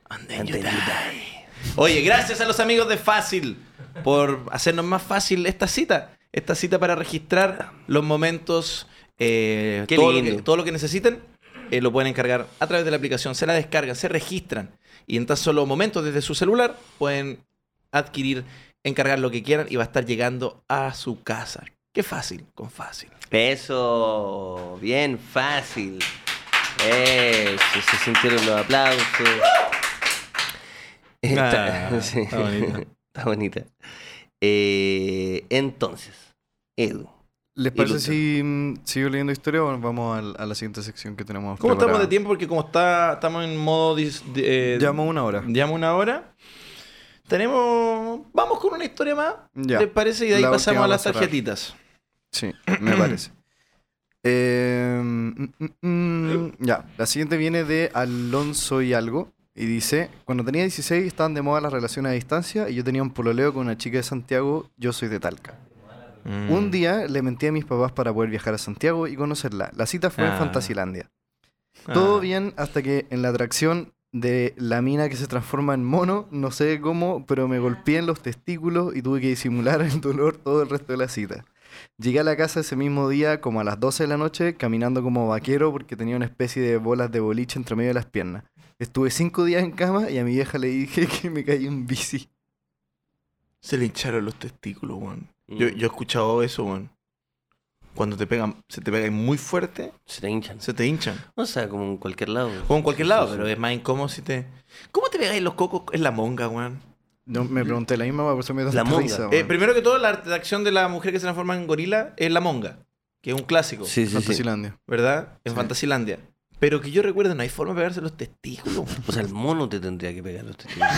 Speaker 1: And then you
Speaker 2: And then you
Speaker 1: die. Oye, gracias a los amigos de Fácil por hacernos más fácil esta cita. Esta cita para registrar los momentos, eh,
Speaker 2: Qué
Speaker 1: todo, lo
Speaker 2: lindo.
Speaker 1: que, todo lo que necesiten, eh, lo pueden encargar a través de la aplicación. Se la descargan, se registran y en tan solo momentos desde su celular pueden adquirir, encargar lo que quieran y va a estar llegando a su casa. Qué fácil, con fácil.
Speaker 2: Eso, bien fácil. Eso, se sintieron los aplausos.
Speaker 1: Ah,
Speaker 2: sí.
Speaker 1: está bonita.
Speaker 2: Está bonita. Eh, entonces, Edu.
Speaker 3: ¿Les
Speaker 2: Y
Speaker 3: parece
Speaker 2: lucha.
Speaker 3: si mm, sigo leyendo historia o vamos al- a, la siguiente sección que tenemos?
Speaker 1: ¿Cómo estamos
Speaker 3: preparada?
Speaker 1: de tiempo? Porque como está, estamos en modo... dis- de- eh,
Speaker 3: Llevamos una hora.
Speaker 1: llevamos una hora. Tenemos... Vamos con una historia más.
Speaker 3: Ya.
Speaker 1: ¿Les parece? Y de ahí
Speaker 3: La última
Speaker 1: pasamos a las
Speaker 3: para cerrar.
Speaker 1: tarjetitas.
Speaker 3: Sí, me parece. Eh, mm, mm, mm, ya, la siguiente viene de Alonso y algo. Y dice, cuando tenía 16 estaban de moda las relaciones a distancia y yo tenía un pololeo con una chica de Santiago, yo soy de Talca.
Speaker 1: Mm.
Speaker 3: Mm. Un día le mentí a mis papás para poder viajar a Santiago y conocerla. La cita fue en
Speaker 1: Ah.
Speaker 3: Fantasilandia.
Speaker 1: Ah.
Speaker 3: Todo bien hasta que en la atracción de la mina que se transforma en mono, no sé cómo, pero me golpeé en los testículos y tuve que disimular el dolor todo el resto de la cita. Llegué a la casa ese mismo día como a las 12 de la noche caminando como vaquero porque tenía una especie de bolas de boliche entre medio de las piernas. Estuve cinco días en cama y a mi vieja le dije que me caí en bici.
Speaker 1: Se le hincharon los testículos, weón.
Speaker 2: Mm.
Speaker 1: Yo, yo he escuchado eso, weón. Cuando te pegan, se te pegan muy fuerte,
Speaker 2: Se te hinchan.
Speaker 1: se te hinchan.
Speaker 2: O sea, como en cualquier lado.
Speaker 1: O en cualquier
Speaker 2: Sí,
Speaker 1: lado,
Speaker 2: sí,
Speaker 1: pero
Speaker 2: sí.
Speaker 1: es más incómodo si te. ¿Cómo te pegáis los cocos en la monga, weón?
Speaker 3: Ah, No, me pregunté la misma, por eso me dio
Speaker 2: La
Speaker 3: tanta
Speaker 2: monga.
Speaker 3: risa,
Speaker 2: Eh,
Speaker 1: Eh,
Speaker 3: weón.
Speaker 1: primero que todo, la atracción de la mujer que se transforma en gorila es la monga, que es un clásico,
Speaker 2: Sí, sí, sí.
Speaker 3: Fantasilandia.
Speaker 1: ¿verdad? En
Speaker 3: Sí.
Speaker 1: Fantasilandia. Pero que yo recuerdo, no hay forma de pegarse los testículos. weón.
Speaker 2: O sea, el mono te tendría que pegar los testículos.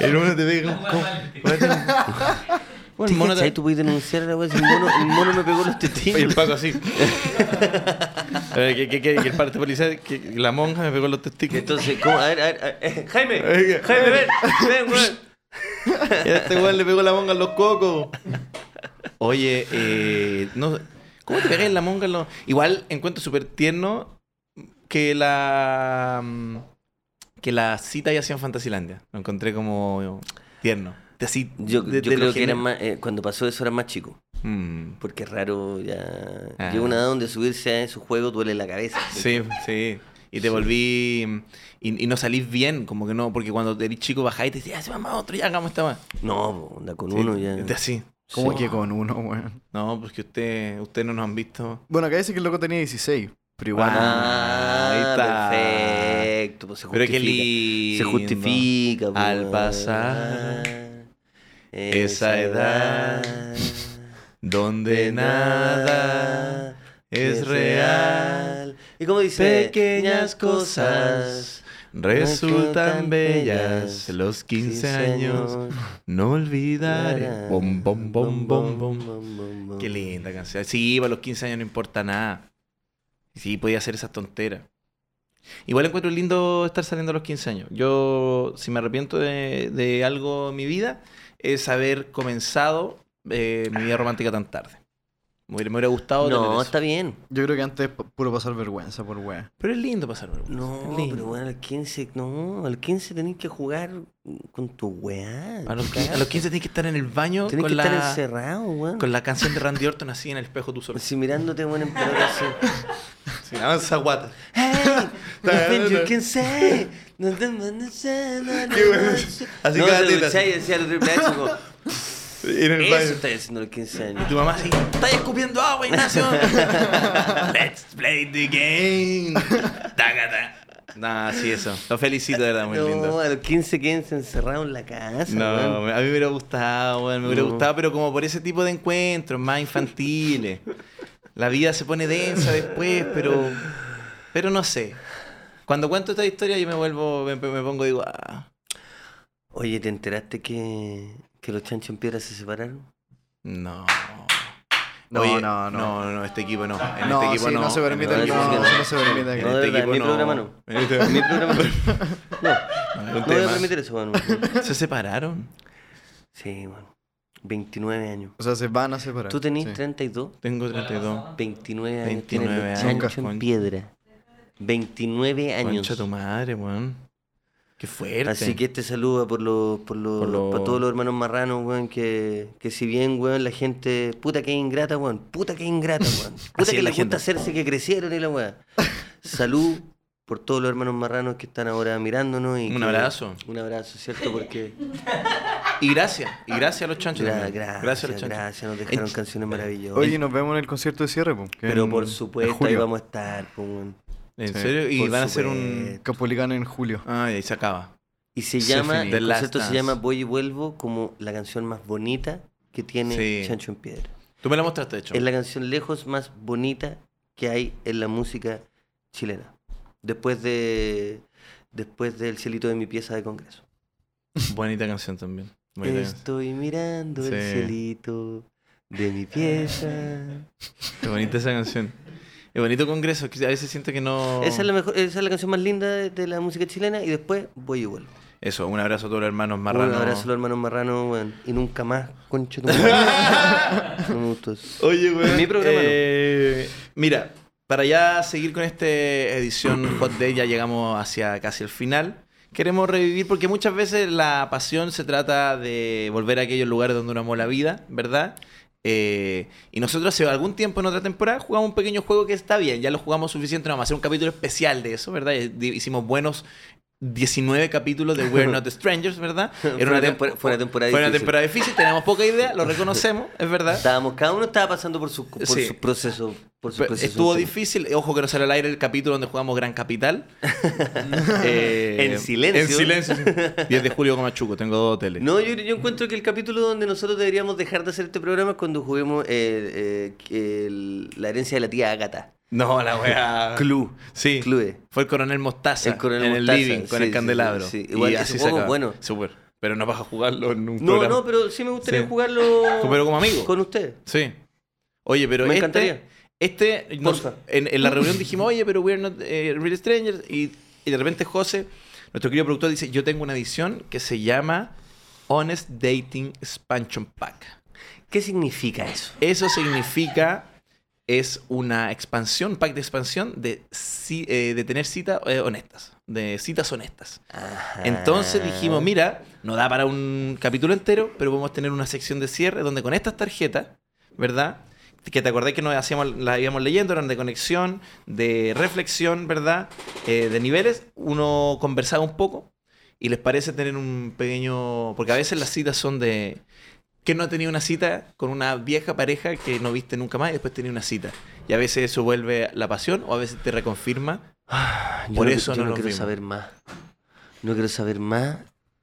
Speaker 1: El mono te pega
Speaker 4: La
Speaker 1: un
Speaker 4: wea
Speaker 1: coco.
Speaker 4: mal, tío.
Speaker 1: Bueno, el mono
Speaker 2: ¿Cachai?
Speaker 1: te...
Speaker 2: Tú puedes denunciar a la wea si el mono, el mono me pegó los
Speaker 1: Y el
Speaker 2: testículos.
Speaker 1: Paco así. A ver, que, que, que, que el parte policial, que la monja me pegó los testículos.
Speaker 2: Entonces, ¿cómo? A ver, a ver, a ver. eh, Jaime,
Speaker 1: Oiga.
Speaker 2: Jaime, ven, ven, weón.
Speaker 1: Y a este weón le pegó la monga en los cocos. Oye, eh, no, ¿cómo te pegáis la monga en los.? Igual encuentro súper tierno que la. mm, Que la cita ya hacía en Fantasilandia. Lo encontré como tierno. De así,
Speaker 2: Yo,
Speaker 1: de-
Speaker 2: yo
Speaker 1: de
Speaker 2: creo
Speaker 1: lo
Speaker 2: que era
Speaker 1: gener-
Speaker 2: más, eh, cuando pasó eso era más chico.
Speaker 1: Mm,
Speaker 2: Porque es raro ya.
Speaker 1: Ah.
Speaker 2: Llega una edad donde subirse a su juego duele la cabeza.
Speaker 1: sí, sí. Y te volví. mm, Y, y no salís bien, como que no. Porque cuando eres chico bajáis y te dices, ah, sí, vamos a otro, ya hagamos esta más.
Speaker 2: No, po, anda con uno ya.
Speaker 1: De así.
Speaker 3: ¿Cómo
Speaker 2: Sí.
Speaker 3: que con uno, weón?
Speaker 1: No, porque usted, usted no nos han visto.
Speaker 3: Bueno, acá dice que el loco tenía 16. Pero igual.
Speaker 2: Ah,
Speaker 1: Ahí está.
Speaker 2: perfecto. pues se
Speaker 1: Pero qué
Speaker 2: justifica.
Speaker 1: lindo.
Speaker 2: Se justifica. pues. Ah, po,
Speaker 1: Al
Speaker 2: weón.
Speaker 1: pasar esa edad
Speaker 2: de
Speaker 1: Donde nada es real.
Speaker 2: Y como dice,
Speaker 1: Pequeñas cosas resultan bellas. Los 15 años no olvidaré. Bom, bom, bom, bom, bom.
Speaker 2: bom.
Speaker 1: Qué linda canción. Sí, para los 15 años no importa nada. Sí, podía hacer esas tonteras. Igual encuentro lindo estar saliendo a los 15 años. Yo, si me arrepiento de, de algo en mi vida, es haber comenzado eh, mi vida romántica tan tarde. Me hubiera, me hubiera gustado tener
Speaker 2: No,
Speaker 1: eso.
Speaker 2: está bien.
Speaker 3: Yo creo que antes pu- puro pasar vergüenza por weón.
Speaker 1: Pero es lindo pasar vergüenza.
Speaker 2: No,
Speaker 1: es lindo.
Speaker 2: pero bueno, al 15, no, al 15 tenés que jugar con tu weá.
Speaker 1: A los, 15, a los 15 tenés que estar en el baño
Speaker 2: Tenés
Speaker 1: con
Speaker 2: que estar
Speaker 1: la,
Speaker 2: encerrado, weón.
Speaker 1: con la canción de Randy Orton así en el espejo tú solo.
Speaker 2: Así mirándote, weón, en pelota así.
Speaker 1: Sí, avanza guata.
Speaker 2: Hey, nothing you
Speaker 1: bien.
Speaker 2: can say. nothing but the sun, no, no,
Speaker 1: Qué bueno. Así
Speaker 2: no,
Speaker 1: cada
Speaker 2: te
Speaker 1: teta,
Speaker 2: duchás y decía el triple H, como,
Speaker 1: En el
Speaker 2: Eso está haciendo a los 15
Speaker 1: Y
Speaker 2: años.
Speaker 1: tu mamá así, ¡Estás escupiendo agua, Ignacio! ¡Let's play the game! ¡Tácata! No, sí, eso. Lo felicito, de verdad, ah, muy
Speaker 2: No,
Speaker 1: lindo.
Speaker 2: a los 15 quédense encerrados en la casa,
Speaker 1: No,
Speaker 2: weón.
Speaker 1: me- a mí me hubiera gustado, weón, me hubiera
Speaker 2: No.
Speaker 1: gustado, pero como por ese tipo de encuentros más infantiles. La vida se pone densa después, pero. Pero no sé. Cuando cuento esta historia, yo me vuelvo, me, me pongo, digo, ah.
Speaker 2: Oye, ¿te enteraste que, que los chanchos en piedra se separaron?
Speaker 1: No.
Speaker 3: No,
Speaker 1: Oye,
Speaker 3: no, no.
Speaker 1: No, no, este equipo no. En
Speaker 3: No,
Speaker 1: este equipo
Speaker 3: sí, no
Speaker 1: no.
Speaker 3: se permite,
Speaker 1: En este
Speaker 2: no,
Speaker 1: equipo
Speaker 2: no
Speaker 3: se permite.
Speaker 1: En
Speaker 2: No, de
Speaker 1: este
Speaker 2: verdad,
Speaker 1: equipo
Speaker 2: mi
Speaker 1: no.
Speaker 2: programa no.
Speaker 1: En este-
Speaker 2: Mi programa no. No.
Speaker 1: Un
Speaker 2: No voy a
Speaker 1: tema.
Speaker 2: permitir eso, bueno.
Speaker 1: ¿Se separaron?
Speaker 2: Sí, bueno. 29 años.
Speaker 3: O sea, se van a separar.
Speaker 2: Tú tenés
Speaker 3: sí.
Speaker 2: 32,
Speaker 1: Tengo 32.
Speaker 2: 29 años.
Speaker 1: 29
Speaker 2: tienes
Speaker 1: años,
Speaker 2: chancho en
Speaker 1: concha.
Speaker 2: piedra. 29 años.
Speaker 1: Concha tu madre, weón. Qué fuerte.
Speaker 2: Así que este saluda por los, por los,
Speaker 1: Por los-
Speaker 2: para todos los hermanos marranos, weón, que, que si bien, weón, la gente, puta que ingrata, weón, puta que ingrata, weón, puta
Speaker 1: Así
Speaker 2: que
Speaker 1: es
Speaker 2: le
Speaker 1: la
Speaker 2: gusta
Speaker 1: gente.
Speaker 2: hacerse que crecieron y la weá. Salud por todos los hermanos marranos que están ahora mirándonos y
Speaker 1: Un
Speaker 2: que-
Speaker 1: abrazo.
Speaker 2: Un abrazo, ¿cierto? Porque
Speaker 1: Y gracias. Y gracias a los chanchos.
Speaker 2: Gra-
Speaker 1: también.
Speaker 2: gracias,
Speaker 1: gracias a
Speaker 2: gracias,
Speaker 1: los chanchos.
Speaker 2: nos dejaron
Speaker 1: En- eh,
Speaker 2: canciones maravillosas.
Speaker 3: Oye, nos vemos en el concierto de cierre, po, que
Speaker 2: Pero
Speaker 3: en-
Speaker 2: por
Speaker 3: en
Speaker 2: supuesto, ahí
Speaker 3: julio.
Speaker 2: vamos a estar. po, weón.
Speaker 1: ¿En
Speaker 3: Sí,
Speaker 1: serio? Y
Speaker 2: por
Speaker 1: van a hacer un...
Speaker 2: supuesto.
Speaker 3: Capolicán en julio.
Speaker 1: Ay, ahí se acaba.
Speaker 2: Y se
Speaker 1: Se
Speaker 2: llama,
Speaker 1: finí. The
Speaker 2: el
Speaker 1: Last
Speaker 2: concierto se
Speaker 1: Dance.
Speaker 2: llama Voy y Vuelvo como la canción más bonita que tiene
Speaker 1: Sí.
Speaker 2: Chancho en Piedra.
Speaker 1: Tú me la mostraste, de hecho.
Speaker 2: Es la canción lejos más bonita que hay en la música chilena. Después de después del cielito de mi pieza de congreso.
Speaker 1: Bonita canción también. Bonita canción.
Speaker 2: Estoy mirando el
Speaker 1: Sí.
Speaker 2: cielito de mi pieza.
Speaker 1: Qué bonita esa canción. Es bonito congreso, que a veces siento que no...
Speaker 2: Esa, es la mejor, esa es la canción más linda de, de la música chilena y después voy y vuelvo.
Speaker 1: Eso, un abrazo a todos los hermanos
Speaker 2: Un
Speaker 1: marranos.
Speaker 2: abrazo a los hermanos Marrano, weón. Y nunca más, concha tu madre. No me gustó eso.
Speaker 1: Oye, güey. eh,
Speaker 2: Mi programa no.
Speaker 1: Mira, para ya seguir con esta edición Hot Day, ya llegamos hacia casi el final. Queremos revivir, porque muchas veces la pasión se trata de volver a aquellos lugares donde uno amó la vida, ¿verdad? Eh, y nosotros hace algún tiempo en otra temporada jugamos un pequeño juego que está bien, ya lo jugamos suficiente, vamos a hacer un capítulo especial de eso, ¿verdad? Y di- Hicimos buenos 19 capítulos de We're Not Strangers, ¿verdad?
Speaker 2: Fue una tempor- fue una temporada
Speaker 1: fue una
Speaker 2: difícil.
Speaker 1: temporada difícil, tenemos poca idea, lo reconocemos, es verdad.
Speaker 2: Estábamos, cada uno estaba pasando por su, por
Speaker 1: Sí.
Speaker 2: su proceso. Por su
Speaker 1: Pero
Speaker 2: proceso
Speaker 1: Estuvo
Speaker 2: interno.
Speaker 1: difícil. Ojo que no sale al aire el capítulo donde jugamos Gran Capital. Eh,
Speaker 2: En silencio.
Speaker 1: En silencio. sí. 10 de julio con Machuco. Tengo dos hoteles.
Speaker 2: No, yo, yo encuentro que el capítulo donde nosotros deberíamos dejar de hacer este programa es cuando juguemos eh, eh, el- la herencia de la tía Ágata.
Speaker 1: No, la wea.
Speaker 2: Club.
Speaker 1: Sí.
Speaker 2: Clue.
Speaker 1: Fue el coronel Mostaza.
Speaker 2: El coronel
Speaker 1: en
Speaker 2: Mostaza,
Speaker 1: el living con
Speaker 2: sí,
Speaker 1: el
Speaker 2: sí,
Speaker 1: candelabro.
Speaker 2: sí, sí. Igual,
Speaker 1: y
Speaker 2: ese
Speaker 1: así se
Speaker 2: juego es
Speaker 1: acaba.
Speaker 2: bueno.
Speaker 1: Súper. Pero no vas a jugarlo en un
Speaker 2: No,
Speaker 1: programa.
Speaker 2: no, pero sí me gustaría
Speaker 1: Sí.
Speaker 2: jugarlo.
Speaker 1: Pero como amigo.
Speaker 2: Con usted.
Speaker 1: Sí. Oye, pero
Speaker 2: Me
Speaker 1: este-
Speaker 2: encantaría.
Speaker 1: Este, nos-
Speaker 2: Porfa.
Speaker 1: en, en la reunión dijimos, oye, pero we're not eh, real strangers. Y, y de repente José, nuestro querido productor, dice, yo tengo una edición que se llama Honest Dating Expansion Pack.
Speaker 2: ¿Qué significa eso?
Speaker 1: Eso significa, es una expansión, pack de expansión de, ci- eh, de tener citas eh, honestas, de citas honestas.
Speaker 2: Ajá. Ah.
Speaker 1: Entonces dijimos, mira, no da para un capítulo entero, pero podemos tener una sección de cierre donde con estas tarjetas, ¿verdad? Que te acordás que nos hacíamos, las íbamos leyendo, eran de conexión, de reflexión, ¿verdad? Eh, de niveles, uno conversaba un poco y les parece tener un pequeño... Porque a veces las citas son de... Que no ha tenido una cita con una vieja pareja que no viste nunca más y después tenía una cita. Y a veces eso vuelve la pasión o a veces te reconfirma.
Speaker 2: Yo
Speaker 1: por
Speaker 2: no-
Speaker 1: eso
Speaker 2: yo
Speaker 1: no
Speaker 2: no
Speaker 1: nos
Speaker 2: quiero
Speaker 1: vimos.
Speaker 2: saber más. No quiero saber más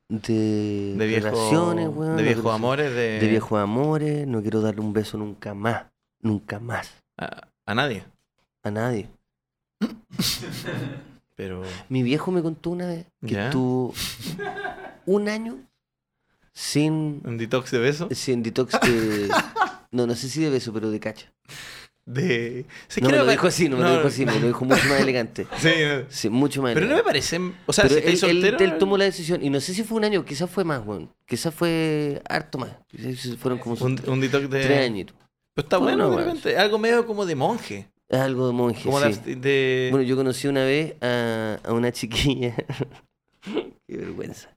Speaker 2: de,
Speaker 1: De viejo-
Speaker 2: relaciones, weón.
Speaker 1: de
Speaker 2: no
Speaker 1: viejos
Speaker 2: quiero sa-
Speaker 1: amores, de,
Speaker 2: De viejos amores. No quiero darle un beso nunca más. Nunca más.
Speaker 1: a- a nadie.
Speaker 2: A nadie.
Speaker 1: Pero.
Speaker 2: Mi viejo me contó una vez que
Speaker 1: ¿Ya?
Speaker 2: estuvo un año sin,
Speaker 1: ¿Un detox de beso?
Speaker 2: sin detox de... No, no sé si de beso, pero de cacha.
Speaker 1: De. Sí,
Speaker 2: no me
Speaker 1: creo
Speaker 2: lo
Speaker 1: que-
Speaker 2: dijo así, no me
Speaker 1: no,
Speaker 2: lo dijo así, me lo dijo mucho más elegante.
Speaker 1: Sí, no.
Speaker 2: Sí, mucho más
Speaker 1: Pero no me
Speaker 2: elegante.
Speaker 1: parece. O sea,
Speaker 2: Pero
Speaker 1: si estáis
Speaker 2: él, él-
Speaker 1: soltero. eh.
Speaker 2: él tomó la decisión, y no sé si fue un año, quizás fue más, weón. Quizás fue harto más. Quizás fueron como
Speaker 1: un, un eh, detox de.
Speaker 2: tres añitos.
Speaker 1: Pero está
Speaker 2: No,
Speaker 1: bueno,
Speaker 2: no,
Speaker 1: de repente. Algo medio como de monje.
Speaker 2: Es algo de monje,
Speaker 1: Como
Speaker 2: sí.
Speaker 1: de abst- de.
Speaker 2: Bueno, yo conocí una vez a, a una chiquilla, qué vergüenza,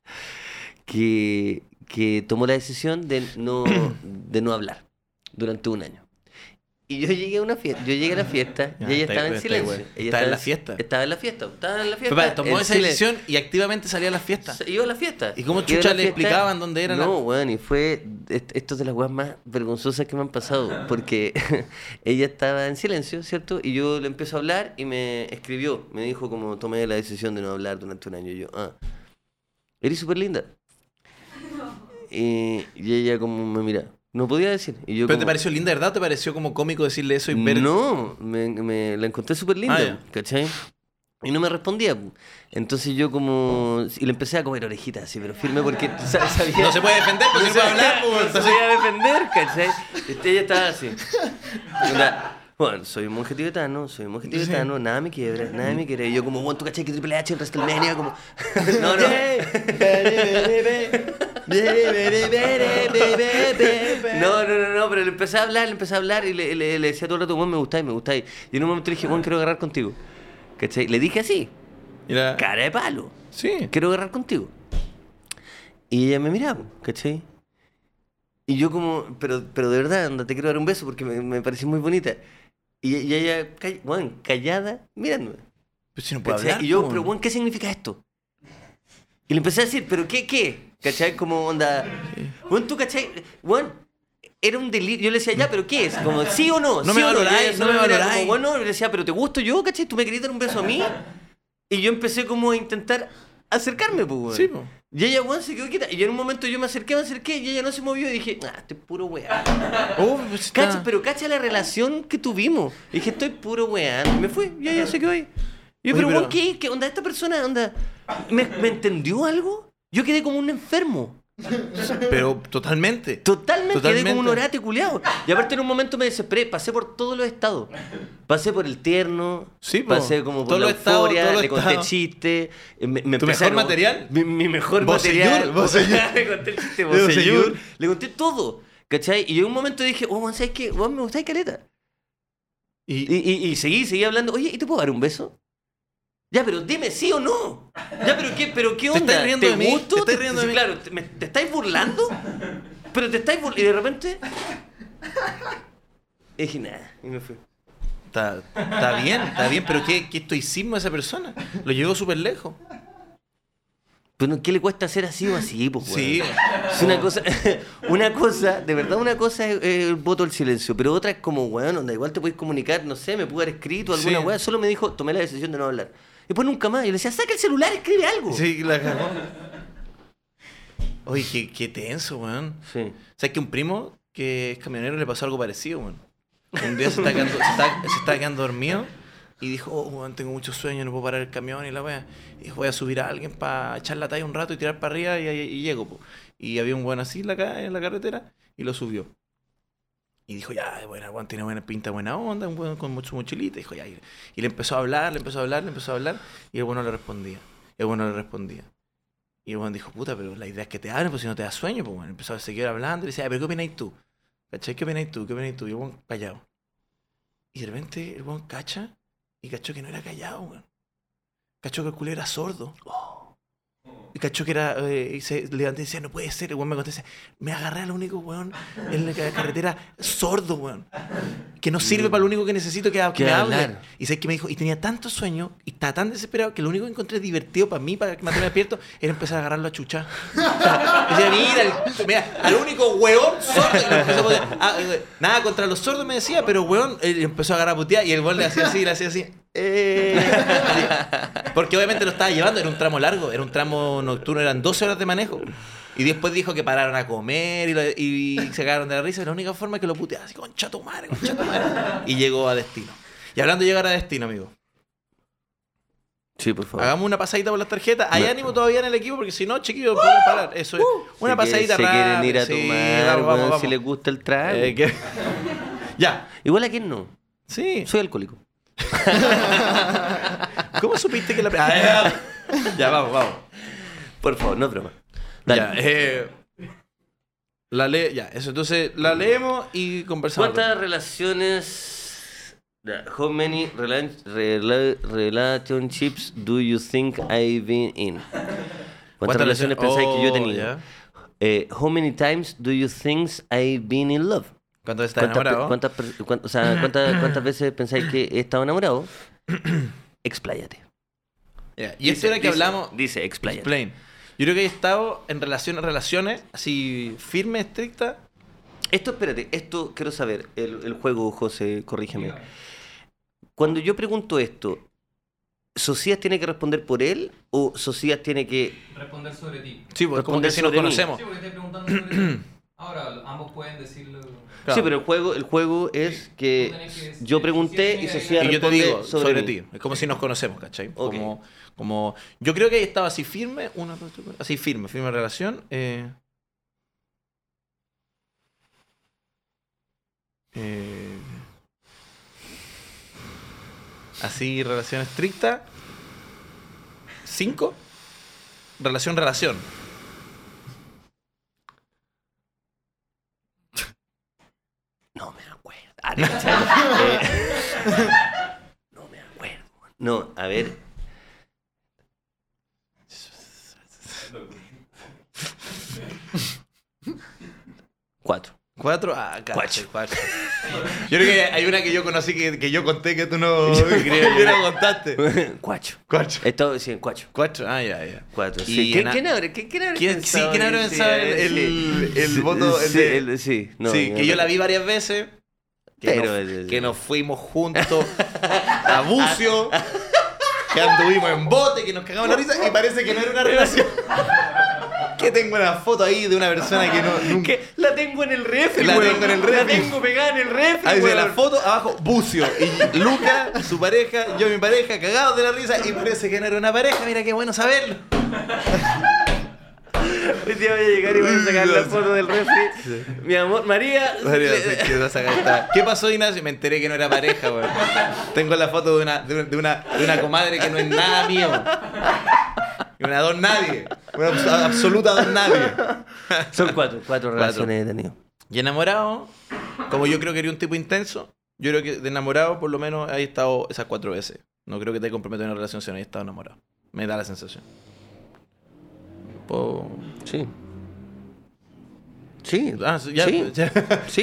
Speaker 2: que, que tomó la decisión de no, de no hablar durante un año. Y yo llegué a una fiesta, yo llegué a la fiesta
Speaker 1: Ya,
Speaker 2: y ella
Speaker 1: está-
Speaker 2: estaba en
Speaker 1: está
Speaker 2: silencio.
Speaker 1: igual.
Speaker 2: Ella
Speaker 1: Estaba en la fiesta.
Speaker 2: Estaba en la fiesta, estaba en la fiesta.
Speaker 1: Papá, tomó
Speaker 2: en
Speaker 1: esa
Speaker 2: silencio.
Speaker 1: decisión y activamente salía a las fiestas.
Speaker 2: Se- Iba a la fiesta.
Speaker 1: ¿Y cómo
Speaker 2: Iba a la
Speaker 1: chucha le
Speaker 2: fiesta.
Speaker 1: explicaban dónde era la-
Speaker 2: No, weón, y fue. est- Esto es de las weas más vergonzosas que me han pasado. Porque ella estaba en silencio, ¿cierto? Y yo le empiezo a hablar y me escribió. Me dijo como tomé la decisión de no hablar durante un año. Y yo, ah. Eres súper linda. Y, y ella como me mira. No podía decir. Y yo
Speaker 1: Pero te
Speaker 2: como,
Speaker 1: pareció linda, ¿verdad? ¿Te pareció como cómico decirle eso y ver.
Speaker 2: no, me, me- la encontré súper linda,
Speaker 1: Ah, ya.
Speaker 2: ¿cachai? Y no me respondía. pu. Entonces yo como... Y le empecé a comer orejitas así, pero firme porque sa- sabía...
Speaker 1: No se puede defender,
Speaker 2: No
Speaker 1: porque no
Speaker 2: se
Speaker 1: puede hablar. pues,
Speaker 2: no se
Speaker 1: entonces-
Speaker 2: podía defender, ¿cachai? Este, Ella estaba así. Onda, Bueno, soy un monje tibetano, soy un monje tibetano, nada me quiebra, nada me quiebra. Y yo como, bueno, tú cachai que Triple H en WrestleMania, como... no, no. No, no, no, no, pero le empecé a hablar, le empecé a hablar y le, le- le decía todo el rato, bueno, me gustáis, me gustáis. Y en un momento le dije, bueno, quiero agarrar contigo. ¿Cachai? Le dije así,
Speaker 1: Y la-
Speaker 2: cara de palo,
Speaker 1: Sí.
Speaker 2: quiero agarrar contigo. Y ella me miraba, ¿cachai? Y yo como, pero, pero de verdad, anda, te quiero dar un beso porque me, me pareció muy bonita. Y, y ella, call- bueno, callada, mirándome.
Speaker 1: Pero si no puede
Speaker 2: ¿Cachai?
Speaker 1: hablar.
Speaker 2: Y yo,
Speaker 1: pues.
Speaker 2: pero bueno, ¿qué significa esto? Y le empecé a decir, ¿pero qué, qué? ¿Cachai? Como onda. Bueno, tú, ¿cachai? Bueno, era un delirio. Yo le decía, ya, ¿pero qué es? Como, ¿sí o no?
Speaker 1: No
Speaker 2: ¿Sí
Speaker 1: me
Speaker 2: o
Speaker 1: valoráis,
Speaker 2: Y ella
Speaker 1: no
Speaker 2: solo
Speaker 1: me
Speaker 2: miraba
Speaker 1: valoráis.
Speaker 2: Como, bueno, yo le decía, ¿pero te gusto yo, cachai? ¿Tú me querías dar un beso a mí? Y yo empecé como a intentar acercarme, pues, weón.
Speaker 1: Sí, pues.
Speaker 2: Y ella, weón, se quedó quieta. Y yo en un momento yo me acerqué, me acerqué, y ella no se movió. Y dije, ah, estoy puro weá.
Speaker 1: Oh, pues está-
Speaker 2: Cacha, pero cacha la relación que tuvimos. Y dije, estoy puro weón. Y me fui, ya, ya sé que voy. Y yo,
Speaker 1: Oye,
Speaker 2: pero,
Speaker 1: pero-
Speaker 2: weón, ¿qué? ¿Qué onda esta persona? Onda, ¿me, me entendió algo? Yo quedé como un enfermo.
Speaker 1: Pero totalmente.
Speaker 2: Totalmente, quedé como un
Speaker 1: Totalmente.
Speaker 2: orate culiado. Y aparte en un momento me desesperé, pasé por todos los estados. Pasé por el tierno,
Speaker 1: Sí, po.
Speaker 2: pasé como por
Speaker 1: Todos
Speaker 2: la
Speaker 1: los estados,
Speaker 2: euforia,
Speaker 1: todos los
Speaker 2: le conté
Speaker 1: estados.
Speaker 2: chistes. eh, Me, me
Speaker 1: ¿Tu
Speaker 2: empezaron-
Speaker 1: mejor material?
Speaker 2: Mi, mi mejor
Speaker 1: Voseyur,
Speaker 2: material.
Speaker 1: Voseyur.
Speaker 2: le conté el chiste,
Speaker 1: Voseyur.
Speaker 2: Voseyur. Le conté todo, ¿cachai? Y en un momento dije, oh, man, ¿sabes qué? Vos me gustáis caleta.
Speaker 1: Y,
Speaker 2: Y, y, y seguí, seguí hablando. Oye, ¿y te puedo dar un beso? Ya, pero dime sí o no. Ya, pero qué, pero qué onda.
Speaker 1: estás riendo de mí?
Speaker 2: gusto?
Speaker 1: ¿Te estás riendo de mí?
Speaker 2: Claro, ¿te, me- te estáis burlando? Pero te estáis burlando. Y de repente. Y dije, nada. Y me fui.
Speaker 1: está, está bien, está bien, pero qué, qué estoicismo de esa persona. Lo llevó súper lejos.
Speaker 2: Pero ¿qué le cuesta hacer así o así, pues,
Speaker 1: Sí.
Speaker 2: Es una cosa, una cosa, de verdad, una cosa es eh, el voto al silencio, pero otra es como, weón, onda, igual te puedes comunicar, no sé, me pude haber escrito alguna
Speaker 1: Sí.
Speaker 2: weá, solo me dijo, tomé la decisión de no hablar. Y pues nunca más, y le decía, saca el celular, escribe algo.
Speaker 1: Sí, la cagó. Oye, qué, qué tenso, weón.
Speaker 2: Sí.
Speaker 1: ¿Sabes que un primo que es camionero le pasó algo parecido, weón? Un día se está quedando, se está, se está quedando dormido y dijo, oh, weón, tengo mucho sueño, no puedo parar el camión y la wea. Y dijo, voy a subir a alguien para echar la talla un rato y tirar para arriba y, y- y llego, po. Y había un weón así en la, ca- en la carretera y lo subió. Y dijo, ya, bueno, Juan tiene buena pinta, buena onda, un weón con su mochilita. Dijo, ya. Y, y le empezó a hablar, le empezó a hablar, le empezó a hablar. Y el bueno le respondía. El bueno le respondía. Y el weón dijo, puta, pero la idea es que te abren, pues si no te da sueño, pues bueno. Empezó a seguir hablando y le decía, "Ah, pero ¿qué opináis tú? ¿Cachai? ¿Qué opináis tú? ¿Qué opináis tú? Y el weón callado. Y de repente el weón cacha y cachó que no era callado, weón. Cachó que el culo era sordo.
Speaker 2: Oh.
Speaker 1: Y cachó que era. eh, y se levantó y decía, no puede ser. El weón me contesta, me agarré al único weón en la ca- carretera sordo, weón. Que no sirve para lo único que necesito que, ha- que
Speaker 2: Que
Speaker 1: me hable.
Speaker 2: hablar.
Speaker 1: Y sé que me dijo, y tenía tanto sueño y estaba tan desesperado que lo único que encontré divertido para mí, para que me despierto, era empezar a agarrarlo a chuchar. Decía, mira, el- mira, al único hueón sordo. Y le empezó a putear. Ah, eh, nada contra los sordos me decía, pero hueón eh, le empezó a agarrar a putear y el hueón le hacía así, le hacía así. eh. Así. Porque obviamente lo estaba llevando, era un tramo largo, era un tramo nocturno, eran 12 horas de manejo. Y después dijo que pararon a comer y, lo- y se cagaron de la risa. Y la única forma es que lo puteaba así, concha tu madre, concha tu madre. Y llegó a destino. Y hablando de llegar a destino, amigo.
Speaker 2: Sí, por favor.
Speaker 1: Hagamos una pasadita por las tarjetas. Hay
Speaker 2: Me-
Speaker 1: ánimo todavía en el equipo porque si no, chiquillos, podemos parar. Eso es. Una
Speaker 2: Se
Speaker 1: pasadita
Speaker 2: quieren- Se quieren
Speaker 1: rápida.
Speaker 2: ir a
Speaker 1: Sí,
Speaker 2: tomar,
Speaker 1: vamos, vamos,
Speaker 2: weón,
Speaker 1: vamos.
Speaker 2: si les gusta el trago.
Speaker 1: Eh, que- ya.
Speaker 2: Igual a quién no.
Speaker 1: Sí.
Speaker 2: Soy alcohólico.
Speaker 1: ¿Cómo supiste que la... Ah, ya. ya, vamos, vamos.
Speaker 2: Por favor, no es broma.
Speaker 1: Ya,
Speaker 2: Dale.
Speaker 1: eh, la le... Ya, eso. Entonces, la leemos y conversamos.
Speaker 2: ¿Cuántas relaciones... ya, How many rela- rela- relationships do you think I've been in? ¿Cuántas relaciones pensáis que yo he
Speaker 1: Oh,
Speaker 2: tenido?
Speaker 1: ya.
Speaker 2: Eh, how many times do you think I've been in love?
Speaker 1: ¿Cuántas veces estás
Speaker 2: ¿Cuántas, pe-
Speaker 1: enamorado?
Speaker 2: cuántas per- cuán- o sea, cuántas- cuántas veces pensáis que he estado enamorado? Expláyate.
Speaker 1: Ya, Y esto era que hablamos...
Speaker 2: Dice, expláyate.
Speaker 1: Explain. Yo creo que he estado en relación a relaciones así firme, estricta.
Speaker 2: Esto, espérate, esto quiero saber, el, el juego, José, corrígeme. Cuando yo pregunto esto, ¿Socias tiene que responder por él o Socias tiene que...
Speaker 4: Responder sobre ti.
Speaker 1: Sí, pues como que
Speaker 2: Responder
Speaker 1: si nos
Speaker 2: sobre mí.
Speaker 1: conocemos.
Speaker 4: Sí, porque estoy preguntando sobre ti. Ahora, ambos pueden decirlo.
Speaker 1: Claro.
Speaker 2: Sí, pero el juego, el juego es
Speaker 4: Tú
Speaker 2: que
Speaker 4: tenés que decir-
Speaker 2: yo pregunté y
Speaker 4: sí, sí,
Speaker 2: Socias
Speaker 1: y yo te
Speaker 2: responde
Speaker 1: digo sobre,
Speaker 2: mí.
Speaker 1: ti. Es como si nos conocemos, ¿cachai?
Speaker 2: Ok.
Speaker 1: Como, como, yo creo que ahí estaba así firme, una, dos, tres, cuatro, así firme, firme relación. eh. Eh, así, relación estricta. Cinco. Relación, relación.
Speaker 2: No me acuerdo. Ah, no, eh, no me acuerdo. No, a ver. Cuatro.
Speaker 1: Cuatro. Ah, cacho,
Speaker 2: Cuatro.
Speaker 1: cuatro. Yo creo que hay una que yo conocí que, que yo conté que tú no, que no contaste.
Speaker 2: Cuatro.
Speaker 1: Cuatro.
Speaker 2: Esto, sí, cuatro.
Speaker 1: Cuatro. Ah, ya, ya.
Speaker 2: Cuatro.
Speaker 1: Y
Speaker 2: Sí. ¿Quién,
Speaker 1: en a-
Speaker 2: quién habrá- quién- quién habrá
Speaker 1: ¿Quién- sí,
Speaker 2: pensado
Speaker 1: quién habrá pensado
Speaker 2: sí,
Speaker 1: el- el- el
Speaker 2: Sí,
Speaker 1: voto, el
Speaker 2: Sí,
Speaker 1: de-
Speaker 2: el- sí, no,
Speaker 1: sí, que yo la vi varias veces. Que,
Speaker 2: Pero-
Speaker 1: nos, que nos fuimos juntos a Bucio. Que anduvimos en bote, que nos cagamos la risa y parece que no era una relación. que tengo una foto ahí de una persona que no. Nunca...
Speaker 2: Que la tengo en el refri,
Speaker 1: La
Speaker 2: weón.
Speaker 1: tengo en el refri.
Speaker 2: La tengo pegada en el refri,
Speaker 1: Ahí dice
Speaker 2: weón.
Speaker 1: la foto, abajo Bucio. Y Luca, su pareja, yo y mi pareja, cagados de la risa y parece que no era una pareja. Mira qué bueno saberlo.
Speaker 2: Hoy día voy a llegar y voy a sacar la foto del refri. Mi amor, María.
Speaker 1: María,
Speaker 2: le-
Speaker 1: se quedó sacada esta- ¿Qué pasó, Ignacio? Me enteré que no era pareja, weón. Tengo la foto de una, de, un- de una, de una comadre que no es nada mía, weón. Y Una don nadie. Una abs- absoluta don nadie.
Speaker 2: Son cuatro, cuatro relaciones he tenido.
Speaker 1: Y enamorado, como yo creo que era un tipo intenso, yo creo que de enamorado por lo menos he estado esas cuatro veces. No creo que te comprometido en una relación si no he estado enamorado. Me da la sensación. Po-
Speaker 2: Sí. Sí.
Speaker 1: Ah, sí, ya,
Speaker 2: Sí.
Speaker 1: ya.
Speaker 2: Sí,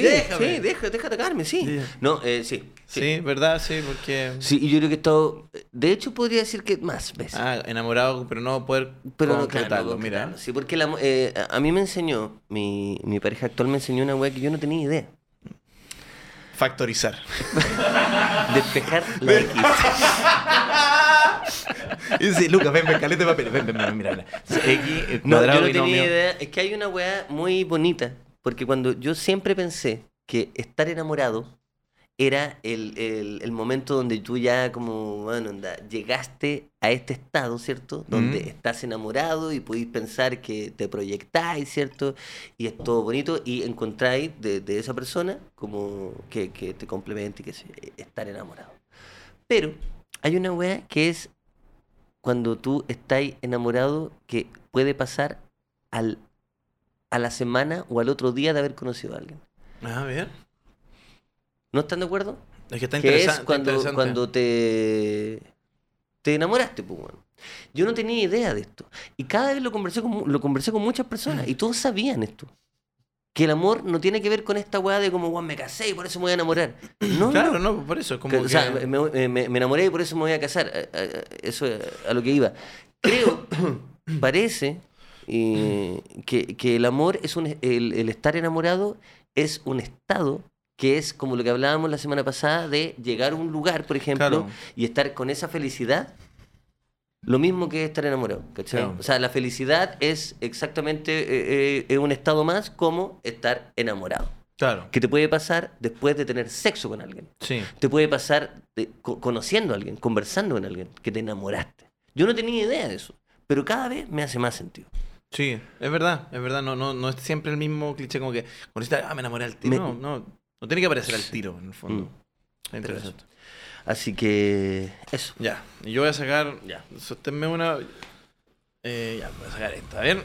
Speaker 1: Déjame.
Speaker 2: sí, deja, deja atacarme, sí.
Speaker 1: Ya.
Speaker 2: No, eh, sí, sí.
Speaker 1: Sí, ¿verdad? Sí, porque...
Speaker 2: Sí, y yo creo que he estado. De hecho, podría decir que más veces.
Speaker 1: Ah, enamorado, pero no poder
Speaker 2: pero no, claro,
Speaker 1: concretarlo,
Speaker 2: no,
Speaker 1: mira.
Speaker 2: claro, Sí, porque la, eh, a- a mí me enseñó, mi, mi pareja actual me enseñó una weá que yo no tenía idea.
Speaker 1: Factorizar.
Speaker 2: Despejar la X.
Speaker 1: Y dice, Lucas, ven, ven, caleta de papel. Ven, ven, ven, mira, mira. X, eh,
Speaker 2: No, yo
Speaker 1: cuadrado,
Speaker 2: no
Speaker 1: binomio.
Speaker 2: tenía idea. Es que hay una weá muy bonita. Porque cuando yo siempre pensé que estar enamorado era el, el- el momento donde tú ya como, bueno, onda, llegaste a este estado, ¿cierto? Donde
Speaker 1: Mm.
Speaker 2: estás enamorado y podéis pensar que te proyectáis, ¿cierto? Y es todo bonito y encontráis de, de esa persona como que, que te complemente y que eh, estar enamorado. Pero hay una weá que es cuando tú estás enamorado que puede pasar al, a la semana o al otro día de haber conocido a alguien.
Speaker 1: Ah, bien.
Speaker 2: ¿No están de acuerdo?
Speaker 1: Es que está
Speaker 2: que
Speaker 1: interesante.
Speaker 2: es cuando,
Speaker 1: interesante.
Speaker 2: cuando te, te enamoraste, pues, weón. Yo no tenía idea de esto. Y cada vez lo conversé con, mu- lo conversé con muchas personas y todos sabían esto. Que el amor no tiene que ver con esta weá de como, weón, me casé y por eso me voy a enamorar. No, no,
Speaker 1: Claro, no, por eso es como
Speaker 2: que-
Speaker 1: que...
Speaker 2: O sea, me, me- me- me enamoré y por eso me voy a casar. Eh, eh, Eso es a lo que iba. Creo, parece eh, que, que el amor es un. El, el estar enamorado es un estado que es como lo que hablábamos la semana pasada de llegar a un lugar, por ejemplo,
Speaker 1: Claro.
Speaker 2: y estar con esa felicidad. Lo mismo que estar enamorado, ¿cachai?
Speaker 1: Claro.
Speaker 2: O sea, la felicidad es exactamente eh, eh, es un estado más como estar enamorado.
Speaker 1: Claro,
Speaker 2: Que te puede pasar después de tener sexo con alguien.
Speaker 1: sí.
Speaker 2: Te puede pasar de- co- conociendo a alguien, conversando con alguien, que te enamoraste. Yo no tenía idea de eso, pero cada vez me hace más sentido.
Speaker 1: Sí, es verdad, es verdad, no, no, no es siempre el mismo cliché como que conociste, ah, me enamoré al tiro.
Speaker 2: Me-
Speaker 1: No, no, no tiene que aparecer al tiro, en el fondo.
Speaker 2: Mm.
Speaker 1: Es interesante.
Speaker 2: Así que eso.
Speaker 1: Ya, y yo voy a sacar,
Speaker 2: Ya.
Speaker 1: sosténme una. Eh, ya, voy a sacar esta, ¿bien?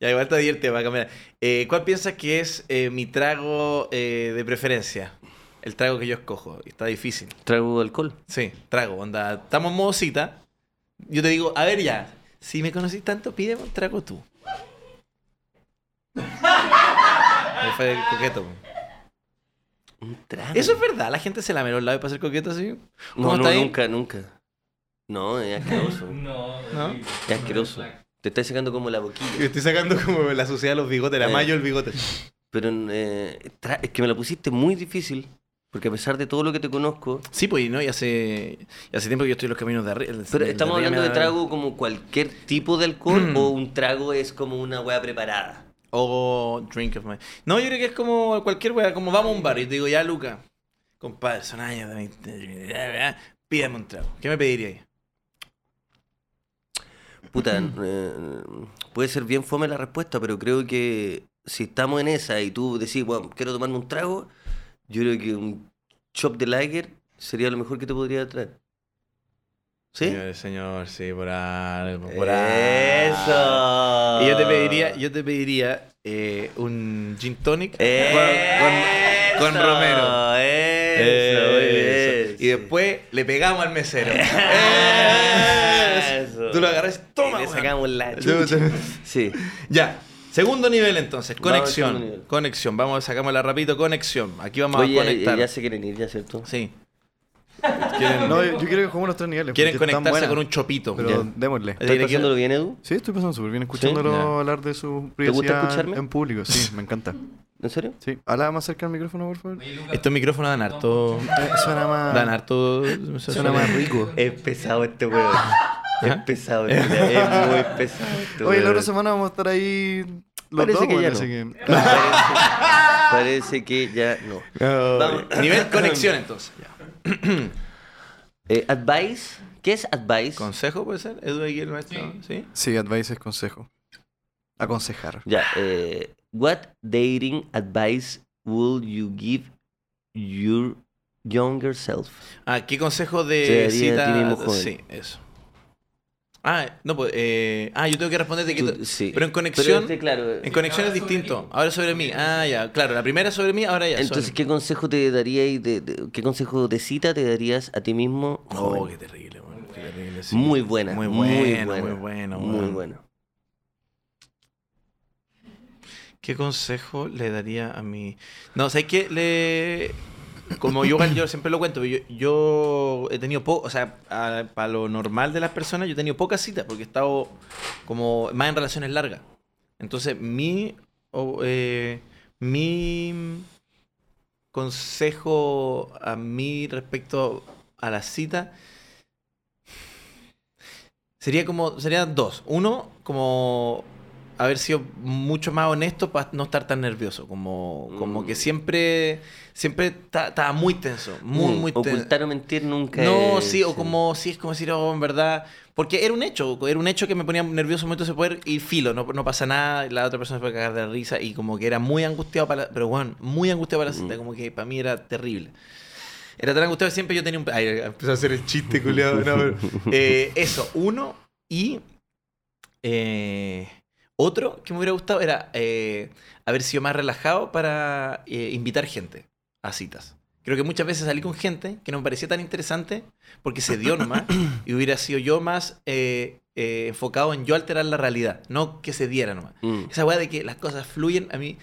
Speaker 1: ya, igual te divierte, va a cambiar. Eh, ¿Cuál piensas que es eh, mi trago eh, de preferencia? El trago que yo escojo, y está difícil.
Speaker 2: Trago alcohol.
Speaker 1: Sí, trago, onda. Estamos en modo cita. Yo te digo, a ver ya, si me conocís tanto, pídeme un trago tú. Ahí fue el coqueto. po.
Speaker 2: Un trago.
Speaker 1: Eso es verdad, la gente se la meró el lado para ser coqueto así. ¿Cómo
Speaker 2: No, no,
Speaker 1: está ahí?
Speaker 2: nunca, nunca. No, es asqueroso.
Speaker 4: No,
Speaker 1: ¿No?
Speaker 4: horrible.
Speaker 2: es asqueroso. Te estás sacando como la boquilla.
Speaker 1: estoy sacando como la suciedad de los bigotes,
Speaker 2: la mayo
Speaker 1: el bigote.
Speaker 2: Pero eh, tra- es que me la pusiste muy difícil, porque a pesar de todo lo que te conozco,
Speaker 1: Sí, pues, y ¿no? Y hace, y hace tiempo que yo estoy en los caminos de arriba.
Speaker 2: pero estamos hablando de trago como cualquier tipo de alcohol o un trago es como una hueá preparada.
Speaker 1: O drink of my. No, yo creo que es como cualquier wea, como vamos a un bar y te digo, ya, Luca, compadre, son años de 20, ya, ya, pídame un trago. ¿Qué me pediría ahí?
Speaker 2: Puta, eh, puede ser bien fome la respuesta, pero creo que si estamos en esa y tú decís, bueno, quiero tomarme un trago, yo creo que un chop de lager sería lo mejor que te podría traer. ¿Sí?
Speaker 1: Señor, señor, sí, por algo, por algo.
Speaker 2: ¡Eso!
Speaker 1: Y yo te
Speaker 2: Ah.
Speaker 1: pediría, yo te pediría eh, un gin tonic
Speaker 2: ¡Eso!
Speaker 1: con, con- con romero. Eh,
Speaker 2: ¡Eso! muy
Speaker 1: Eso.
Speaker 2: bien,
Speaker 1: Y
Speaker 2: sí.
Speaker 1: después le pegamos al mesero.
Speaker 2: Eso.
Speaker 1: Eso. Tú lo agarras, toma.
Speaker 2: Y le
Speaker 1: weón.
Speaker 2: sacamos la
Speaker 3: pues,
Speaker 2: chucha. Sí.
Speaker 1: Ya. Segundo nivel entonces,
Speaker 2: Vamos al
Speaker 1: conexión.
Speaker 2: segundo nivel.
Speaker 1: Conexión, vamos, sacámosla rapidito, conexión. Aquí vamos
Speaker 2: Oye,
Speaker 1: a conectar.
Speaker 2: ya, ya se quieren ir, ¿ya cierto?
Speaker 1: Sí. Quieren,
Speaker 3: No, yo, yo quiero que juguemos los tres niveles.
Speaker 1: quieren
Speaker 3: porque están
Speaker 1: conectarse con
Speaker 3: buenas.
Speaker 1: un chopito. Ya.
Speaker 3: Pero démosle.
Speaker 1: Eh,
Speaker 2: ¿Estás
Speaker 1: que-
Speaker 2: pasándolo bien, Edu?
Speaker 3: Sí, estoy pasando súper bien escuchándolo
Speaker 1: Ya.
Speaker 3: hablar de su privacidad
Speaker 2: gusta escucharme?
Speaker 3: en público. Sí, me encanta.
Speaker 2: ¿En serio?
Speaker 3: Sí. Habla más cerca del micrófono, por favor. Eh,
Speaker 4: Oye, Lucas,
Speaker 1: Estos micrófonos dan harto.
Speaker 3: suena más...
Speaker 1: Dan harto.
Speaker 3: Suena más rico.
Speaker 2: Es pesado este weón. Es
Speaker 1: Ajá.
Speaker 2: pesado, este weón. es muy pesado. Este
Speaker 3: Oye, la
Speaker 2: weón.
Speaker 3: otra semana vamos a estar ahí los
Speaker 2: Parece
Speaker 3: dos,
Speaker 2: que ya
Speaker 3: bueno, así
Speaker 2: no.
Speaker 3: que-
Speaker 2: Parece, parece que ya no. Ah,
Speaker 1: Nivel conexión entonces.
Speaker 2: Eh, advice ¿Qué es advice?
Speaker 1: ¿Consejo puede ser? ¿Edu aquí el maestro?
Speaker 4: Sí.
Speaker 1: ¿Sí?
Speaker 3: Sí, advice es consejo. Aconsejar.
Speaker 2: Ya, eh, what dating advice would you give your younger self?
Speaker 1: Ah, ¿qué consejo
Speaker 2: Sí,
Speaker 1: de
Speaker 2: de
Speaker 1: cita?
Speaker 2: ti mismo, joven.
Speaker 1: Sí, eso. Ah, no, pues, eh, ah, yo tengo que responderte que
Speaker 2: Tú-
Speaker 1: to-
Speaker 2: sí.
Speaker 1: pero en conexión,
Speaker 2: este, claro,
Speaker 1: en conexión es
Speaker 4: Ahora sobre
Speaker 1: distinto.
Speaker 4: mí.
Speaker 1: Ahora sobre mí. Ah, ya, claro, la primera sobre mí, ahora ya.
Speaker 2: Entonces,
Speaker 1: sobre mí.
Speaker 2: ¿qué consejo te daría y de, de- qué consejo de cita te darías a ti mismo?
Speaker 1: Oh,
Speaker 2: joven?
Speaker 1: qué terrible, weón, qué terrible, sí.
Speaker 2: Muy buena,
Speaker 1: Muy
Speaker 2: muy
Speaker 1: bueno,
Speaker 2: buena,
Speaker 1: muy bueno,
Speaker 2: muy
Speaker 1: weón.
Speaker 2: buena.
Speaker 1: ¿Qué consejo le daría a mi...? No, ¿sabes qué? Le... Como yo, yo siempre lo cuento, yo, yo he tenido poco, o sea, a- para lo normal de las personas, yo he tenido pocas citas porque he estado como más en relaciones largas. Entonces, mi, o- eh, mi consejo a mí respecto a la cita sería como, serían dos. Uno, como haber sido mucho más honesto para no estar tan nervioso. Como, como
Speaker 2: Mm.
Speaker 1: que siempre, siempre ta- estaba muy tenso, muy,
Speaker 2: Mm,
Speaker 1: muy tenso.
Speaker 2: Ocultar o mentir nunca
Speaker 1: No,
Speaker 2: es-
Speaker 1: sí, o como, sí, es como decir, oh, en verdad. Porque era un hecho, era un hecho que me ponía nervioso momento de poder y filo, no, no pasa nada, la otra persona se puede cagar de la risa y como que era muy angustiado para la- pero bueno, muy angustiado para la cita,
Speaker 2: Mm.
Speaker 1: como que para mí era terrible. Era tan angustiado que siempre yo tenía un... Ay, empezó a hacer el chiste, culiado. no, pero- eh, eso, uno. Y eh, otro que me hubiera gustado era eh, haber sido más relajado para eh, invitar gente a citas. Creo que muchas veces salí con gente que no me parecía tan interesante porque se dio nomás y hubiera sido yo más eh, eh, enfocado en yo alterar la realidad, no que se diera nomás.
Speaker 2: Mm,
Speaker 1: Esa weá de que las cosas fluyen, a mí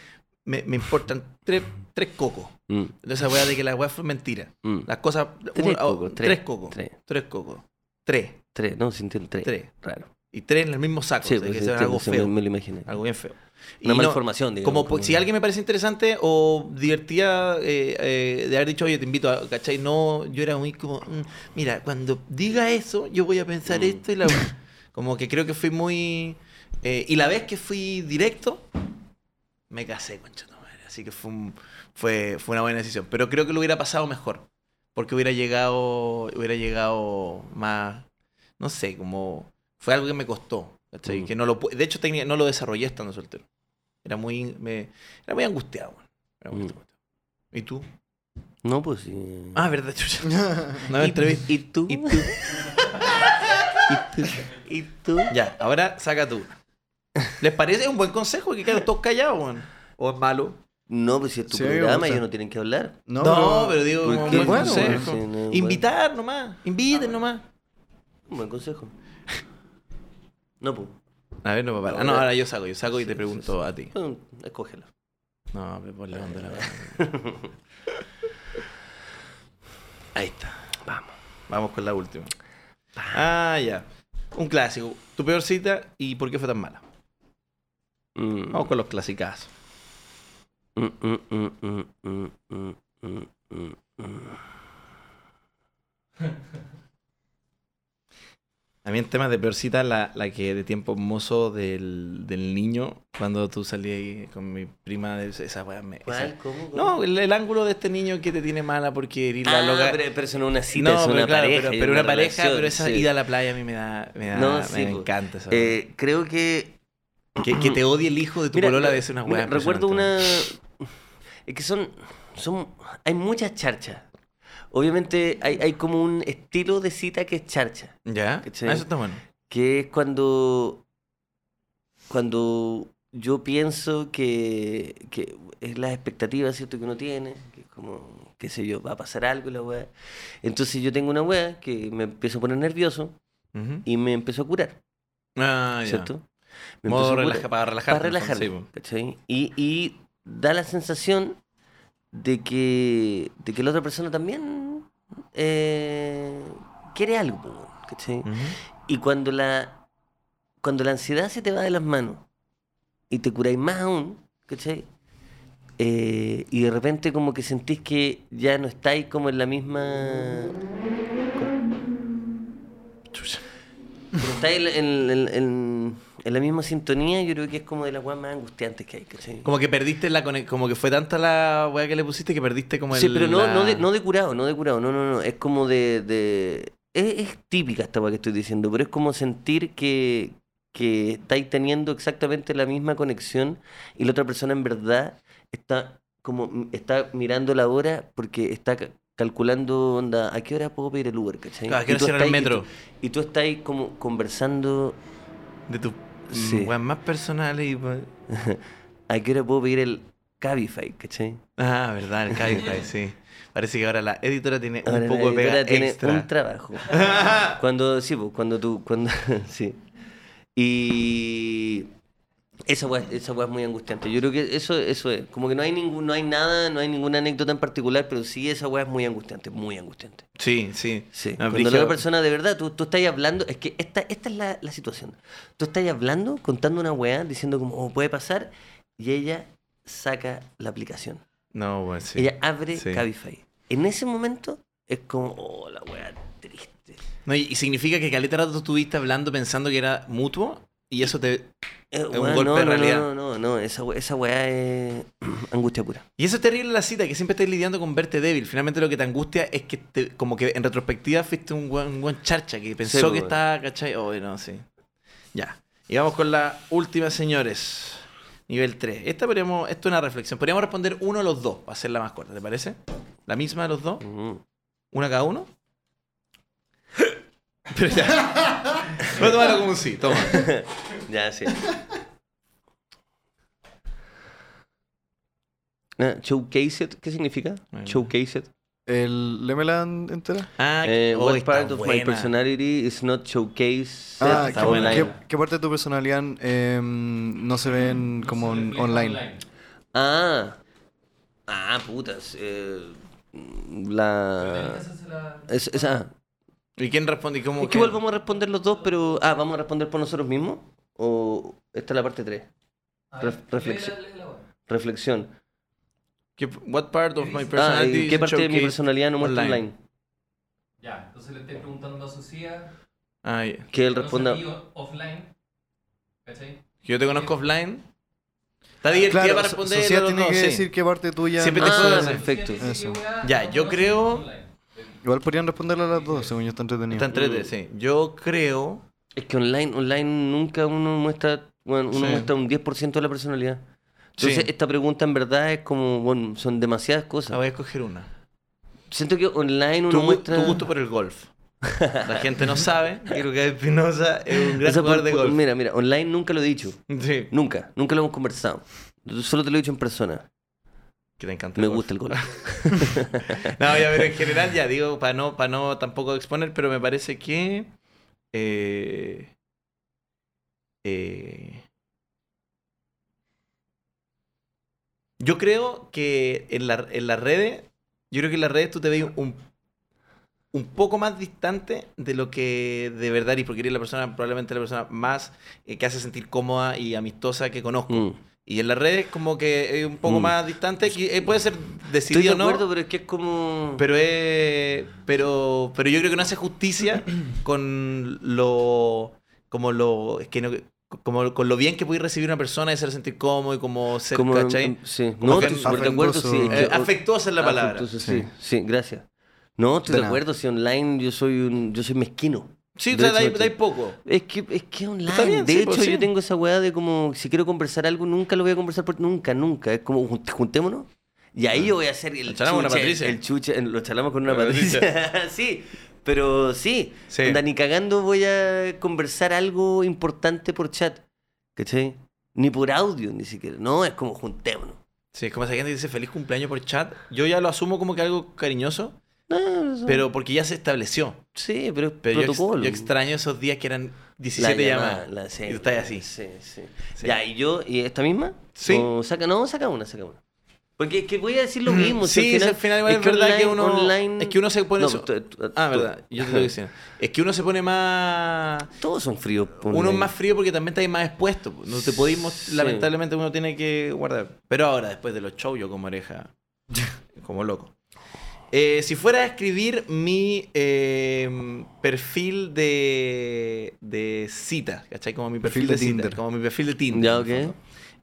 Speaker 1: me, me importan tres, tres cocos.
Speaker 2: mm,
Speaker 1: Esa weá de que la weá fue mentira.
Speaker 2: mm.
Speaker 1: Las cosas.
Speaker 2: Tres
Speaker 1: un- ah,
Speaker 2: cocos, tres,
Speaker 1: tres cocos.
Speaker 2: tres.
Speaker 1: Tres cocos. Tres.
Speaker 2: Tres, no, se entiende tres.
Speaker 1: Tres.
Speaker 2: Raro.
Speaker 1: Y tres en el mismo saco.
Speaker 2: Sí,
Speaker 1: o sea,
Speaker 2: pues,
Speaker 1: que sea
Speaker 2: entiendo,
Speaker 1: algo
Speaker 2: sí,
Speaker 1: feo.
Speaker 2: Me, me lo imaginé.
Speaker 1: Algo bien feo. Y
Speaker 2: Una
Speaker 1: no,
Speaker 2: malformación, digamos.
Speaker 1: como po- si alguien me parece interesante o divertida eh, eh, de haber dicho, oye, te invito a, ¿cachai? No, yo era muy como, "Mm, mira, cuando diga eso, yo voy a pensar
Speaker 2: Mm.
Speaker 1: esto y la... como que creo que fui muy... eh, y la vez que fui directo, me casé, concha tu madre. Así que fue, un- fue, fue una buena decisión. Pero creo que lo hubiera pasado mejor. Porque hubiera llegado, hubiera llegado más, no sé, como... Fue algo que me costó. ¿cachai?
Speaker 2: Mm.
Speaker 1: Que no lo, pu- de hecho, técnica- no lo desarrollé estando soltero. Era muy, me, era muy angustiado. weón. Era muy
Speaker 2: Mm.
Speaker 1: angustiado. ¿Y tú?
Speaker 2: No, pues sí.
Speaker 1: Ah, verdad, chucha. No me entrevisté.
Speaker 2: ¿Y tú?
Speaker 1: ¿Y
Speaker 2: ¿Y
Speaker 1: tú?
Speaker 2: tú? ¿Y tú? ¿Y tú?
Speaker 1: Ya, ahora saca tú. ¿Les parece un buen consejo? Que claro, todos callados, weón. ¿O es malo?
Speaker 2: No, pues si es tu
Speaker 3: Sí, a mí me
Speaker 2: programa,
Speaker 3: gusta.
Speaker 2: ellos no tienen que hablar.
Speaker 1: No, pero, digo,
Speaker 2: ¿Por
Speaker 1: un
Speaker 2: qué?
Speaker 1: buen
Speaker 3: Bueno,
Speaker 1: consejo.
Speaker 2: bueno, Ah, sí, no,
Speaker 1: Invitar nomás. Inviten nomás.
Speaker 2: Un buen consejo. No, pues.
Speaker 1: A ver, no, papá. Ah, no, ahora yo saco, yo saco y te pregunto a ti.
Speaker 2: mm, Escógelo.
Speaker 1: No, pero ponle onda la Ahí está.
Speaker 2: Vamos.
Speaker 1: Vamos con la última. Ah, ya. Un clásico. Tu peor cita y por qué fue tan mala.
Speaker 2: Mm,
Speaker 1: Vamos con los clásicas.
Speaker 2: mm, mm, mm, mm, mm, mm, mm, mm, mm.
Speaker 1: A mí en temas de peor cita, la, la que de tiempo hermoso del, del niño, cuando tú salí ahí con mi prima, de esa weá me... esa-
Speaker 2: ¿Cuál? ¿Cómo? cómo?
Speaker 1: No, el, el ángulo de este niño que te tiene mala porque eres la
Speaker 2: Ah,
Speaker 1: loca...
Speaker 2: pero, pero eso no es una cita,
Speaker 1: No,
Speaker 2: es
Speaker 1: pero
Speaker 2: una
Speaker 1: claro,
Speaker 2: pareja.
Speaker 1: pero,
Speaker 2: y
Speaker 1: pero una, pareja,
Speaker 2: relación,
Speaker 1: pero esa
Speaker 2: sí.
Speaker 1: ida a la playa a mí me da, me da,
Speaker 2: No,
Speaker 1: me
Speaker 2: sí, po.
Speaker 1: encanta eso.
Speaker 2: Eh, creo que
Speaker 1: que, que te odie el hijo de tu
Speaker 2: Mira,
Speaker 1: polola
Speaker 2: re-
Speaker 1: de ser una
Speaker 2: mira,
Speaker 1: weá.
Speaker 2: Recuerdo una.
Speaker 1: impresionante.
Speaker 2: Es que son. son hay muchas charchas. Obviamente hay, hay como un estilo de cita que es charcha.
Speaker 1: ¿Ya?
Speaker 2: ¿Cachai?
Speaker 1: Ah, eso está bueno.
Speaker 2: Que es cuando. Cuando yo pienso que. que es las expectativas, ¿cierto? Que uno tiene. Que es como. qué sé yo, va a pasar algo y la weá. Entonces yo tengo una weá que me empiezo a poner nervioso
Speaker 1: Ujú.
Speaker 2: y me empezó a curar,
Speaker 1: Ah, ya.
Speaker 2: ¿cierto? Me
Speaker 1: Modo
Speaker 2: empezó a
Speaker 1: relaja,
Speaker 2: curar
Speaker 1: para relajar.
Speaker 2: para relajarme, ¿cachai? Y, y da la sensación de que, de que la otra persona también eh, quiere algo, po, weón, ¿cachai?
Speaker 1: Mm.
Speaker 2: Y cuando la, cuando la ansiedad se te va de las manos y te curáis más aún, ¿cachai? Eh, y de repente como que sentís que ya no estáis como en la misma... No estáis en, en- en- en- en la misma sintonía, yo creo que es como de las weas más angustiantes que hay, ¿cachai?
Speaker 1: Como que perdiste la conexión, como que fue tanta la weá que le pusiste que perdiste como el...
Speaker 2: Sí, pero no,
Speaker 1: la-
Speaker 2: no, de, no de curado, no de curado, no, no, no. Es como de, de, es, es típica esta weá que estoy diciendo, pero es como sentir que, que estáis teniendo exactamente la misma conexión y la otra persona en verdad está como m- está mirando la hora porque está ca- calculando onda, ¿a qué hora puedo pedir el Uber? ¿cachai?
Speaker 1: Claro,
Speaker 2: Y
Speaker 1: Ah, quiero
Speaker 2: tú
Speaker 1: cerrar el
Speaker 2: estás- y
Speaker 1: metro.
Speaker 2: tú- Y tú, estás ahí como conversando,
Speaker 1: De tus
Speaker 2: Sí.
Speaker 1: mm, weas más personales y. pa-
Speaker 2: ¿a qué hora puedo pedir el Cabify? ¿cachai?
Speaker 1: Ah, verdad, el Cabify, sí. Parece que ahora la editora tiene un
Speaker 2: Ahora la
Speaker 1: poco de pega
Speaker 2: editora tiene
Speaker 1: extra.
Speaker 2: un trabajo. cuando, sí, pues, cuando tú, cuando, sí. Y esa weá, esa weá es muy angustiante. Yo creo que eso, eso es. Como que no hay ningún, no hay nada, no hay ninguna anécdota en particular, pero sí esa weá es muy angustiante, muy angustiante.
Speaker 1: sí, sí.
Speaker 2: Sí.
Speaker 1: No,
Speaker 2: cuando
Speaker 1: Ah, brígido.
Speaker 2: la otra persona, de verdad, tú, tú estás hablando, es que esta, esta es la, la situación. Tú estás hablando, contando una weá, diciendo como oh, puede pasar, y ella saca la aplicación.
Speaker 1: No, bueno, sí.
Speaker 2: Ella abre
Speaker 1: Sí.
Speaker 2: Cabify. En ese momento es como, oh, la weá triste.
Speaker 1: No, y, y significa que caleta rato tú estuviste hablando pensando que era mutuo y eso te.
Speaker 2: Eh,
Speaker 1: un
Speaker 2: weá,
Speaker 1: golpe
Speaker 2: no,
Speaker 1: de
Speaker 2: no,
Speaker 1: realidad.
Speaker 2: No, no, no, no, esa, we- esa weá es angustia pura.
Speaker 1: Y eso es terrible en la cita, que siempre estás lidiando con verte débil. Finalmente lo que te angustia es que te- como que en retrospectiva fuiste un buen, charcha que pensó
Speaker 2: pues,
Speaker 1: que
Speaker 2: bueno.
Speaker 1: estaba, ¿cachai? Oh, no, sí. Ya. Y vamos con la última, señores. Nivel 3. Esta podríamos, esto es una reflexión. Podríamos responder uno de los dos, para hacerla más corta, ¿te parece? La misma de los dos.
Speaker 2: Mm.
Speaker 1: ¿Una cada uno? Pero ya. Voy a tomarlo como un sí, toma.
Speaker 2: Ya, sí. Ah, Showcase, it, ¿qué significa?
Speaker 1: Bueno.
Speaker 2: Showcase. it.
Speaker 3: El Lemelan entera.
Speaker 1: Ah,
Speaker 2: Eh,
Speaker 1: oh,
Speaker 2: what
Speaker 1: está
Speaker 2: part of my
Speaker 1: buena.
Speaker 2: personality is not showcase
Speaker 3: Ah,
Speaker 1: está
Speaker 3: qué,
Speaker 1: buena.
Speaker 3: qué- qué parte de tu personalidad em, no se ven como en- online?
Speaker 2: Ah. Ah, putas. eh,
Speaker 1: Ah,
Speaker 2: la... Es, es- ah.
Speaker 1: ¿Y quién responde? ¿Y cómo?
Speaker 2: Es que igual vamos a responder los dos, pero... Ah, ¿vamos a responder por nosotros mismos? ¿O esta es la parte 3? reflexión. Reflexión.
Speaker 1: ¿Qué- what part of my
Speaker 2: Ah,
Speaker 1: personality
Speaker 2: ¿y ¿Qué
Speaker 1: is
Speaker 2: parte de mi
Speaker 1: showcased
Speaker 2: personalidad no muestra online?
Speaker 4: Ya, entonces le estoy preguntando a Sucia.
Speaker 1: Ah, ya.
Speaker 2: Que él
Speaker 4: no sé,
Speaker 2: responda.
Speaker 4: tío, offline. ¿Cachai?
Speaker 1: Que yo te conozco offline. Está divertida
Speaker 3: Claro,
Speaker 1: para
Speaker 3: so-
Speaker 1: responder.
Speaker 3: sociedad
Speaker 1: los
Speaker 3: tiene
Speaker 1: dos,
Speaker 3: que
Speaker 1: sí.
Speaker 3: decir qué parte tuya.
Speaker 1: Siempre
Speaker 3: no
Speaker 1: te
Speaker 3: se
Speaker 2: Ah,
Speaker 1: jodas.
Speaker 3: ven.
Speaker 2: perfecto.
Speaker 4: Sucia dice que,
Speaker 3: Eso.
Speaker 4: weá,
Speaker 1: Ya,
Speaker 4: no
Speaker 1: yo
Speaker 4: conoce
Speaker 1: creo-
Speaker 4: online.
Speaker 3: Igual podrían responderle a las dos, según yo está entretenido.
Speaker 1: Está entrete, sí. Yo creo.
Speaker 2: Es que online, online nunca uno muestra, bueno, uno
Speaker 1: Sí.
Speaker 2: muestra un 10% de la personalidad. Entonces,
Speaker 1: Sí.
Speaker 2: esta pregunta en verdad es como, bueno, son demasiadas
Speaker 1: Ah,
Speaker 2: cosas.
Speaker 1: voy a escoger una.
Speaker 2: Siento que online uno
Speaker 1: Tu, gu-
Speaker 2: muestra.
Speaker 1: tu gusto por el golf. La gente no sabe. Creo que Espinosa es un gran
Speaker 2: Eso por-
Speaker 1: jugador de
Speaker 2: por-
Speaker 1: golf.
Speaker 2: Mira, mira, online nunca lo he dicho.
Speaker 1: Sí.
Speaker 2: Nunca, nunca lo hemos conversado. Solo te lo he dicho en persona.
Speaker 1: Que te encanta.
Speaker 2: Me
Speaker 1: golf.
Speaker 2: gusta el gol.
Speaker 1: No, ya, pero en general, ya digo, para no, para no tampoco exponer, pero me parece que. eh, eh, yo creo que en, la, en las redes. Yo creo que en las redes tú te ves un, un poco más distante de lo que de verdad y porque eres la persona, probablemente la persona más eh, que hace sentir cómoda y amistosa que conozco.
Speaker 2: Mm.
Speaker 1: Y en las redes, como que es un poco
Speaker 2: Mm.
Speaker 1: más distante, que, eh, puede ser
Speaker 2: Estoy de
Speaker 1: decidido o no.
Speaker 2: acuerdo, pero es que es como.
Speaker 1: Pero es. Pero. Pero yo creo que no hace justicia con lo. como lo. es que no- como con lo bien que puede recibir una persona y hacer sentir cómodo y como ser,
Speaker 2: como, em,
Speaker 1: ¿cachai?
Speaker 2: Sí,
Speaker 1: Como
Speaker 2: no,
Speaker 1: que
Speaker 2: estoy súper de acuerdo. Sí,
Speaker 3: afectuoso.
Speaker 2: es que-
Speaker 1: Eh, afectuosa es la palabra.
Speaker 2: Afectuoso, sí. sí, gracias. No, estoy
Speaker 3: De
Speaker 2: de,
Speaker 3: nada.
Speaker 2: acuerdo. Si online yo soy un, yo soy mezquino.
Speaker 1: Sí, o sea,
Speaker 2: De hecho,
Speaker 1: dais
Speaker 2: sí.
Speaker 1: dais poco.
Speaker 2: Es que, es que
Speaker 1: Está
Speaker 2: online.
Speaker 1: bien,
Speaker 2: de
Speaker 1: sí,
Speaker 2: hecho,
Speaker 1: pues, sí.
Speaker 2: yo tengo esa weá de como, si quiero conversar algo, nunca lo voy a conversar por nunca, nunca. Es como, "Jun- juntémonos. Y ahí yo voy a hacer
Speaker 1: Lo
Speaker 2: el
Speaker 1: charlamos con una
Speaker 2: chuche,
Speaker 1: Patricia.
Speaker 2: el chuche, eh, lo charlamos con una
Speaker 1: Con
Speaker 2: Patricia.
Speaker 1: Patricia.
Speaker 2: sí, pero sí,
Speaker 1: Sí.
Speaker 2: onda, ni cagando voy a conversar algo importante por chat, ¿cachai? Ni por audio, ni siquiera. No, es como juntémonos.
Speaker 1: Sí, es como esa gente que dice feliz cumpleaños por chat. Yo ya lo asumo como que algo cariñoso,
Speaker 2: No, eso-
Speaker 1: pero porque ya se estableció.
Speaker 2: Sí, pero es
Speaker 1: Pero yo, ex-
Speaker 2: Ah. protocolo.
Speaker 1: yo extraño esos días que eran
Speaker 2: La
Speaker 1: 17
Speaker 2: llamada,
Speaker 1: llamadas.
Speaker 2: la- sí,
Speaker 1: y tú estás así.
Speaker 2: Sí, sí.
Speaker 1: Sí.
Speaker 2: Ya, y yo, ¿y esta misma?
Speaker 1: Sí.
Speaker 2: O saca, no, saca una, saca una. Porque es que voy a decir lo
Speaker 1: Mm,
Speaker 2: mismo. si
Speaker 1: sí, si al final igual es verdad que uno- es que uno se pone
Speaker 2: No, pues,
Speaker 1: su-
Speaker 2: tú- tú-
Speaker 1: Ah,
Speaker 2: tú-
Speaker 1: verdad. Yo te lo decía. Es que uno se pone más.
Speaker 2: Todos son fríos.
Speaker 1: Uno es
Speaker 2: online.
Speaker 1: más frío porque también estáis más expuesto. po. No te podéis mos-
Speaker 2: Sí.
Speaker 1: Lamentablemente uno tiene que guardar. Pero ahora, después de los shows, yo como oreja, como loco. Eh, si fuera a escribir mi eh, perfil de, de cita, ¿cachai? Como mi perfil,
Speaker 3: Perfil de
Speaker 1: de, cita,
Speaker 3: Tinder.
Speaker 1: Como mi perfil de Tinder.
Speaker 2: Ya,
Speaker 1: en el
Speaker 2: ok.
Speaker 1: fondo.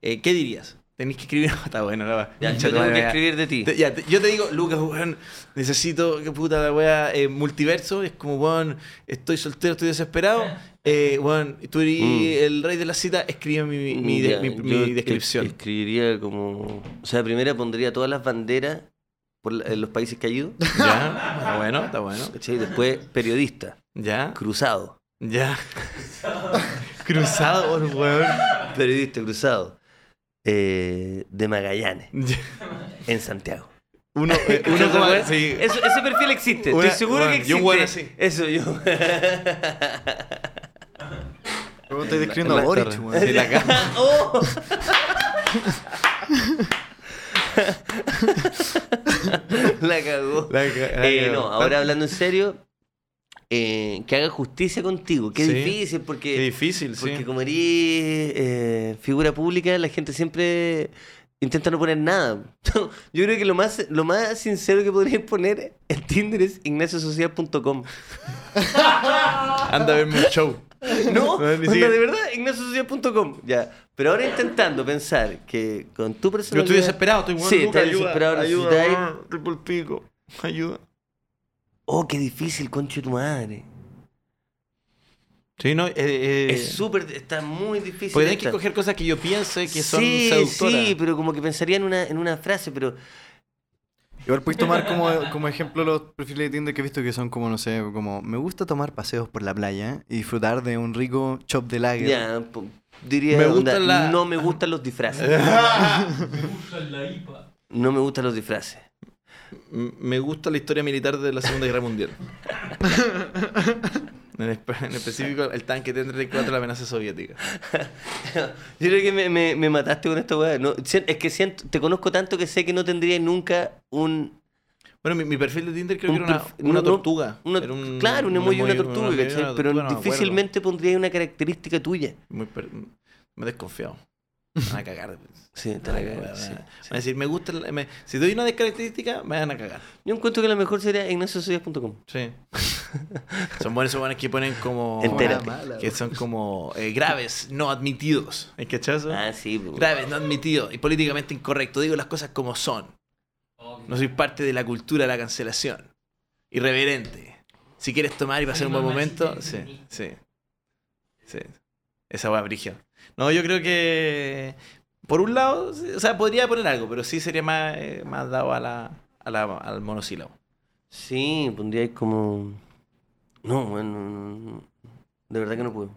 Speaker 1: Eh, ¿Qué dirías? Tenés que escribir. Está bueno, la va.
Speaker 2: Ya,
Speaker 1: Concha tu
Speaker 2: yo tengo
Speaker 1: madre,
Speaker 2: que
Speaker 1: ya.
Speaker 2: escribir de ti.
Speaker 1: Te- ya, te- yo te digo, Lucas, weón, necesito, que puta la weá, eh, multiverso. Es como, weón, estoy soltero, estoy desesperado. Eh, weón, tú eres
Speaker 2: Mm.
Speaker 1: el rey de la cita, escribe mi, mi,
Speaker 2: Ya,
Speaker 1: mi-
Speaker 2: yo
Speaker 1: mi
Speaker 2: es-
Speaker 1: descripción.
Speaker 2: Escribiría como. O sea, primero pondría todas las banderas por la- en los países que ha ido.
Speaker 1: Ya, está bueno, está bueno.
Speaker 2: ¿cachai? Después, periodista,
Speaker 1: Ya,
Speaker 2: cruzado.
Speaker 1: ya. Cruzado, weón.
Speaker 2: Periodista cruzado. Eh, de Magallanes,
Speaker 1: Ya.
Speaker 2: en Santiago.
Speaker 1: Uno, eh, uno
Speaker 2: Eso,
Speaker 1: como.
Speaker 2: weón,
Speaker 1: sí.
Speaker 2: eso- ese perfil existe,
Speaker 1: Una-
Speaker 2: estoy seguro
Speaker 1: weón,
Speaker 2: que
Speaker 1: y
Speaker 2: existe.
Speaker 1: un weón así.
Speaker 2: Eso, yo.
Speaker 3: ¿Cómo estáis describiendo
Speaker 1: en
Speaker 3: a
Speaker 1: la
Speaker 3: Boric,
Speaker 1: torre.
Speaker 3: weón?
Speaker 1: Sí, la ca-
Speaker 2: ¡Oh! La cagó.
Speaker 1: la ca- la
Speaker 2: Eh,
Speaker 1: ca-
Speaker 2: no, ahora hablando en serio, eh, que haga justicia contigo. Qué
Speaker 1: Sí.
Speaker 2: difícil, porque,
Speaker 1: Qué difícil, sí.
Speaker 2: porque como eres eh, figura pública, la gente siempre intenta no poner nada. Yo creo que lo más, lo más sincero que podrías poner en Tinder es ignaciosocial.com.
Speaker 1: Anda a verme un show. No,
Speaker 2: No,
Speaker 1: ni
Speaker 2: onda,
Speaker 1: siquiera.
Speaker 2: de verdad, ignaciosocial.com. Ya. Pero ahora intentando pensar que con tu
Speaker 1: Yo
Speaker 2: personalidad...
Speaker 1: estoy desesperado, estoy weón,
Speaker 2: Sí,
Speaker 1: Lucas,
Speaker 2: estás
Speaker 1: ayuda,
Speaker 2: desesperado,
Speaker 1: ayuda,
Speaker 2: necesitáis-
Speaker 1: weón, estoy por el pico. Ayuda.
Speaker 2: Oh, qué difícil, concho de tu madre.
Speaker 1: Sí, no, eh, eh,
Speaker 2: Es súper... Está muy difícil.
Speaker 1: Porque tenés que
Speaker 2: esta.
Speaker 1: escoger cosas que yo piense que son
Speaker 2: sí,
Speaker 1: seductoras.
Speaker 2: Sí, pero como que pensaría en una, en una frase, pero
Speaker 3: Igual puedes tomar como, como ejemplo los perfiles de Tinder que he visto que son como, no sé, como me gusta tomar paseos por la playa y disfrutar de un rico chop de lager.
Speaker 2: ya po- diría
Speaker 1: Me
Speaker 2: onda,
Speaker 1: gustan la-
Speaker 2: no me gustan los disfraces. pues.
Speaker 4: Me gusta la IPA.
Speaker 2: No me gustan los disfraces.
Speaker 1: M- Me gusta la historia militar de la Segunda Guerra Mundial. en, espe- en específico, el tanque T-34, la amenaza soviética.
Speaker 2: Yo creo que me, me- me mataste con esta weá. No, si- es que siento, te conozco tanto que sé que no tendría nunca un.
Speaker 1: Bueno, mi, mi perfil de Tinder creo
Speaker 2: Un
Speaker 1: que era una,
Speaker 2: perf-
Speaker 1: una
Speaker 2: no, no,
Speaker 1: tortuga.
Speaker 2: una-
Speaker 1: Era un-
Speaker 2: claro, un emoji y una
Speaker 1: emoji,
Speaker 2: tortuga,
Speaker 1: emoji,
Speaker 2: ¿cachai?
Speaker 1: una
Speaker 2: Pero
Speaker 1: tortuga, no me acuerdo.
Speaker 2: difícilmente pondría una característica tuya.
Speaker 1: Muy per- Me he desconfiado. Me van a cagar.
Speaker 2: Sí, te
Speaker 1: Me
Speaker 2: la
Speaker 1: van a
Speaker 2: cago,
Speaker 1: cagar,
Speaker 2: sí.
Speaker 1: me van a- me van a decir, me gusta. la- me- Si doy una característica, me van a cagar.
Speaker 2: Yo encuentro que la mejor sería ignaciosocias.com.
Speaker 1: Sí. son buenos, son buenos que ponen como.
Speaker 2: Entérate.
Speaker 1: Que son como eh, graves, no admitidos. ¿Es cachazo?
Speaker 2: Ah, sí, po.
Speaker 1: Graves, no admitidos y políticamente incorrecto. Digo las cosas como son.
Speaker 4: Oh,
Speaker 1: No soy parte de la cultura de la cancelación. Irreverente. Si quieres tomar y pasar un buen momento, sí, sí. Sí. Esa va brigio. No, yo creo que. Por un lado, sí, o sea, podría poner algo, pero sí sería más, eh, más dado a la, a la- al monosílabo.
Speaker 2: Sí, pondría ahí como. No, bueno. no, no, no. De verdad que no puedo.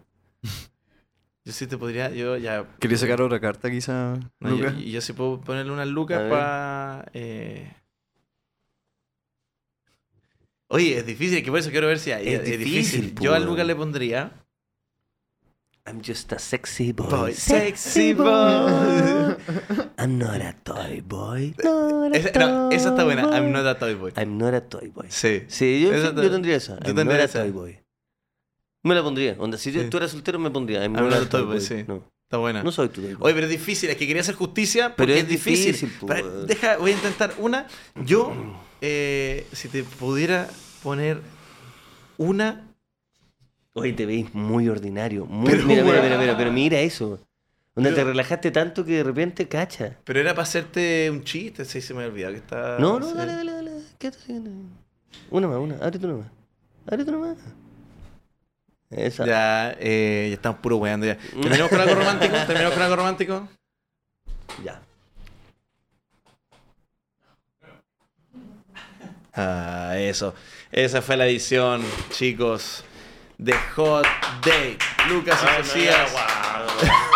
Speaker 1: Yo sí te podría, yo ya.
Speaker 3: ¿Quería sacar otra carta quizá,
Speaker 1: No, yo,
Speaker 3: Lucas?
Speaker 1: yo- yo sí puedo ponerle unas
Speaker 2: A
Speaker 1: lucas
Speaker 2: ver.
Speaker 1: para. Eh... Oye, es difícil, es que por eso quiero ver si hay.
Speaker 2: Es
Speaker 1: Es, es difícil.
Speaker 2: difícil, pues.
Speaker 1: Yo a
Speaker 2: po.
Speaker 1: Lucas le pondría.
Speaker 2: I'm just a sexy boy.
Speaker 1: Boy, sexy boy.
Speaker 2: I'm not a toy boy.
Speaker 1: Esa, no, esa está buena. I'm not a toy boy.
Speaker 2: I'm not a toy boy.
Speaker 1: Sí.
Speaker 2: Sí, yo,
Speaker 1: Esa
Speaker 2: yo
Speaker 1: te-
Speaker 2: tendría esa.
Speaker 1: tú
Speaker 2: I'm
Speaker 1: tendrías
Speaker 2: not
Speaker 1: esa.
Speaker 2: a toy boy. Me la pondría. Onda, si yo
Speaker 1: Sí.
Speaker 2: tú eras soltero, me pondría. I'm,
Speaker 1: I'm not a toy boy, sí.
Speaker 2: No,
Speaker 1: Está buena.
Speaker 2: no soy tu toy boy.
Speaker 1: Oye, pero es difícil, es que quería hacer justicia porque
Speaker 2: Pero
Speaker 1: es,
Speaker 2: es
Speaker 1: difícil.
Speaker 2: difícil, pues. po,
Speaker 1: Pero
Speaker 2: weón.
Speaker 1: deja, voy a intentar una. Yo, eh, si te pudiera poner una.
Speaker 2: Oye, te veis muy ordinario. Muy...
Speaker 1: Pero,
Speaker 2: mira, mira,
Speaker 1: weón.
Speaker 2: mira, mira, pero mira eso. Onda,
Speaker 1: Pero-
Speaker 2: te relajaste tanto que de repente cacha.
Speaker 1: Pero era para hacerte un chiste, sí, se me olvidó que está.
Speaker 2: No, no,
Speaker 1: Ah, sí.
Speaker 2: dale, dale, dale. Quédate siguiendo. Una más, una. Ábrete una más. Ábrete una más. Esa.
Speaker 1: Ya, eh, ya estamos puro weando ya. ¿Terminamos con algo romántico? ¿Terminamos con algo romántico?
Speaker 2: ya.
Speaker 1: Ah, eso. Esa fue la edición, chicos, de Hot Day. Lucas y Socias.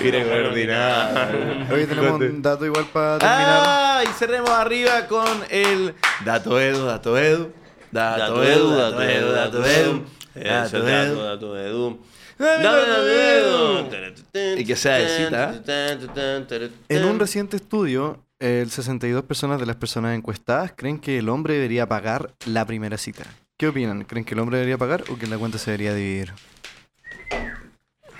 Speaker 1: Mira, mira, mira.
Speaker 3: Hoy tenemos un dato igual para terminar.
Speaker 1: Ah, y cerremos arriba con el Dato Edu, Dato Edu. Dato Edu, Dato Edu, Dato Edu. Dato Edu. Y que sea de cita, ¿eh?
Speaker 3: En un reciente estudio, el 62% personas de las personas encuestadas creen que el hombre debería pagar la primera cita. ¿Qué opinan? ¿Creen que el hombre debería pagar o que la cuenta se debería dividir?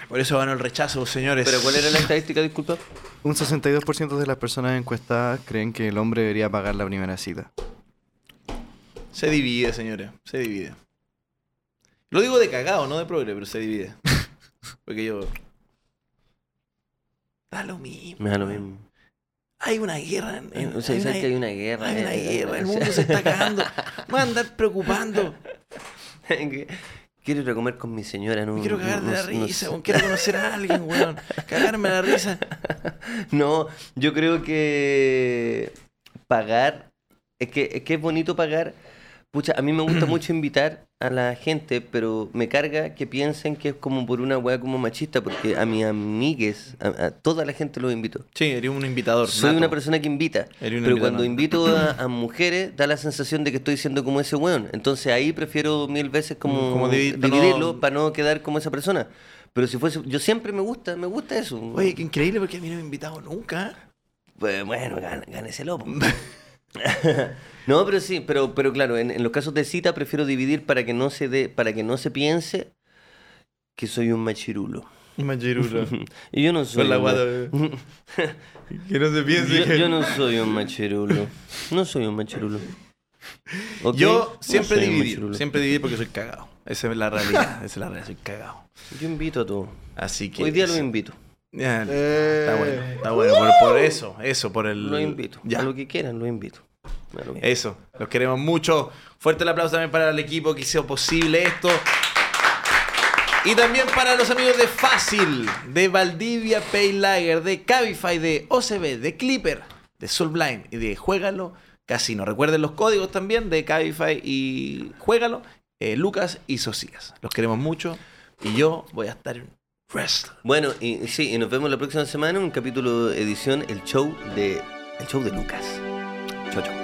Speaker 1: Por eso ganó el rechazo, señores.
Speaker 2: Pero ¿cuál era la estadística, disculpa?
Speaker 3: Un 62% de las personas encuestadas creen que el hombre debería pagar la primera cita.
Speaker 1: Se divide, señores. Se divide. Lo digo de cagado, no de progre, pero se divide. Porque yo. Da lo mismo.
Speaker 2: Me da lo mismo.
Speaker 1: Hay una guerra. En, en-
Speaker 2: O sea,
Speaker 1: hay
Speaker 2: sabes
Speaker 1: una-
Speaker 2: que hay una guerra.
Speaker 1: hay una
Speaker 2: eh,
Speaker 1: guerra, el
Speaker 2: o sea,
Speaker 1: mundo se está acabando. Me van a andar preocupando.
Speaker 2: que- Quiero ir a comer con mi señora en
Speaker 1: Me
Speaker 2: un-
Speaker 1: quiero cagar de la
Speaker 2: no- no-
Speaker 1: risa, weón. Quiero conocer a alguien, weón. Cagarme la risa.
Speaker 2: No, yo creo que pagar, es que es, que es bonito pagar. Pucha, a mí me gusta mucho invitar a la gente, pero me carga que piensen que es como por una weá como machista, porque a mis amigues, a, a toda la gente los invito.
Speaker 1: Sí, eres un invitador.
Speaker 2: Soy una persona que invita,
Speaker 1: Eres un
Speaker 2: pero
Speaker 1: invitado
Speaker 2: cuando
Speaker 1: nato.
Speaker 2: invito a, a mujeres da la sensación de que estoy siendo como ese weón. Entonces ahí prefiero mil veces como,
Speaker 1: Mm, como divi- no-
Speaker 2: dividirlo para no quedar como esa persona. Pero si fuese, yo siempre me gusta, me gusta eso.
Speaker 1: Oye, qué increíble porque a mí no me han invitado nunca.
Speaker 2: Pues, bueno, gán- gáneselo. po. no, pero sí, pero, pero claro, en, en los casos de cita prefiero dividir para que no se dé, para que no se piense que soy un machirulo.
Speaker 1: Machirulo.
Speaker 2: Y yo no soy.
Speaker 1: Con la
Speaker 2: un
Speaker 1: guata,
Speaker 2: ma-
Speaker 1: que no se piense
Speaker 2: yo,
Speaker 1: que.
Speaker 2: yo no soy un machirulo. No soy un machirulo. ¿Ok?
Speaker 1: Yo
Speaker 2: No
Speaker 1: siempre
Speaker 2: soy un
Speaker 1: dividir.
Speaker 2: machirulo.
Speaker 1: Siempre dividir porque soy cagado. Esa es la realidad. Esa es la realidad. Soy cagado.
Speaker 2: Yo invito a todos.
Speaker 1: Así que.
Speaker 2: Hoy día los invito.
Speaker 1: Ya, Está
Speaker 3: Eh,
Speaker 1: bueno. Está bueno. Por, por eso. Eso, por el.
Speaker 2: Los invito.
Speaker 1: Ya. Eh.
Speaker 2: A lo que quieran, los invito. Me da lo mismo.
Speaker 1: Eso, los queremos mucho. Fuerte el aplauso también para el equipo que hizo posible esto. Y también para los amigos de Fácil, de Valdivia Pay Lager, de Cabify, de OCB, de Clipper, de Soulblind y de Juégalo Casino. Recuerden los códigos también de Cabify y Juégalo, eh, Lucas y Socias. Los queremos mucho y yo voy a estar en Wrestle.
Speaker 2: Bueno, y sí, y nos vemos la próxima semana en un capítulo edición El Show de El Show de Lucas. Chao, chao.